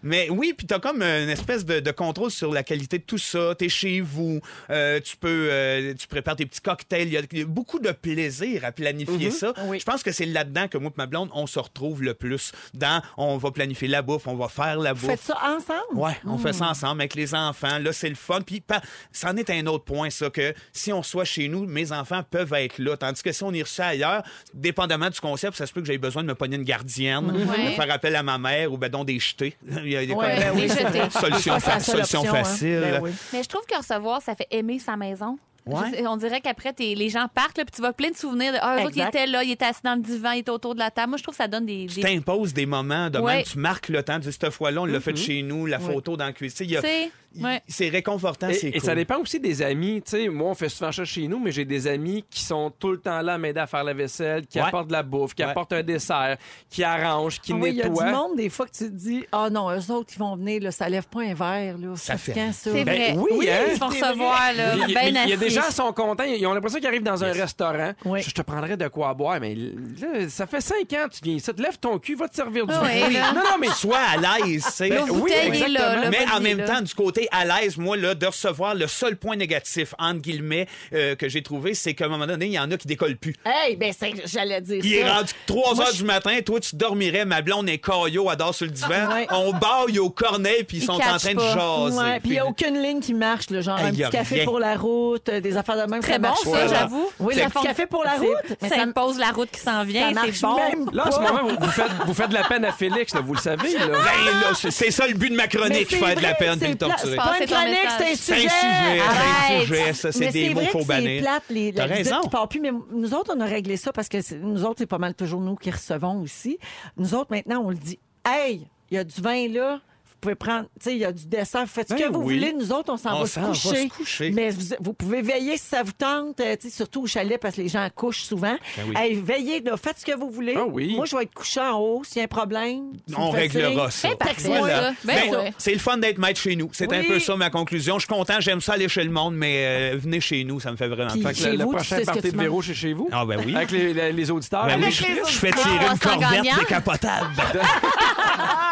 Speaker 4: Mais oui, puis t'as comme une espèce de, de contrôle sur la qualité de tout ça. T'es chez vous, euh, tu peux, euh, tu prépares tes petits cocktails. Il y a- Il y, a beaucoup de plaisir à
Speaker 2: Mhm.
Speaker 4: planifier ça.
Speaker 1: Oui.
Speaker 4: Je pense que c'est là-dedans que moi et ma blonde, on se retrouve le plus. Dans, on va planifier la bouffe, on va faire la
Speaker 1: Faites
Speaker 4: bouffe.
Speaker 1: ça ensemble.
Speaker 4: Ouais, on fait
Speaker 1: Hmm.
Speaker 4: ça ensemble avec les enfants. Là, c'est le fun. Puis, pa- ça en est un autre point, ça, que si on soit chez nous, mes enfants peuvent être là. Tandis que si on est reçu ailleurs, dépendamment du concept, ça se peut que j'ai besoin de me pogner une gardienne,
Speaker 7: Ouais.
Speaker 4: de faire appel à ma mère ou ben donc des jetés. (laughs) Il y a des
Speaker 1: Ouais,
Speaker 4: comme-
Speaker 1: ben oui,
Speaker 7: les
Speaker 1: c'est
Speaker 7: jeter.
Speaker 1: vrai.
Speaker 4: Solution
Speaker 1: Des fois, c'est
Speaker 4: fa-
Speaker 1: la seule
Speaker 4: solution
Speaker 1: option, hein.
Speaker 4: facile.
Speaker 1: Ben oui.
Speaker 7: Mais je trouve que recevoir, ça fait aimer sa maison.
Speaker 4: Ouais.
Speaker 7: Je sais- On dirait qu'après, t'es- les gens partent, là, puis tu vas plein de souvenirs. De, ah, eux autres, ils
Speaker 1: Exact.
Speaker 7: étaient là, ils étaient assis dans le divan, ils étaient autour de la table. Moi, je trouve que ça donne des.
Speaker 4: Tu
Speaker 7: des-
Speaker 4: t'imposes des moments de
Speaker 7: Ouais.
Speaker 4: même, tu marques le temps. Tu dis, Cette fois-là, on l'a
Speaker 1: Mm-hmm.
Speaker 4: fait chez nous, la photo dans le cuisine. Il y a-
Speaker 7: C'est-
Speaker 4: il-
Speaker 7: ouais.
Speaker 4: C'est réconfortant,
Speaker 2: Et,
Speaker 4: c'est
Speaker 2: et
Speaker 4: cool.
Speaker 2: ça dépend aussi des amis. Tu sais, moi, on fait souvent ça chez nous, mais j'ai des amis qui sont tout le temps là à m'aider à faire la vaisselle, qui
Speaker 4: Ouais.
Speaker 2: apportent de la bouffe, qui
Speaker 4: Ouais.
Speaker 2: apportent un dessert, qui arrangent, qui
Speaker 1: Ah oui, il y a
Speaker 2: nettoient.
Speaker 1: du monde, des fois, que tu te dis, ah non, eux autres, ils vont venir, là, ça lève pas un verre. Là.
Speaker 4: Ça
Speaker 1: C'est
Speaker 4: fait-
Speaker 1: quand, ça?
Speaker 7: C'est
Speaker 1: Ben,
Speaker 7: vrai.
Speaker 2: oui, hein?
Speaker 7: ils se font recevoir,
Speaker 1: Euh,
Speaker 7: là.
Speaker 2: Il y,
Speaker 7: ben
Speaker 2: mais il y a
Speaker 7: assis.
Speaker 2: des gens qui sont contents. Ils ont l'impression qu'ils arrivent dans un restaurant.
Speaker 1: Oui.
Speaker 2: Je, je te prendrais de quoi boire, mais là, ça fait cinq ans que tu viens ici. Te lève ton cul, va te servir du
Speaker 7: Ah ouais,
Speaker 2: fruit.
Speaker 1: hein.
Speaker 7: là.
Speaker 2: Non,
Speaker 1: (laughs)
Speaker 2: non, mais
Speaker 4: Sois à l'aise, c'est
Speaker 2: Ben,
Speaker 7: oui, bouteille est là, exactement. là,
Speaker 4: mais en
Speaker 7: vas-y,
Speaker 4: même
Speaker 7: là.
Speaker 4: temps, du côté à l'aise, moi, là, de recevoir le seul point négatif, entre guillemets, euh, que j'ai trouvé, c'est qu'à un moment donné, il y en a qui décollent plus.
Speaker 1: Hey, ben, c'est- j'allais dire
Speaker 4: Il
Speaker 1: ça.
Speaker 4: est rendu 3
Speaker 1: Moi,
Speaker 4: heures
Speaker 1: je-
Speaker 4: du matin, toi, tu dormirais, ma blonde est caillot, adore sur le divan.
Speaker 1: Ouais.
Speaker 4: On baille au cornet, puis ils
Speaker 7: Ils
Speaker 4: sont en
Speaker 7: catchent
Speaker 4: train de
Speaker 7: pas.
Speaker 4: jaser.
Speaker 1: Ouais, puis il n'y a aucune ligne qui marche, là, genre
Speaker 4: Hey,
Speaker 1: un
Speaker 4: y a
Speaker 1: petit café
Speaker 4: rien.
Speaker 1: pour la route, euh, des affaires de même.
Speaker 7: Très
Speaker 1: ça
Speaker 7: bon,
Speaker 1: marche
Speaker 7: ça,
Speaker 1: pas.
Speaker 7: j'avoue.
Speaker 1: Oui,
Speaker 7: Ça
Speaker 1: le petit
Speaker 7: font-
Speaker 1: café pour la
Speaker 7: c'est-
Speaker 1: route,
Speaker 7: Mais
Speaker 1: ça
Speaker 7: ça me pose la route qui s'en vient, c'est
Speaker 1: marche
Speaker 7: bon.
Speaker 1: même
Speaker 2: là, en ce
Speaker 1: pas.
Speaker 2: moment, vous, vous faites, vous faites de la peine à Félix, là, vous le savez. là.
Speaker 4: Ben, là, c'est- c'est ça le but de ma
Speaker 1: Mais
Speaker 4: chronique,
Speaker 1: c'est
Speaker 4: faire de la
Speaker 1: vrai,
Speaker 4: peine puis
Speaker 1: c'est
Speaker 4: le
Speaker 1: pla-
Speaker 4: torturer.
Speaker 1: C'est pas une
Speaker 7: Passez ton
Speaker 1: chronique, c'est un
Speaker 7: message.
Speaker 4: C'est un
Speaker 1: sujet.
Speaker 4: sujet, c'est un
Speaker 7: Arrête.
Speaker 4: sujet, ça, c'est
Speaker 1: Mais
Speaker 4: des mots
Speaker 1: vrai
Speaker 4: faut
Speaker 1: que
Speaker 4: bannir.
Speaker 1: C'est plate, les, la
Speaker 4: T'as
Speaker 1: visite
Speaker 4: raison.
Speaker 1: qui part plus. Mais nous autres, on a réglé ça parce que c'est- nous autres, c'est pas mal toujours nous qui recevons aussi. Nous autres, maintenant, on le dit. Hey, il y a du vin là. Vous pouvez prendre, tu sais, il y a du dessert. Vous faites ce
Speaker 4: Ben
Speaker 1: que vous
Speaker 4: oui.
Speaker 1: voulez. Nous autres, on s'en
Speaker 4: On
Speaker 1: va,
Speaker 4: s'en va se coucher.
Speaker 1: Mais vous, vous pouvez veiller si ça vous tente, euh, tu sais, surtout au chalet parce que les gens couchent souvent.
Speaker 4: Ben oui.
Speaker 1: Hey, veillez, là, faites ce que vous voulez.
Speaker 2: Ah oui.
Speaker 1: Moi, je vais être couché en haut. S'il y a un problème, tu me
Speaker 4: On
Speaker 1: fais
Speaker 4: réglera ça.
Speaker 7: C'est parfait,
Speaker 4: Voilà.
Speaker 7: ça. Ben,
Speaker 4: Ben,
Speaker 7: ouais.
Speaker 4: C'est le fun d'être maître chez nous. C'est un
Speaker 1: Oui.
Speaker 4: peu ça ma conclusion. Je suis content, j'aime ça aller chez le monde, mais euh, venez chez nous, ça me fait vraiment
Speaker 1: Puis-
Speaker 4: plaisir.
Speaker 2: Fait que
Speaker 1: Chez
Speaker 2: le- le
Speaker 1: vous, tu
Speaker 2: prochain
Speaker 1: sais ce que
Speaker 2: party
Speaker 1: tu
Speaker 2: de
Speaker 1: manges.
Speaker 2: Véro, c'est chez vous.
Speaker 4: Ah, ben oui.
Speaker 2: Avec les, les- les auditeurs.
Speaker 4: Ben oui,
Speaker 2: Avec
Speaker 4: je,
Speaker 2: les-
Speaker 4: je fais tirer
Speaker 7: Ah,
Speaker 4: une
Speaker 7: c'est en
Speaker 4: corvette
Speaker 7: gagnant. (laughs)
Speaker 4: décapotable.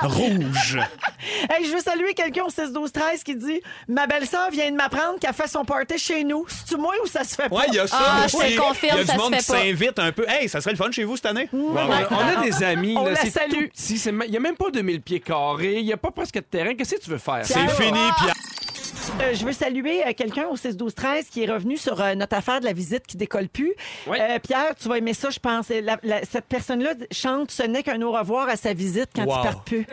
Speaker 4: Rouge.
Speaker 1: Hey, je veux saluer quelqu'un au 16 12 13 qui dit ma belle-sœur vient de m'apprendre qu'elle fait son party chez nous. C'est tu moi ou ça se fait pas
Speaker 4: Ouais, il y a ça
Speaker 7: Ah, je
Speaker 4: aussi.
Speaker 7: te le confirme,
Speaker 4: il y a
Speaker 7: ça
Speaker 4: du
Speaker 7: se
Speaker 4: monde
Speaker 7: fait
Speaker 4: qui
Speaker 7: pas.
Speaker 4: s'invite un peu. Hey, ça serait le fun chez vous cette année?
Speaker 2: On a, on a des amis.
Speaker 1: On
Speaker 2: là,
Speaker 1: la
Speaker 2: c'est
Speaker 1: salue.
Speaker 2: tout petit, c'est ma- Il n'y a même pas 2000 pieds carrés. Il n'y a pas presque de terrain. Qu'est-ce que tu veux faire?
Speaker 4: C'est fini, Pierre.
Speaker 7: Ah,
Speaker 1: Euh, je veux saluer euh, quelqu'un au 6 12 13 qui est revenu sur euh, notre affaire de la visite qui décolle plus.
Speaker 2: Oui.
Speaker 1: Euh, Pierre, tu vas aimer ça, je pense. La- la- cette personne-là d- chante ce n'est qu'un au revoir à sa visite quand
Speaker 4: Wow.
Speaker 1: tu pars plus.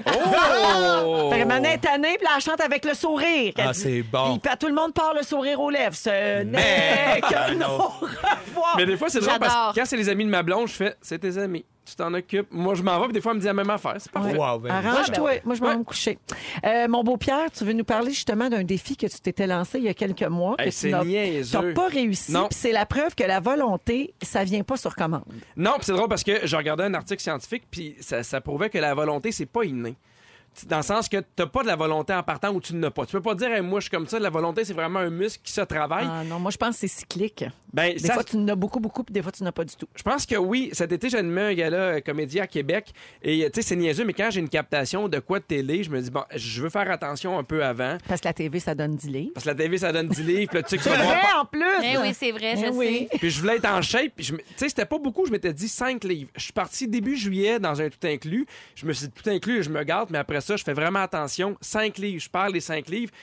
Speaker 2: Oh!
Speaker 1: Fait que maintenant, elle est tannée, puis elle chante avec le sourire.
Speaker 4: Ah,
Speaker 1: Elle dit-
Speaker 4: c'est bon.
Speaker 1: Puis, puis à tout le monde part le sourire aux lèvres. Ce
Speaker 4: Mais-
Speaker 1: n'est
Speaker 4: (laughs)
Speaker 1: qu'un
Speaker 4: Non.
Speaker 1: au revoir.
Speaker 2: (laughs) Mais des fois, c'est drôle
Speaker 7: J'adore.
Speaker 2: parce que quand c'est les amis de ma blonde, je fais c'est tes amis. Tu t'en occupes. Moi, je m'en vais, puis des fois, elle me dit la même affaire. C'est parfait.
Speaker 4: Wow, ben,
Speaker 1: Arrange-toi. Moi, je m'en vais me coucher. Euh, mon beau Pierre, tu veux nous parler justement d'un défi que tu t'étais lancé il y a quelques mois.
Speaker 2: Hey,
Speaker 1: que tu
Speaker 2: c'est
Speaker 1: n'as- T'as
Speaker 2: niaiseux.
Speaker 1: pas réussi.
Speaker 2: Non.
Speaker 1: puis C'est la preuve que la volonté, ça vient pas sur commande.
Speaker 2: Non, puis c'est drôle parce que je regardais un article scientifique, puis ça, ça prouvait que la volonté, c'est pas inné. Tu- Dans le sens que t'as pas de la volonté en partant ou tu n'as pas. Tu peux pas dire, Hey, moi, je suis comme ça. La volonté, c'est vraiment un muscle qui se travaille.
Speaker 1: Ah non, moi je pense que c'est cyclique.
Speaker 2: Ben,
Speaker 1: Des
Speaker 2: ça-
Speaker 1: fois tu en as beaucoup, beaucoup, puis des fois tu n'en as pas du tout.
Speaker 2: Je pense que oui. Cet été, j'ai animé un gala euh, comédien à Québec. Et euh, tu sais, c'est niaiseux, mais quand j'ai une captation de quoi de télé, je me dis, bon, je veux faire attention un peu avant.
Speaker 1: Parce que la TV, ça donne du livres.
Speaker 2: Parce que la TV, ça donne 10 livres. puis là, tu
Speaker 1: (laughs)
Speaker 2: sais que tu vas
Speaker 1: C'est
Speaker 2: devoir
Speaker 1: vrai, en plus!
Speaker 7: Eh oui, c'est vrai, je
Speaker 1: Eh oui.
Speaker 7: sais.
Speaker 2: Puis je voulais être en shape. puis je me- Tu sais, c'était pas beaucoup. Je m'étais dit 5 livres. Je suis parti début juillet dans un tout inclus. Je me suis dit, tout inclus, je me garde, mais après ça, je fais vraiment attention. 5 livres, je perds les 5 livres.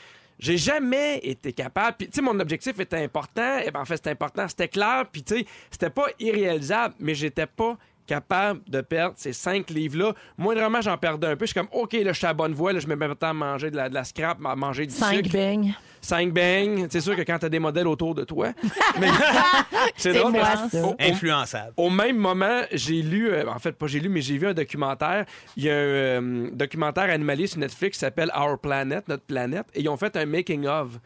Speaker 2: J'ai jamais été capable. Puis, tu sais, mon objectif était important. Et ben, en fait, c'était important. C'était clair. Puis, tu sais, c'était pas irréalisable, mais j'étais pas capable de perdre ces 5 livres-là. Moindrement, j'en perdais un peu. Je suis comme, OK, là, je suis à la bonne voie. Là, je me mets maintenant à manger de la, de la scrap, à manger du
Speaker 1: Cinq
Speaker 2: sucre.
Speaker 1: beignes.
Speaker 2: 5 bangs. C'est sûr que quand t'as des modèles autour
Speaker 1: (laughs)
Speaker 2: de toi. mais- (laughs) c'est drôle.
Speaker 1: moi,
Speaker 2: parce-
Speaker 1: ça.
Speaker 2: au- au-
Speaker 4: Influençable.
Speaker 2: au même moment, j'ai lu, euh, en fait, pas j'ai lu, mais j'ai vu un documentaire. Il y a un euh, documentaire animalier sur Netflix qui s'appelle Our Planet, notre planète, et ils ont fait un making-of.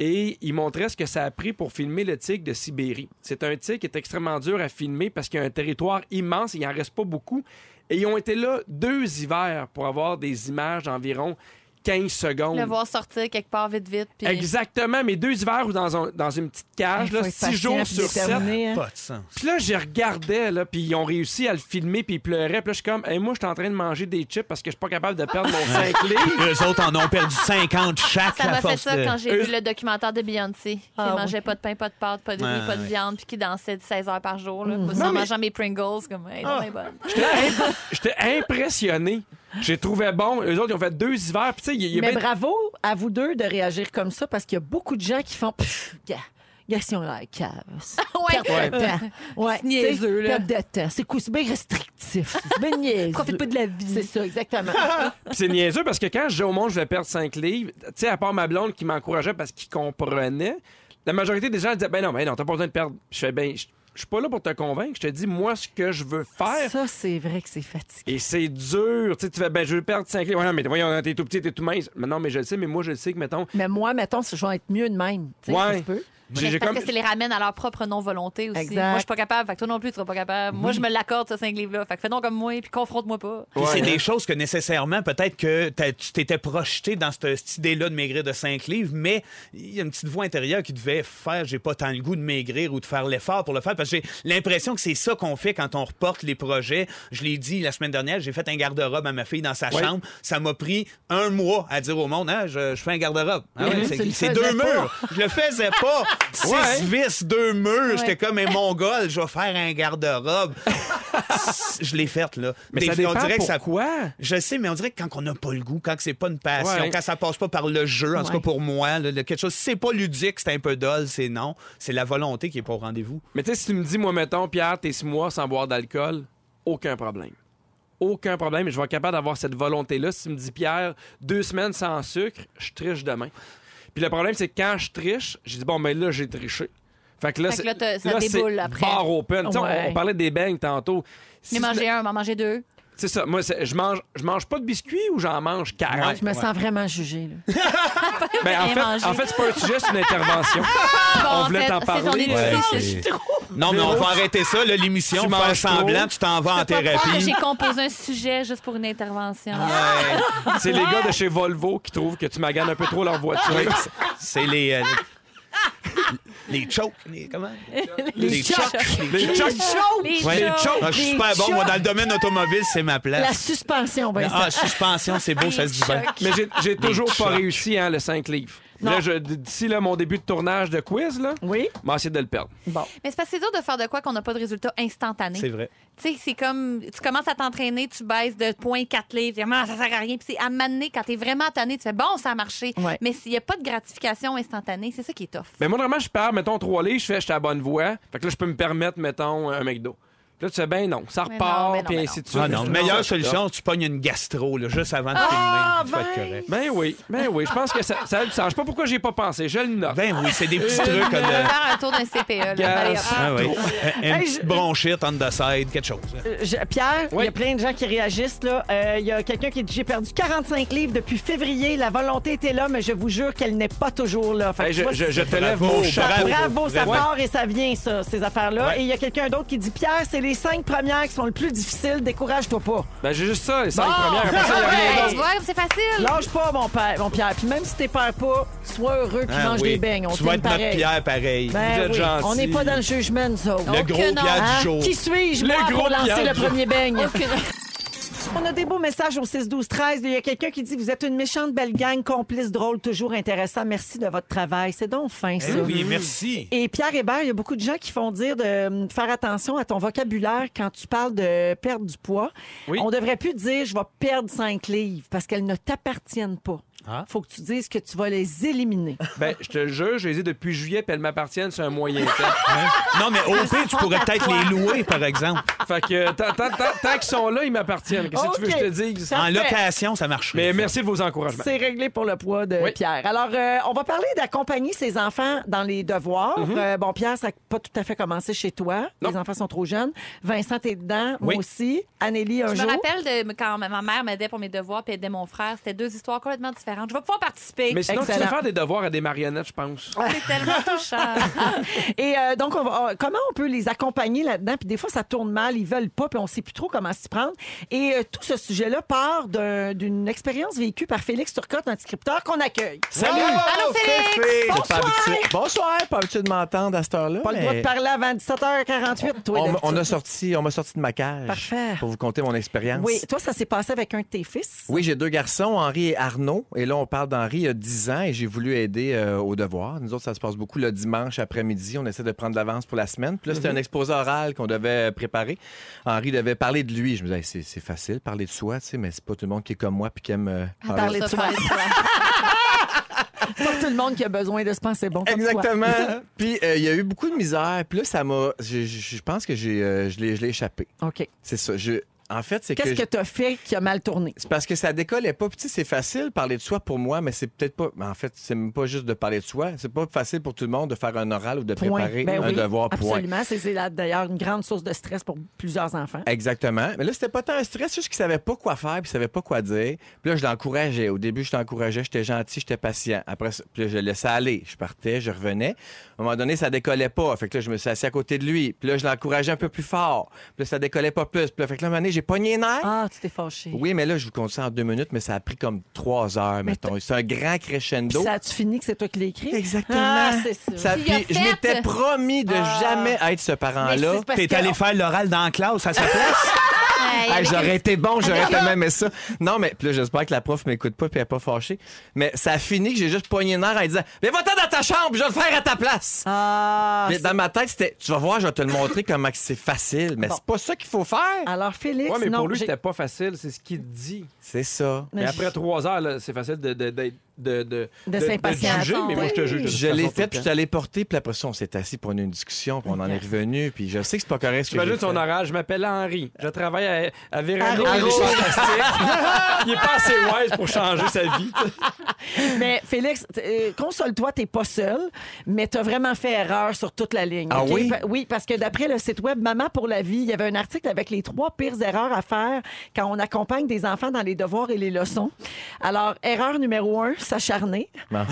Speaker 2: Et ils montraient ce que ça a pris pour filmer le tigre de Sibérie. C'est un tigre qui est extrêmement dur à filmer parce qu'il y a un territoire immense, il en reste pas beaucoup. Et ils ont été là deux hivers pour avoir des images d'environ 15 secondes.
Speaker 7: Le voir sortir quelque part vite, vite. puis-
Speaker 2: Exactement, mais deux hivers ou dans, un- dans une petite cage,
Speaker 1: Il faut
Speaker 2: là,
Speaker 1: être
Speaker 2: six
Speaker 1: patient
Speaker 2: jours
Speaker 1: puis
Speaker 2: sur sept.
Speaker 1: déterminé, hein.
Speaker 4: Pas de sens.
Speaker 2: Puis là, j'y regardais, là, puis ils ont réussi à le filmer, puis ils pleuraient. Puis là, je suis comme, Hey, moi, je suis en train de manger des chips parce que je suis pas capable de perdre mon 5 livres.
Speaker 4: Eux autres en ont perdu 50 chaque.
Speaker 7: Ça
Speaker 4: à
Speaker 7: m'a fait
Speaker 4: force
Speaker 7: ça
Speaker 4: de-
Speaker 7: quand j'ai
Speaker 2: Eux-
Speaker 7: vu le documentaire de Beyoncé, qui
Speaker 1: Ah,
Speaker 7: mangeait pas de pain, pas de pâte, pas de riz,
Speaker 4: Ouais,
Speaker 7: pas de
Speaker 4: ouais.
Speaker 7: viande, puis qui dansait 16 heures par jour,
Speaker 1: Mm.
Speaker 7: là, en
Speaker 2: Non, mais-
Speaker 7: mangeant mes Pringles, comme, hey,
Speaker 1: Ah.
Speaker 7: non, mais bonne.
Speaker 2: J'étais imp- J'étais impressionné. J'ai trouvé bon. Eux autres, ils ont fait deux hivers. Puis tu sais, il y a- il y a
Speaker 1: Mais
Speaker 2: bien-
Speaker 1: bravo à vous deux de réagir comme ça parce qu'il y a beaucoup de gens qui font. Pff, gars, gars, si on a la cave. c'est
Speaker 7: Ouais.
Speaker 1: Perdre de temps. Ouais,
Speaker 7: C'est niaiseux,
Speaker 1: tu sais,
Speaker 7: là.
Speaker 1: Perdre de temps. C'est cool, c'est bien restrictif. C'est (laughs) bien niaiseux.
Speaker 7: Profite pas de la vie.
Speaker 1: C'est ça, (laughs) exactement. Ah,
Speaker 2: Puis c'est niaiseux parce que quand je dis au monde, je vais perdre 5 livres, tu sais, à part ma blonde qui m'encourageait parce qu'il comprenait, la majorité des gens disaient, ben non, ben non, t'as pas besoin de perdre. Je fais, ben, je je suis pas là pour te convaincre. Je te dis, moi, ce que je veux faire,
Speaker 1: ça, c'est vrai que c'est fatigué.
Speaker 2: Et c'est dur. Tu sais, tu fais, ben, je veux perdre 5 livres. Ouais, non, mais voyons, t'es tout petit, t'es tout mince. Mais non, mais je le sais, mais moi, je le sais que, mettons,
Speaker 1: Mais moi, mettons, je vais être mieux de même. Tu sais,
Speaker 2: Ouais.
Speaker 1: ça se peut.
Speaker 2: j'ai j'ai
Speaker 7: Parce
Speaker 2: comme.
Speaker 7: que c'est les ramène à leur propre non-volonté aussi.
Speaker 1: Exact.
Speaker 7: Moi, je suis pas capable. Fait que toi non plus, tu seras pas capable. Moi, je me l'accorde, ce 5 livres-là. Fait que fais donc comme moi, puis confronte-moi pas.
Speaker 4: Puis
Speaker 2: Ouais.
Speaker 1: hein.
Speaker 4: c'est des choses que nécessairement, peut-être que t'as- tu t'étais projeté dans cette, cette idée-là de maigrir de 5 livres, mais il y a une petite voix intérieure qui devait faire j'ai pas tant le goût de maigrir ou de faire l'effort pour le faire, parce que j'ai l'impression que c'est ça qu'on fait quand on reporte les projets. Je l'ai dit la semaine dernière, j'ai fait un garde-robe à ma fille dans sa
Speaker 2: Ouais.
Speaker 4: chambre. Ça m'a pris un mois à dire au monde, Ah, je, je fais un garde-robe. Ah
Speaker 1: Mais
Speaker 4: ouais,
Speaker 1: Mhm. tu
Speaker 4: c'est
Speaker 1: le
Speaker 4: c'est
Speaker 1: faisais
Speaker 4: deux
Speaker 1: pas.
Speaker 4: murs. Je le faisais
Speaker 1: (laughs)
Speaker 4: pas. Six
Speaker 2: Ouais.
Speaker 4: vis, deux murs. J'étais comme un mongol, je vais faire un garde-robe. je l'ai faite, là.
Speaker 2: Mais
Speaker 4: Des-
Speaker 2: ça dépend
Speaker 4: on dirait que ça
Speaker 2: pourquoi.
Speaker 4: je sais, mais on dirait que quand on n'a pas le goût, quand c'est pas une passion,
Speaker 2: Ouais.
Speaker 4: quand ça passe pas par le jeu, en tout cas
Speaker 1: Ouais.
Speaker 4: pour moi, là, le- quelque chose, c'est pas ludique, c'est un peu dol, c'est non. C'est la volonté qui est pas au rendez-vous.
Speaker 2: Mais tu sais, si tu me dis, moi, mettons, Pierre, t'es six mois sans boire d'alcool, aucun problème. Aucun problème. Je vais être capable d'avoir cette volonté-là. Si tu me dis, Pierre, deux semaines sans sucre, je triche demain. Puis le problème, c'est que quand je triche, j'ai dit, bon, ben là, j'ai triché. Fait que là,
Speaker 7: Fait que
Speaker 2: c'est-
Speaker 7: là, t'as- ça
Speaker 2: c'est
Speaker 7: déboule après.
Speaker 2: Bar open. Tu sais, on-
Speaker 1: Ouais.
Speaker 2: On, parlait des beignes tantôt. Si
Speaker 7: Mais
Speaker 2: je-
Speaker 7: manger un, m'en manger deux.
Speaker 2: C'est ça. Moi, c'est- je mange, je mange pas de biscuits ou j'en mange 40?
Speaker 1: Je me sens vraiment jugée. là.
Speaker 2: Ben, en,
Speaker 7: Rien
Speaker 2: fait,
Speaker 7: manger.
Speaker 2: en fait, c'est pas un sujet, c'est une
Speaker 7: (laughs)
Speaker 2: intervention.
Speaker 7: Bon,
Speaker 2: on voulait
Speaker 7: c'est-
Speaker 2: t'en
Speaker 7: c'est
Speaker 2: parler.
Speaker 7: ton étude.
Speaker 4: Ouais,
Speaker 7: C'est-
Speaker 4: c'est- Non, mais on va arrêter ça, là, l'émission.
Speaker 2: Tu
Speaker 4: faire
Speaker 2: manges
Speaker 4: semblant,
Speaker 2: trop.
Speaker 4: tu t'en vas en
Speaker 7: Faut pas croire que
Speaker 4: thérapie.
Speaker 7: J'ai composé un sujet juste pour une intervention.
Speaker 2: C'est les gars de chez Volvo qui trouvent que tu maganes un peu trop leur voiture.
Speaker 4: Oui, c'est- (laughs) c'est les. euh, les les chokes. Les, comment? Les, chocs. Les
Speaker 2: Les chocs.
Speaker 7: Les
Speaker 4: Ouais,
Speaker 7: chats.
Speaker 4: Ah, je suis
Speaker 1: les
Speaker 4: super bon.
Speaker 1: chocs.
Speaker 4: Moi, dans le domaine automobile, c'est ma
Speaker 1: La
Speaker 4: place.
Speaker 1: suspension, ben
Speaker 4: Ah, suspension, c'est beau, ça se dit bien.
Speaker 2: Mais j'ai- j'ai toujours pas
Speaker 4: chocs.
Speaker 2: réussi hein, le 5 livres.
Speaker 1: Non.
Speaker 2: Là, je- D'ici là, mon début de tournage de quiz, là,
Speaker 1: Oui,
Speaker 2: m'a essayé de le perdre.
Speaker 1: bon.
Speaker 7: Mais c'est parce que c'est dur de faire de quoi qu'on n'a pas de résultat instantané.
Speaker 4: C'est vrai.
Speaker 7: Tu sais, c'est comme, tu commences à t'entraîner, tu baisses de 0.4 livres, tu dis, Ah, ça sert à rien. Puis c'est à m'amener, quand t'es vraiment tanné, tu fais, bon, ça a marché.
Speaker 1: Ouais.
Speaker 7: Mais s'il n'y a pas de gratification instantanée, c'est ça qui est tough.
Speaker 2: Mais Ben, moi, vraiment, je perds, mettons, 3 livres, je fais, j'étais à la bonne voie. Fait que là, je peux me permettre, mettons, un McDo. Là, tu fais, ben non, ça
Speaker 7: Mais non,
Speaker 2: repart,
Speaker 7: mais non,
Speaker 2: puis
Speaker 7: mais
Speaker 2: ainsi
Speaker 7: non.
Speaker 2: de suite.
Speaker 4: Ah non, meilleure solution, tu pognes une gastro là, juste avant de
Speaker 1: Ah,
Speaker 4: filmer. Tu vas être correct.
Speaker 2: Ben oui, ben oui, je pense que ça, ça a du sens. Je sais pas pourquoi j'ai pas pensé, je le note.
Speaker 4: Ben oui, c'est des petits
Speaker 7: On
Speaker 4: trucs.
Speaker 7: va
Speaker 4: euh, de-
Speaker 7: faire un tour d'un CPE. là. Allez, hop.
Speaker 2: Gastro.
Speaker 4: Ah oui. Euh, Une
Speaker 1: Hey,
Speaker 4: petite
Speaker 1: je-
Speaker 4: bronchite on the side, quelque chose.
Speaker 1: Euh, je- Pierre, il
Speaker 2: Oui.
Speaker 1: y a plein de gens qui réagissent. là. Euh, Il y a quelqu'un qui dit J'ai perdu 45 livres depuis février. La volonté était là, mais je vous jure qu'elle n'est pas toujours là. Fait que
Speaker 2: Hey,
Speaker 1: tu
Speaker 2: Ben, je,
Speaker 1: vois,
Speaker 2: je- je te lève
Speaker 4: Bravo,
Speaker 2: mon
Speaker 4: je te
Speaker 1: ça-
Speaker 4: bravo,
Speaker 2: chapeau.
Speaker 1: Oh, bravo, ça
Speaker 4: bravo.
Speaker 1: part et ça vient, ça, ces affaires-là.
Speaker 4: Ouais.
Speaker 1: Et il y a quelqu'un d'autre qui dit Pierre, c'est les cinq premières qui sont le plus difficiles. Décourage-toi pas.
Speaker 2: Ben, j'ai juste ça, les cinq
Speaker 1: Bon.
Speaker 2: premières. Après ça, il y a
Speaker 1: (laughs)
Speaker 2: rien
Speaker 7: Hey,
Speaker 2: d'autre.
Speaker 7: tu vois, Ah, c'est facile.
Speaker 1: Lâche pas, mon père, mon Pierre. Puis même si t'es père pas, sois heureux puis
Speaker 4: Ah
Speaker 1: mange
Speaker 4: oui.
Speaker 1: des beignes. On
Speaker 4: tu vas
Speaker 1: t'aime
Speaker 4: être notre
Speaker 1: pareil.
Speaker 4: pierre pareil.
Speaker 1: Ben
Speaker 2: Vous êtes
Speaker 1: oui.
Speaker 2: gentils.
Speaker 1: On n'est pas dans le jugement, nous autres.
Speaker 4: Le
Speaker 7: Oh,
Speaker 4: gros
Speaker 7: que non,
Speaker 4: pierre
Speaker 1: Hein?
Speaker 4: du jour.
Speaker 1: Qui suis-je,
Speaker 2: Le
Speaker 1: moi,
Speaker 2: gros
Speaker 1: pour lancer
Speaker 2: Pierre
Speaker 1: le
Speaker 2: du
Speaker 1: premier beigne?
Speaker 7: Aucune-
Speaker 1: On a des beaux messages au 6 12 13. Il y a quelqu'un qui dit vous êtes une méchante belle gang, complice drôle, toujours intéressant. Merci de votre travail. C'est donc fin ça.
Speaker 4: Eh oui,
Speaker 1: (laughs)
Speaker 4: merci.
Speaker 1: Et Pierre Hébert, il y a beaucoup de gens qui font dire de hum, faire attention à ton vocabulaire quand tu parles de perdre du poids.
Speaker 2: Oui.
Speaker 1: On devrait plus dire je vais perdre 5 livres parce qu'elles ne t'appartiennent pas.
Speaker 4: Ah.
Speaker 1: Faut que tu dises que tu vas les éliminer.
Speaker 2: (laughs) Ben, je te jure, je les ai depuis juillet, puis elles m'appartiennent sur un moyen temps.
Speaker 1: (laughs)
Speaker 4: Non, mais au pire, tu pourrais peut-être les louer, par exemple.
Speaker 2: fait que tant, tant- tant- tant qu'ils sont là, ils m'appartiennent. Qu'est-ce que tu veux que
Speaker 1: Ok.
Speaker 2: je te dise?
Speaker 4: En
Speaker 1: Parfait.
Speaker 4: location, ça marcherait.
Speaker 2: Mais merci de vos encouragements.
Speaker 1: C'est réglé pour le poids de
Speaker 2: Oui.
Speaker 1: Pierre. Alors, euh, on va parler d'accompagner ses enfants dans les devoirs. Euh, bon, Pierre, ça n'a pas tout à fait commencé chez toi.
Speaker 2: Mhm. Non.
Speaker 1: Les enfants sont trop jeunes. Vincent, t'es dedans. Moi
Speaker 4: Oui.
Speaker 1: aussi. Anneli, un
Speaker 7: Je
Speaker 1: jour.
Speaker 7: me rappelle de quand ma mère m'aidait pour mes devoirs puis aidait mon frère. C'était deux histoires complètement différente. Je vais pouvoir participer.
Speaker 2: Mais sinon, tu
Speaker 1: Excellent.
Speaker 2: vas faire des devoirs à des marionnettes, je pense.
Speaker 7: C'est tellement touchant.
Speaker 1: Et euh, donc, on va- euh, comment on peut les accompagner là-dedans? Puis des fois, ça tourne mal, ils veulent pas, puis on sait plus trop comment s'y prendre. Et euh, tout ce sujet-là part d'un- d'une expérience vécue par Félix Turcotte, notre scripteur qu'on accueille.
Speaker 11: Salut!
Speaker 7: Allô, Félix!
Speaker 11: Bonsoir! Pas habitué, bonsoir! Pas habitué de m'entendre à cette heure-là.
Speaker 1: Pas le droit de
Speaker 11: mais
Speaker 1: parler avant 17h48, toi.
Speaker 11: on,
Speaker 1: d'habitude.
Speaker 11: on a sorti, on m'a sorti de ma cage.
Speaker 1: Parfait.
Speaker 11: Pour vous conter mon expérience.
Speaker 1: Oui, toi, ça s'est passé avec un de tes fils.
Speaker 11: Oui, j'ai deux garçons, Henri et Arnaud. Et là, on parle d'Henri il y a 10 ans et j'ai voulu aider euh, au devoir. Nous autres, ça se passe beaucoup le dimanche après-midi. On essaie de prendre de l'avance pour la semaine. Puis là,
Speaker 1: Mm-hmm.
Speaker 11: c'était un exposé oral qu'on devait préparer. Henri devait parler de lui. Je me disais, Hey, c'est c'est facile, parler de soi, tu sais, mais c'est pas tout le monde qui est comme moi puis qui aime euh, parler
Speaker 1: Parler de toi. C'est pas tout le monde qui a besoin de se penser bon. comme toi.
Speaker 11: Exactement. puis euh, il y a eu beaucoup de misère. Puis là, ça m'a. Je, je- je pense que j'ai, euh, je l'ai je l'ai échappé.
Speaker 1: (laughs) OK.
Speaker 11: C'est ça. Je... En fait, c'est
Speaker 1: Qu'est-ce
Speaker 11: que.
Speaker 1: que t'as fait qui a mal tourné?
Speaker 11: C'est parce que ça décollait pas. Puis, tu sais, c'est facile parler de soi pour moi, mais c'est peut-être pas. En fait, c'est même pas juste de parler de soi. C'est pas facile pour tout le monde de faire un oral ou de
Speaker 1: Point.
Speaker 11: préparer
Speaker 1: Ben
Speaker 11: un
Speaker 1: oui,
Speaker 11: devoir. Point.
Speaker 1: Absolument. C'est- C'est là, d'ailleurs une grande source de stress pour plusieurs enfants.
Speaker 11: Exactement. Mais là, c'était pas tant un stress, juste qu'il savait pas quoi faire, puis il savait pas quoi dire. Puis là, je l'encourageais. Au début, je l'encourageais, j'étais gentil, j'étais patient. Après, ça, puis là, je le laissais aller. Je partais, je revenais. À un moment donné, ça décollait pas. Fait que là, je me suis assis à côté de lui. Puis là, je l'encourageais un peu plus fort. Puis là, ça décollait pas plus. Puis là, fait que là, à un moment donné, j'ai pogné les nerfs.
Speaker 1: Ah, tu t'es fâché.
Speaker 11: Oui, mais là, je vous compte ça en deux minutes, mais ça a pris comme trois heures, mettons. C'est un grand
Speaker 1: Puis
Speaker 11: crescendo.
Speaker 1: ça a-tu fini que c'est toi qui l'as écrit?
Speaker 11: Exactement.
Speaker 1: Ah, c'est ça.
Speaker 11: Ça-
Speaker 7: Tu y as
Speaker 11: puis je
Speaker 7: fait.
Speaker 11: m'étais promis de
Speaker 1: Ah.
Speaker 11: jamais être ce parent-là.
Speaker 1: parce
Speaker 4: T'es
Speaker 1: que-
Speaker 4: allé faire l'oral dans la classe à sa place?
Speaker 7: Hey,
Speaker 11: Hey,
Speaker 7: avec
Speaker 11: j'aurais été bon, j'aurais tellement aimé ça. Non, mais puis là, j'espère que la prof m'écoute pas puis elle est pas fâchée. Mais ça a fini que j'ai juste poigné une heure en disant Mais va-t'en dans ta chambre, je vais le faire à ta place.
Speaker 1: Ah,
Speaker 11: mais dans ma tête, c'était Tu vas voir, je vais te le montrer comment que c'est facile. Mais c'est pas ça qu'il faut
Speaker 2: Ah.
Speaker 11: faire.
Speaker 1: alors Félix,
Speaker 2: Oui, mais
Speaker 1: non,
Speaker 2: pour lui,
Speaker 1: j'ai-
Speaker 2: c'était pas facile, c'est ce qu'il dit.
Speaker 11: C'est ça.
Speaker 1: Mais
Speaker 2: Mais
Speaker 1: je-
Speaker 2: après trois heures, là, c'est facile de, de, de, de, de,
Speaker 1: De s'impatienter.
Speaker 2: juger, mais moi, je te juge. de toute
Speaker 11: Je l'ai
Speaker 2: façon,
Speaker 11: fait,
Speaker 2: tout
Speaker 11: puis
Speaker 2: le
Speaker 11: je
Speaker 2: temps.
Speaker 11: suis allé porter, puis après ça, on s'est assis pour une une discussion, puis on en est revenu, puis je sais que c'est pas correct. ce que
Speaker 2: J'imagine
Speaker 11: j'ai
Speaker 2: son
Speaker 11: fait.
Speaker 2: oral. Je m'appelle Henri. Je travaille à, à Véronique.
Speaker 1: À
Speaker 2: et
Speaker 1: Rouge.
Speaker 2: Richard Plastique. (laughs) Il est pas assez wise pour changer sa
Speaker 1: (laughs)
Speaker 2: vie.
Speaker 1: Mais Félix, t- euh, console-toi, t'es pas seul, mais t'as vraiment fait erreur sur toute la ligne.
Speaker 11: Ah
Speaker 1: OK?
Speaker 11: oui?
Speaker 1: Pa- Oui, parce que d'après le site web Maman pour la vie, il y avait un article avec les trois pires erreurs à faire quand on accompagne des enfants dans les devoirs et les leçons. Alors, erreur numéro un, s'acharner.
Speaker 11: Bon.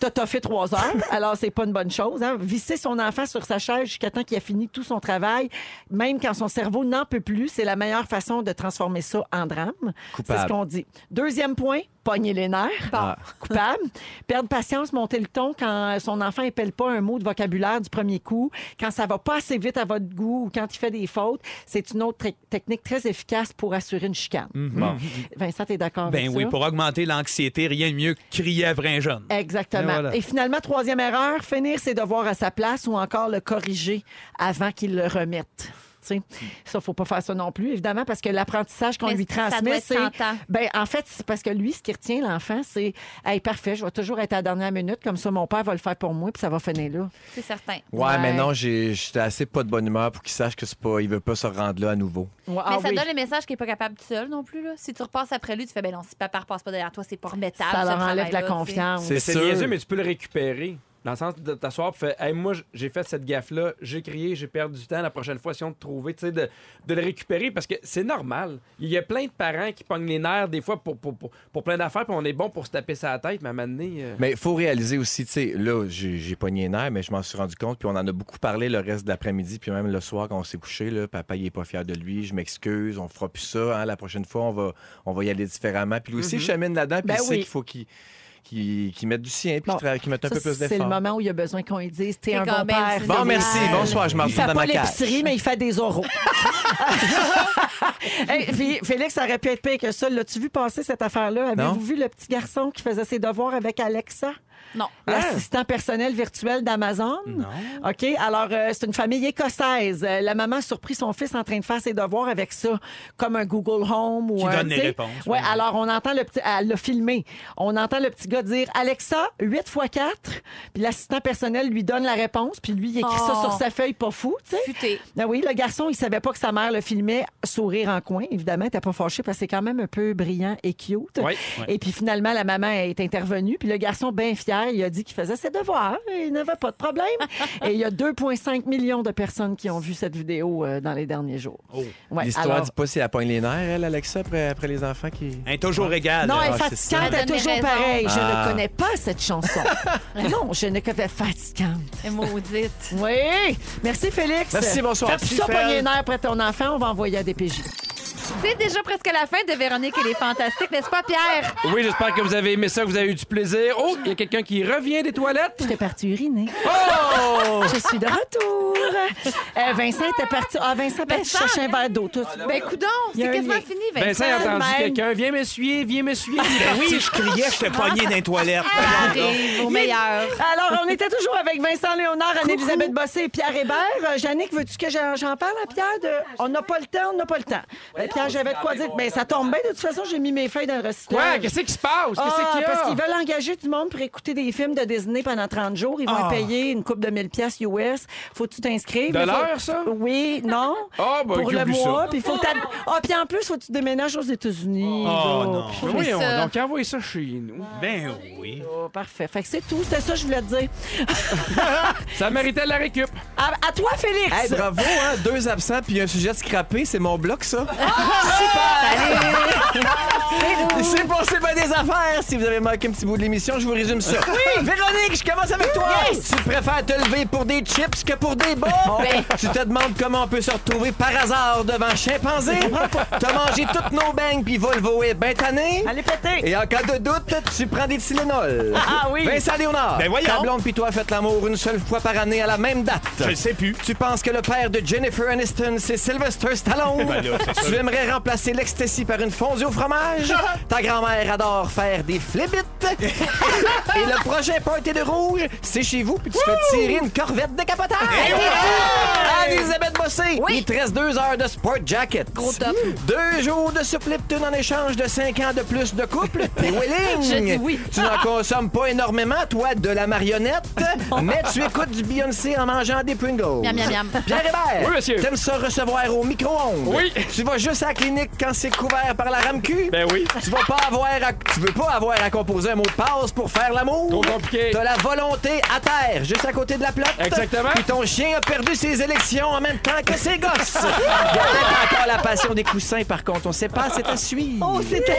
Speaker 1: T'as t'as fait trois heures, alors c'est pas une bonne chose. Hein? Visser son enfant sur sa chaise jusqu'à temps qu'il a fini tout son travail, même quand son cerveau n'en peut plus, c'est la meilleure façon de transformer ça en drame.
Speaker 11: Coupable.
Speaker 1: C'est ce qu'on dit. Deuxième point, pogner les nerfs.
Speaker 11: Ah.
Speaker 1: Coupable. Perdre patience, monter le ton quand son enfant n'épelle pas un mot de vocabulaire du premier coup, quand ça va pas assez vite à votre goût ou quand il fait des fautes. C'est une autre te- technique très efficace pour assurer une chicane.
Speaker 11: Bon.
Speaker 1: Vincent, t'es d'accord
Speaker 4: Ben
Speaker 1: avec
Speaker 4: oui,
Speaker 1: Ah, ça?
Speaker 4: pour augmenter l'anxiété, rien de mieux que crier après un jeune.
Speaker 1: Exactement.
Speaker 4: Ben voilà.
Speaker 1: Et finalement, troisième erreur, finir ses devoirs à sa place ou encore le corriger avant qu'il le remette.
Speaker 11: Hmm.
Speaker 1: Tu sais, Ça, faut pas faire ça non plus, évidemment, parce que l'apprentissage qu'on
Speaker 7: Mais
Speaker 1: lui
Speaker 7: ça doit
Speaker 1: transmet,
Speaker 7: être
Speaker 1: c'est.
Speaker 7: tentant.
Speaker 1: Ben, en fait, c'est parce que lui, ce qui retient l'enfant, c'est Hey, parfait, je vais toujours être à la dernière minute, comme ça, mon père va le faire pour moi, puis ça va finir là.
Speaker 7: C'est certain.
Speaker 11: Ouais,
Speaker 1: Ouais.
Speaker 11: mais non, j'ai- j'étais assez pas de bonne humeur pour qu'il sache que c'est pas, il veut pas se rendre là à nouveau.
Speaker 1: Ouais,
Speaker 7: Mais
Speaker 1: ah
Speaker 7: ça
Speaker 1: oui.
Speaker 7: donne le message qu'il n'est pas capable tout seul non plus. Là. Si tu repasses après lui, tu fais ben non, si papa repasse pas derrière toi, c'est pas remettable.
Speaker 1: Ça
Speaker 7: ce
Speaker 1: leur enlève de la
Speaker 7: travail-là, tu sais.
Speaker 1: confiance.
Speaker 11: C'est
Speaker 2: C'est
Speaker 11: sûr.
Speaker 2: niaiseux, mais tu peux le récupérer. Dans le sens de t'asseoir et faire hey, Moi, j- j'ai fait cette gaffe-là, j'ai crié, j'ai perdu du temps. La prochaine fois, essayons de trouver, tu sais, de, de le récupérer parce que c'est normal. Il y a plein de parents qui pognent les nerfs des fois pour, pour, pour, pour plein d'affaires, puis on est bon pour se taper sa tête, mais à un moment donné, euh,
Speaker 11: Mais il faut réaliser aussi, tu sais, là, j'ai j'ai pogné les nerfs, mais je m'en suis rendu compte, puis on en a beaucoup parlé le reste de l'après-midi, puis même le soir quand on s'est couché, là, papa, il est pas fier de lui, je m'excuse, on fera plus ça, hein, la prochaine fois, on va, on va y aller différemment. Puis lui aussi, il chamine là-dedans, puis
Speaker 1: Ben
Speaker 11: il sait
Speaker 1: oui.
Speaker 11: qu'il faut qu'il qu'il- qu'il mette du sien, puis
Speaker 1: Bon.
Speaker 11: qu'il tra- qu'il mette un
Speaker 1: Ça,
Speaker 11: peu plus
Speaker 1: c'est le
Speaker 11: d'effort.
Speaker 1: moment où il y a besoin qu'on lui dise T'es
Speaker 7: T'es
Speaker 1: un
Speaker 7: quand
Speaker 1: bon
Speaker 7: même
Speaker 1: père.
Speaker 7: génial.
Speaker 11: Bon, merci, bonsoir, je m'en
Speaker 1: Il
Speaker 11: vais
Speaker 1: fait
Speaker 11: dans
Speaker 1: pas
Speaker 11: ma cage.
Speaker 1: l'épicerie, mais il fait des oraux. Hey, Fé- Félix, ça aurait pu être pire que ça. L'as-tu vu passer cette affaire-là?
Speaker 11: Non.
Speaker 1: Avez-vous vu le petit garçon qui faisait ses devoirs avec Alexa?
Speaker 7: Non.
Speaker 1: Hein? L'assistant personnel virtuel d'Amazon. OK. Alors, euh, c'est une famille écossaise. Euh, la maman a surpris son fils en train de faire ses devoirs avec ça, comme un Google Home ou
Speaker 4: Qui
Speaker 1: un.
Speaker 4: donne les
Speaker 1: tu sais.
Speaker 4: réponses,
Speaker 1: Ouais,
Speaker 4: oui.
Speaker 1: alors on entend le petit. Elle l'a filmé. On entend le petit gars dire Alexa, 8 x 4. Puis l'assistant personnel lui donne la réponse. Puis lui, il écrit ça
Speaker 7: Oh.
Speaker 1: sur sa feuille, pas fou, tu sais.
Speaker 7: Futé.
Speaker 1: Ah oui, le garçon, il savait pas que sa mère le filmait, sourire en coin. Évidemment, t'as pas fâché parce que c'est quand même un peu brillant et cute.
Speaker 2: Oui,
Speaker 1: Et puis finalement, la maman est intervenue. Puis le garçon, bien fier. Il a dit qu'il faisait ses devoirs. Et il n'avait pas de
Speaker 11: (laughs)
Speaker 1: problème. et il y a 2,5 millions de personnes qui ont vu cette vidéo euh, dans les derniers jours. Ouais,
Speaker 11: Oh, L'histoire
Speaker 1: alors-
Speaker 11: dit pas si elle pogne les nerfs, elle, Alexa, après, après les enfants qui.
Speaker 4: Elle est toujours euh, égale.
Speaker 1: Non, elle est
Speaker 11: Ah, c'est ça.
Speaker 1: fatigante, elle est toujours
Speaker 7: Elle donne raison.
Speaker 1: pareille. Je
Speaker 11: Ah.
Speaker 1: ne connais pas cette
Speaker 11: (laughs)
Speaker 1: chanson. non, je ne connais fatigante. (laughs)
Speaker 7: Et maudite.
Speaker 1: Oui. Merci, Félix.
Speaker 11: Merci, bonsoir.
Speaker 1: Fais
Speaker 11: Merci,
Speaker 1: ça,
Speaker 11: Fel.
Speaker 1: pogner nerf après ton enfant, on va envoyer à DPJ.
Speaker 7: C'est déjà presque la fin de Véronique et les Fantastiques, n'est-ce pas, Pierre?
Speaker 2: Oui, j'espère que vous avez aimé ça, que vous avez eu du plaisir. Oh, il y a quelqu'un qui revient des toilettes.
Speaker 1: J'étais partie uriner.
Speaker 2: Oh!
Speaker 1: Je suis de retour. Euh, Vincent était parti. Ah, Vincent est parti
Speaker 7: Vincent!
Speaker 1: chercher un verre d'eau. Tout-
Speaker 11: Ah,
Speaker 7: Ben, coudon,
Speaker 1: Il y a
Speaker 7: c'est
Speaker 1: un
Speaker 7: quasiment
Speaker 1: lien.
Speaker 7: fini,
Speaker 2: Vincent a
Speaker 7: Vincent.
Speaker 2: entendu
Speaker 1: même.
Speaker 2: quelqu'un. Viens m'essuyer, viens m'essuyer.
Speaker 4: Oui, je criais, j'étais pogné dans les toilettes.
Speaker 7: Ah,
Speaker 4: Oh,
Speaker 7: Arrive au meilleur.
Speaker 1: Alors, on était toujours avec Vincent Léonard, Anne-Élisabeth Bossé et Pierre Hébert. Euh, Jannick, veux-tu que j'en j'en parle à Pierre? De...
Speaker 2: Ah,
Speaker 1: On n'a pas le temps, on n'a pas le temps. Ben, Pierre, j'avais de quoi dire. Ben, ça tombe bien. De toute façon, j'ai mis mes feuilles dans le recyclage.
Speaker 2: Quoi? Qu'est-ce qui se passe? Qu'est-ce
Speaker 1: Ah,
Speaker 2: qu'il y a?
Speaker 1: Parce qu'ils veulent engager du monde pour écouter des films de Disney pendant 30 jours. Ils vont
Speaker 4: Ah.
Speaker 1: payer une coupe de 1000 pièces US. Faut que tu t'inscrives.
Speaker 2: De
Speaker 1: mais faut-
Speaker 2: l'heure, ça?
Speaker 1: Oui, non.
Speaker 2: (laughs) Ah, ben,
Speaker 1: pour
Speaker 2: oublie
Speaker 1: le mois.
Speaker 2: ça.
Speaker 1: Puis faut que t'hab- Ah, puis en plus, faut que tu déménages aux États-Unis.
Speaker 2: Ah,
Speaker 1: là.
Speaker 4: non.
Speaker 1: Puis
Speaker 2: Mais Ben voyons
Speaker 7: ça.
Speaker 2: donc, envoyez ça chez nous.
Speaker 4: Ben oui.
Speaker 1: ça, oh, Parfait. Fait que c'est tout. C'était ça que je voulais te dire.
Speaker 2: Ça méritait de la récup.
Speaker 1: À, à toi, Félix.
Speaker 11: Hey, bravo, hein? Deux absents puis un sujet scrappé, c'est mon bloc, ça.
Speaker 1: Ah,
Speaker 11: Il s'est passé bien des affaires. Si vous avez manqué un petit bout de l'émission, je vous résume ça. Oui! Véronique, je commence avec toi. Tu préfères te lever pour des chips que pour des bons.
Speaker 1: Ben.
Speaker 11: Tu te demandes comment on peut se retrouver par hasard devant chimpanzé. T'as mangé toutes nos bangs puis Volvo est ben tanné.
Speaker 1: Allez péter.
Speaker 11: Et en cas de doute, tu prends des Tylenol.
Speaker 1: Ah oui.
Speaker 11: Vincent Léonard.
Speaker 4: Ben voyons.
Speaker 11: Ta blonde puis toi faites l'amour une seule fois par année à la même date.
Speaker 4: Je le sais plus.
Speaker 11: Tu penses que le père de Jennifer Aniston, c'est Sylvester Stallone?
Speaker 4: Ben là, c'est
Speaker 11: tu aimerais remplacer l'ecstasy par une fondue
Speaker 4: (laughs)
Speaker 11: au fromage? Ta grand-mère adore faire des flébites? Et le prochain party de rouge, c'est chez vous, puis tu fais tirer une corvette de capotage!
Speaker 4: Eh hein?
Speaker 11: Ah! Anne-Elisabeth Bossé, il te reste deux heures de sport jacket.
Speaker 7: Gros top.
Speaker 11: Deux jours de soupe Lipton en échange de cinq ans de plus
Speaker 7: (laughs)
Speaker 11: de couple. T'es willing?
Speaker 7: Je dis oui.
Speaker 11: Tu n'en consommes pas énormément, toi, de
Speaker 7: (laughs)
Speaker 11: la marionnette, mais tu écoutes du Beyoncé en mangeant des Pringles.
Speaker 7: Miam, miam, miam.
Speaker 11: (laughs) Pierre Hébert,
Speaker 2: Oui, monsieur.
Speaker 11: t'aimes ça recevoir au micro-ondes?
Speaker 2: Oui.
Speaker 11: Tu vas juste à la clinique quand c'est couvert par la RAMQ?
Speaker 2: Ben oui.
Speaker 11: Tu vas pas avoir à- tu veux pas avoir à composer un mot de passe pour faire l'amour.
Speaker 2: Trop compliqué.
Speaker 11: T'as la volonté à terre, juste à côté de la plaque.
Speaker 2: Exactement.
Speaker 11: Puis ton chien a perdu ses élections en même temps que ses
Speaker 2: (laughs)
Speaker 11: gosses. Il y a peut-être encore la passion des coussins, par contre. On sait pas, c'est à suivre.
Speaker 1: Oh, c'était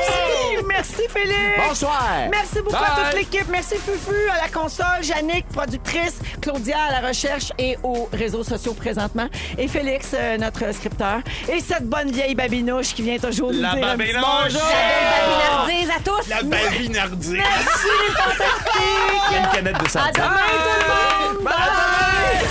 Speaker 1: Merci, Félix.
Speaker 11: Bonsoir.
Speaker 1: Merci beaucoup
Speaker 2: Bye.
Speaker 1: à toute l'équipe. Merci Fufu à la console, Yannick, productrice, Claudia à la recherche et aux réseaux sociaux présentement, et Félix, euh, notre scripteur, et cette bonne vieille babinouche qui vient toujours nous
Speaker 4: La
Speaker 1: dire un petit
Speaker 4: babinouche.
Speaker 1: bonjour.
Speaker 7: La belle Babinardise à tous.
Speaker 4: La babinardise.
Speaker 1: Merci les fantastiques.
Speaker 4: Il y a une canette de
Speaker 1: À
Speaker 4: santé.
Speaker 1: demain tout le monde. Bye.